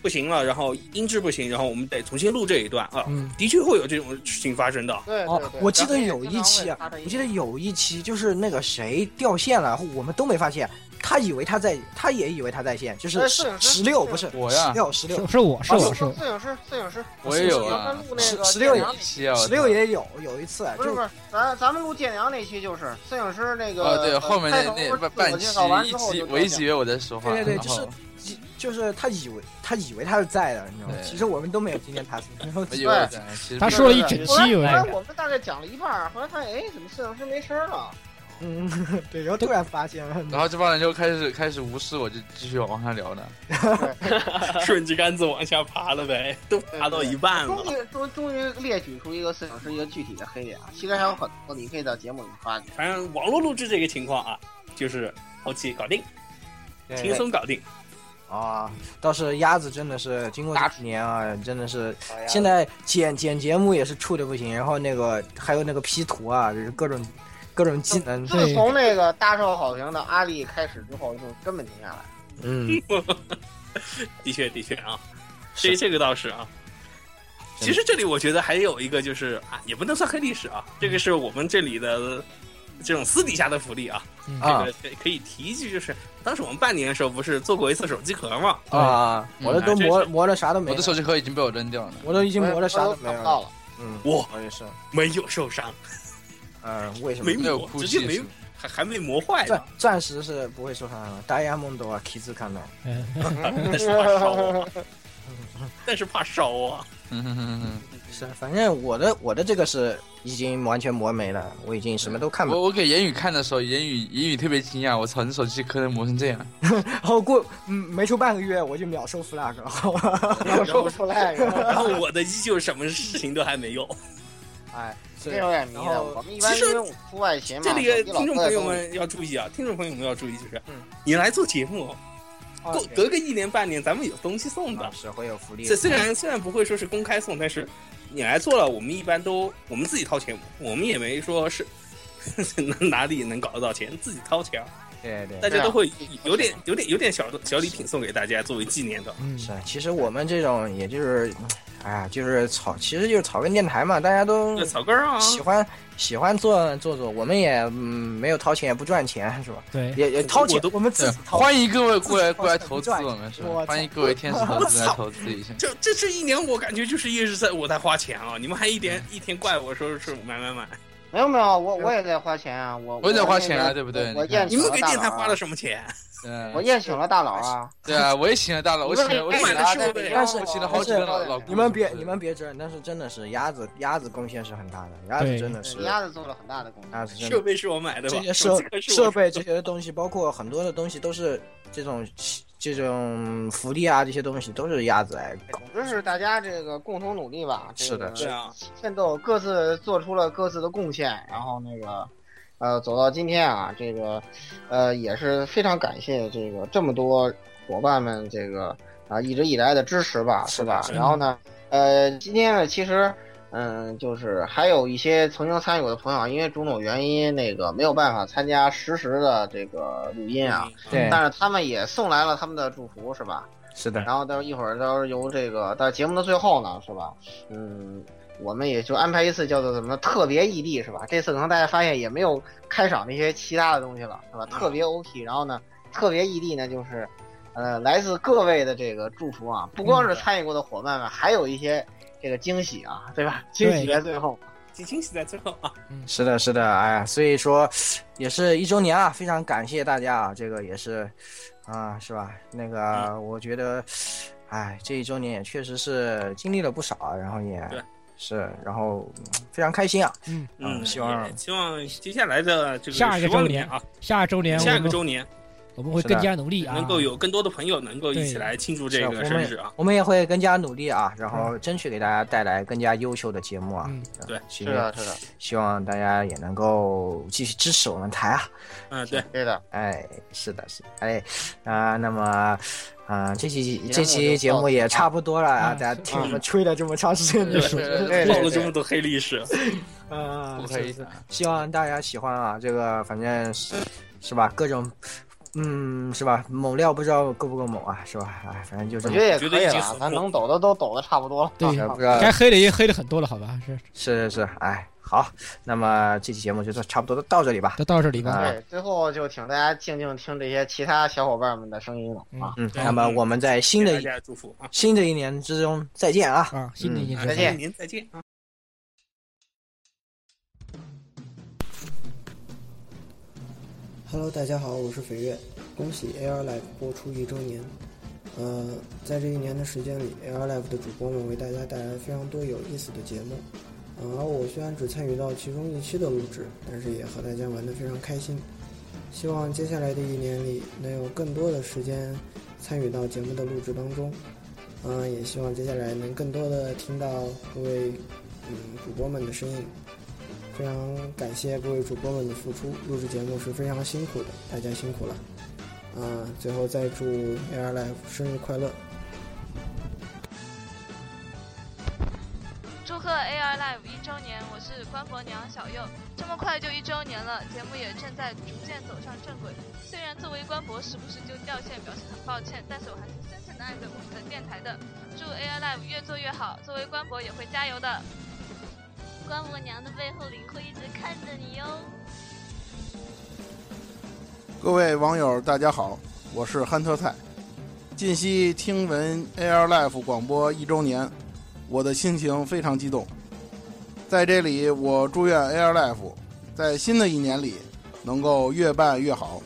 Speaker 1: 不行了，然后音质不行，然后我们得重新录这一段啊，
Speaker 2: 嗯，
Speaker 1: 的确会有这种事情发生的。
Speaker 4: 对
Speaker 3: 哦
Speaker 4: 对对，
Speaker 3: 我记得有一期啊
Speaker 4: 然后也经常会发生
Speaker 3: 我记得有一期就是那个谁掉线了，然后我们都没发现，他以为他在，他也以为他在线，就是
Speaker 4: 哎
Speaker 3: 十
Speaker 4: 是是
Speaker 3: 十六不是
Speaker 6: 我呀
Speaker 3: 十六十六
Speaker 2: 是是我是
Speaker 4: 啊
Speaker 2: 我是我，
Speaker 4: 摄影师，摄影师，
Speaker 6: 我也有啊
Speaker 4: 咱们录那个
Speaker 3: 十16
Speaker 4: 建阳
Speaker 3: 也
Speaker 4: 那期
Speaker 6: 七啊，
Speaker 3: 十六也有有一次啊
Speaker 4: 不是
Speaker 3: 哎就
Speaker 4: 不是，咱咱们录建阳那期就是摄影师那个
Speaker 6: 哦，对，
Speaker 4: 呃
Speaker 6: 后面
Speaker 4: 开
Speaker 6: 那
Speaker 4: 头
Speaker 6: 那
Speaker 4: 不是自
Speaker 6: 半半
Speaker 4: 我
Speaker 6: 期
Speaker 4: 介绍完之
Speaker 6: 一
Speaker 4: 后
Speaker 6: 期，
Speaker 4: 就
Speaker 6: 我一直以为我在说话，
Speaker 3: 对对对，
Speaker 6: 然
Speaker 3: 就
Speaker 6: 后
Speaker 3: 是一就是他以为他以为他是在的，你知道吗？
Speaker 6: 对
Speaker 3: 其实我们都没有听见他说，然后
Speaker 6: 我以为我在，其实
Speaker 2: 他
Speaker 4: 对
Speaker 6: 不是
Speaker 2: 说了一
Speaker 4: 对
Speaker 2: 整
Speaker 4: 后来
Speaker 2: 期有
Speaker 4: 后
Speaker 2: 点
Speaker 4: 来我们大概讲了一半儿，后来发现哎，怎么摄影师没声儿了？
Speaker 3: 嗯 对，然后突然发现了，
Speaker 6: 然后这帮人就开始开始无视我，就继续往上聊的。
Speaker 1: 顺着杆子往下爬了呗，都爬到一半
Speaker 4: 终
Speaker 1: 了。
Speaker 4: 于终终于列举出一个摄影师一个具体的黑点啊，其实还有很多，你可以到节目里发掘。
Speaker 1: 反正网络录制这个情况啊，就是后期搞定，轻松搞定。
Speaker 3: 啊，倒是鸭子真的是经过这几年啊，真的是
Speaker 9: 好呀
Speaker 3: 现在剪剪节目也是处的不行，然后那个还有那个 P 图啊，就是各种各种技能，
Speaker 2: 对
Speaker 4: 自从那个大受好评的阿丽开始之后，就根本停下来了。
Speaker 3: 嗯，
Speaker 1: 的确的确啊，
Speaker 3: 是
Speaker 1: 这这个倒是啊。
Speaker 3: 真的
Speaker 1: 其实这里我觉得还有一个就是啊，也不能算黑历史啊，这个是我们这里的这种私底下的福利啊。
Speaker 2: 嗯
Speaker 1: 这
Speaker 3: 啊
Speaker 1: 个可以可以提一句，就是当时我们半年的时候不是做过一次手机壳嘛？
Speaker 3: 啊，
Speaker 6: 嗯
Speaker 3: 我这都
Speaker 1: 这
Speaker 3: 磨
Speaker 1: 是
Speaker 3: 磨的啥都没
Speaker 6: 我
Speaker 3: 了，
Speaker 6: 的手机壳已经被我扔掉了。
Speaker 3: 我都已经磨的啥
Speaker 4: 我
Speaker 3: 都
Speaker 4: 也
Speaker 3: 没
Speaker 4: 想不
Speaker 3: 了
Speaker 4: 到，了，
Speaker 3: 嗯，
Speaker 1: 我
Speaker 3: 我也是，
Speaker 1: 没有受伤，
Speaker 3: 嗯，为什么
Speaker 1: 没？
Speaker 6: 没有
Speaker 1: 磨，
Speaker 6: 哭
Speaker 1: 直接
Speaker 6: 泣
Speaker 1: 没
Speaker 6: 是吗
Speaker 1: 还还没磨坏呢
Speaker 3: 钻。钻石是不会受伤的，大亚梦多啊，皮子看到，
Speaker 2: 嗯
Speaker 1: 但是怕烧啊，但是怕烧 啊。
Speaker 6: 嗯哼 哼哼
Speaker 3: 是，反正我的我的这个是已经完全磨没了，我已经什么都看
Speaker 6: 哼
Speaker 3: 不。
Speaker 6: 我我给言语看的时候，言语言语特别惊讶，我操，你手机壳能磨成这样？
Speaker 3: 然后过嗯没出半个月我就秒收 flag 了，好吧？
Speaker 4: 我说不出来。
Speaker 1: 然后我的依旧什么事情都还没 有。
Speaker 3: 哎，是
Speaker 4: 这有点迷
Speaker 3: 然
Speaker 4: 的，
Speaker 3: 后
Speaker 4: 我们一般
Speaker 1: 其
Speaker 4: 因
Speaker 1: 实
Speaker 4: 为我们出外勤嘛，
Speaker 1: 这里的
Speaker 4: 手机老
Speaker 1: 听众
Speaker 4: 搁在
Speaker 1: 朋友
Speaker 4: 兜里，
Speaker 1: 们要注意啊，听众朋友们要注意，就是
Speaker 3: 嗯
Speaker 1: 你来做节目，过
Speaker 3: 哦对
Speaker 1: 隔个一年半年，咱们有东西送的
Speaker 3: 啊。是会有福利
Speaker 1: 这。虽然虽然不会说是公开送，但是你来做了，我们一般都我们自己掏钱，我们也没说是 哪里能搞得到钱，自己掏钱啊，
Speaker 3: 对对
Speaker 1: 大家都会
Speaker 4: 对啊
Speaker 1: 有点有点有点小小礼品送给大家作为纪念的。
Speaker 2: 嗯，
Speaker 3: 是，啊其实我们这种也就是，哎呀，就是草，其实就是草根电台嘛，大家
Speaker 4: 嗯
Speaker 3: 都
Speaker 1: 这草根儿啊，
Speaker 3: 喜欢喜欢做做做，我们也嗯没有掏钱，也不赚钱，是吧？
Speaker 2: 对，
Speaker 3: 也也掏钱
Speaker 1: 我都，啊
Speaker 3: 我们自
Speaker 6: 对
Speaker 3: 己，掏。
Speaker 6: 欢迎各位过来
Speaker 3: 自己掏
Speaker 6: 过来
Speaker 3: 钱
Speaker 6: 投
Speaker 3: 不
Speaker 6: 资
Speaker 3: 赚
Speaker 6: 我们是
Speaker 3: 我
Speaker 6: 吧？
Speaker 3: 操
Speaker 6: 欢迎各位天使投资来投资 一下。
Speaker 1: 这这这一年我感觉就是一直在我在花钱啊，你们还一点一天怪我说是买买买，
Speaker 4: 没有没有，我我也在花钱啊，我
Speaker 6: 我也在花钱啊
Speaker 4: 那个
Speaker 6: 对不对
Speaker 4: 我我
Speaker 6: 你看
Speaker 4: 宴
Speaker 1: 你
Speaker 4: 请
Speaker 1: 们
Speaker 4: 了
Speaker 1: 给
Speaker 4: 大
Speaker 1: 电
Speaker 4: 佬
Speaker 1: 台花了
Speaker 4: 啊，
Speaker 1: 什么钱？
Speaker 4: 我
Speaker 6: 嗯，
Speaker 4: 宴请了大佬啊，
Speaker 6: 对啊，我也请了大佬，我请了我
Speaker 4: 哎
Speaker 6: 请
Speaker 1: 买
Speaker 6: 了
Speaker 1: 的
Speaker 6: 阿
Speaker 1: 设
Speaker 6: 呆
Speaker 1: 备啊，
Speaker 3: 但是
Speaker 6: 我请了好几个老老姑
Speaker 3: 你们别
Speaker 6: 娘
Speaker 3: 你们别争，但是真的是鸭子鸭子贡献是很大的，鸭子
Speaker 2: 对
Speaker 3: 真的是
Speaker 4: 鸭子做了很大的贡献。
Speaker 3: 鸭子真
Speaker 1: 设
Speaker 3: 的
Speaker 1: 备是我买的吧
Speaker 3: 这？些
Speaker 1: 手
Speaker 3: 设
Speaker 1: 机壳是我
Speaker 3: 设备这些东西，包括很多的东西都是这种这种福利啊，这些东西都是鸭子来搞。
Speaker 4: 总之是大家这个共同努力吧。这
Speaker 3: 是的
Speaker 4: 个
Speaker 1: 对啊，
Speaker 4: 奋斗，各自做出了各自的贡献，然后那个，呃，走到今天啊，这个，呃，也是非常感谢这个这么多伙伴们这个啊、一直以来的支持吧，是吧？
Speaker 2: 是的
Speaker 4: 然后呢，呃，今天呢，其实。嗯，就是还有一些曾经参与过的朋友啊，因为种种原因，那个没有办法参加实时的这个录音啊，
Speaker 1: 嗯
Speaker 3: 对
Speaker 4: 但是他们也送来了他们的祝福，是吧？
Speaker 3: 是的，
Speaker 4: 然后到时候一会儿到时候由这个到节目的最后呢，是吧？嗯，我们也就安排一次叫做什么特别异地，是吧？这次可能大家发现也没有开场那些其他的东西了，是吧？特
Speaker 1: 嗯
Speaker 4: 别 OT，然后呢，特别异地呢就是，呃，来自各位的这个祝福啊，不光
Speaker 1: 嗯
Speaker 4: 是参与过的伙伴们，还有一些这个惊喜啊，对吧？惊喜在最后。
Speaker 1: 挺惊喜在最后啊。
Speaker 3: 是的，是的，哎呀，所以说也是一周年啊，非常感谢大家啊，这个也是，啊、是吧？那个
Speaker 4: 嗯
Speaker 3: 我觉得，哎，这一周年也确实是经历了不少啊，然后也
Speaker 1: 对
Speaker 3: 是，然后嗯非常开心啊，
Speaker 2: 嗯，
Speaker 1: 嗯，
Speaker 3: 希望
Speaker 1: 也希望接下来的这个
Speaker 2: 下一个
Speaker 1: 时光
Speaker 2: 周
Speaker 1: 里面
Speaker 2: 年
Speaker 1: 啊，
Speaker 2: 下周年
Speaker 1: 下一
Speaker 2: 我
Speaker 1: 个
Speaker 2: 们
Speaker 1: 周年
Speaker 2: 我们会更加努力啊，
Speaker 1: 能够有更多的朋友能够一起
Speaker 2: 对
Speaker 1: 来庆祝
Speaker 3: 是
Speaker 1: 这
Speaker 3: 啊
Speaker 1: 个
Speaker 3: 我
Speaker 1: 生
Speaker 3: 们
Speaker 1: 日啊。
Speaker 3: 我们也会更加努力啊，然后争取给大家带来更加优秀的节目啊，
Speaker 2: 嗯
Speaker 1: 对，
Speaker 4: 嗯是
Speaker 3: 希
Speaker 4: 的，是的，
Speaker 3: 希望大家也能够继续支持我们台啊，
Speaker 1: 嗯，对，
Speaker 4: 对的。
Speaker 3: 哎，是的，是的，哎，啊、那么，啊、这期
Speaker 4: 目
Speaker 3: 这期
Speaker 4: 就
Speaker 3: 节目
Speaker 4: 到
Speaker 3: 也
Speaker 4: 此
Speaker 3: 差不多了啊，
Speaker 2: 嗯
Speaker 3: 大家听我
Speaker 1: 嗯
Speaker 3: 们吹了这么长时间的
Speaker 6: 对
Speaker 3: 水，
Speaker 4: 对
Speaker 6: 对
Speaker 1: 做了这么多黑历史，
Speaker 3: 啊
Speaker 6: 不，
Speaker 3: 是
Speaker 6: 可以
Speaker 3: 是是希望大家喜欢啊，这个反正是是吧，各种，嗯，是吧，某料不知道够不够猛啊，是吧？哎，反正就
Speaker 4: 我
Speaker 3: 这
Speaker 4: 觉
Speaker 3: 么
Speaker 4: 得，也
Speaker 1: 觉得
Speaker 4: 可以
Speaker 1: 已
Speaker 4: 了
Speaker 1: 经
Speaker 4: 啊
Speaker 1: 很，
Speaker 4: 咱
Speaker 1: 不
Speaker 4: 能抖的都抖的差不多了。
Speaker 2: 对
Speaker 4: 啊
Speaker 3: 不知道
Speaker 2: 该黑的也黑的很多了，好吧？是
Speaker 3: 是是是，哎，好，那么这期节目就差不多到这里吧。
Speaker 2: 都到这里吧。
Speaker 3: 啊
Speaker 4: 对，哎最后就请大家静静听这些其他小伙伴们的声音了啊！
Speaker 3: 嗯，
Speaker 1: 对
Speaker 3: 那么我们在新的
Speaker 1: 给
Speaker 3: 一
Speaker 1: 大家祝福啊！
Speaker 3: 新的一年之中再见啊！
Speaker 2: 啊，新的一年
Speaker 1: 啊
Speaker 2: 之后
Speaker 4: 再见
Speaker 1: 您再见啊！
Speaker 9: Hello，大家好，我是斐月，恭喜 AR Live 播出一周年。呃，在这一年的时间里，AR Live 的主播们为大家带来非常多有意思的节目。呃，而我虽然只参与到其中一期的录制，但是也和大家玩得非常开心。希望接下来的一年里能有更多的时间参与到节目的录制当中。嗯、也希望接下来能更多的听到各位嗯主播们的声音。非常感谢各位主播们的付出，录制节目是非常辛苦的，大家辛苦了。啊、最后再祝 AR Live 生日快乐！
Speaker 10: 祝贺 AR Live 一周年！我是是官博娘小右。这么快就一周年了，节目也正在逐渐走上正轨。虽然作为官博时不时就掉线，表示很抱歉，但是我还是深深的爱着我们的电台的。祝 AI Live 越做越好，作为官博也会加油的。官博娘的背后里会一直看着你哟。
Speaker 11: 各位网友，大家好，我是憨特菜。近期听闻 AR Life 广播一周年，我的心情非常激动。在这里，我祝愿 AR Life 在新的一年里能够越办越好。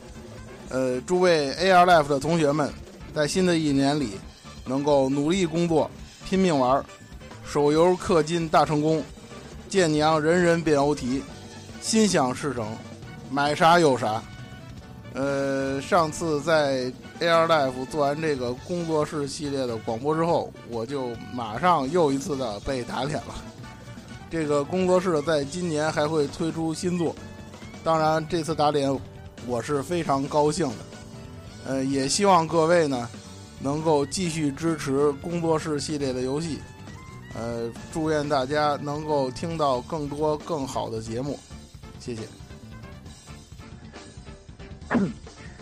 Speaker 11: 呃，诸位 AR Life 的同学们，在新的一年里能够努力工作，拼命玩，手游氪金大成功，舰娘人人变欧提，心想事成，买啥有啥。呃，上次在 AR Life 做完这个工作室系列的广播之后，我就马上又一次的被打脸了。这个工作室在今年还会推出新作，当然这次打脸我是非常高兴的。呃，也希望各位呢能够继续支持工作室系列的游戏。呃，祝愿大家能够听到更多更好的节目，谢谢。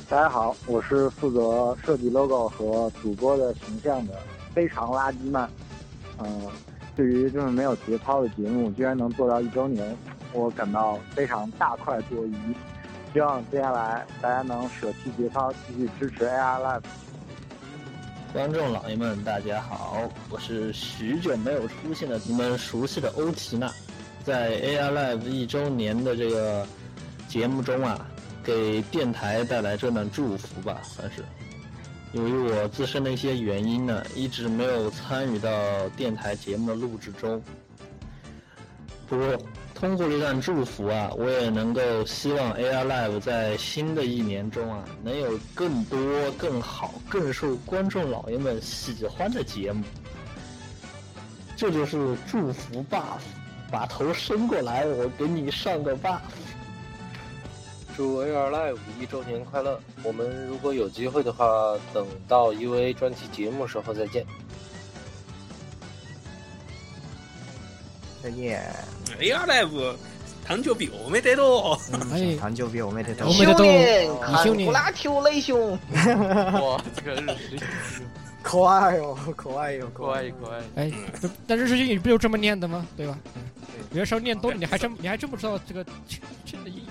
Speaker 12: 大家好，我是负责设计 logo 和主播的形象的非常垃圾漫。嗯、对于这么没有节操的节目，居然能做到一周年，我感到非常大快朵颐。希望接下来大家能舍弃节操，继续支持 AR Live。
Speaker 13: 观众老爷们，大家好，我是许久没有出现的你们熟悉的欧缇娜，在 AR Live 一周年的这个节目中啊，给电台带来这段祝福吧，算是。由于我自身的一些原因呢，一直没有参与到电台节目的录制中。不过，通过这段祝福啊，我也能够希望 AR Live 在新的一年中啊，能有更多、更好、更受观众老爷们喜欢的节目。这就是祝福 buff，把头伸过来，我给你上个 buff。
Speaker 14: 祝 AR Live 一周年快乐！我们如果有机会的话，等到 UA 专题节目时候再见。
Speaker 3: 再见。
Speaker 1: 嗯
Speaker 5: AR Live 糖就比我没得多，
Speaker 3: 哎，糖就比我没得多。
Speaker 5: 兄弟
Speaker 3: 兄弟，
Speaker 5: 拉
Speaker 3: 丘雷兄，
Speaker 6: 哇，这个日式
Speaker 3: 可爱哟，可爱哟，可
Speaker 6: 可爱可爱。
Speaker 2: 哎，不但是日语 不就这么念的吗？对吧？有些时候念多了，你还真你还真不知道这个真的意义。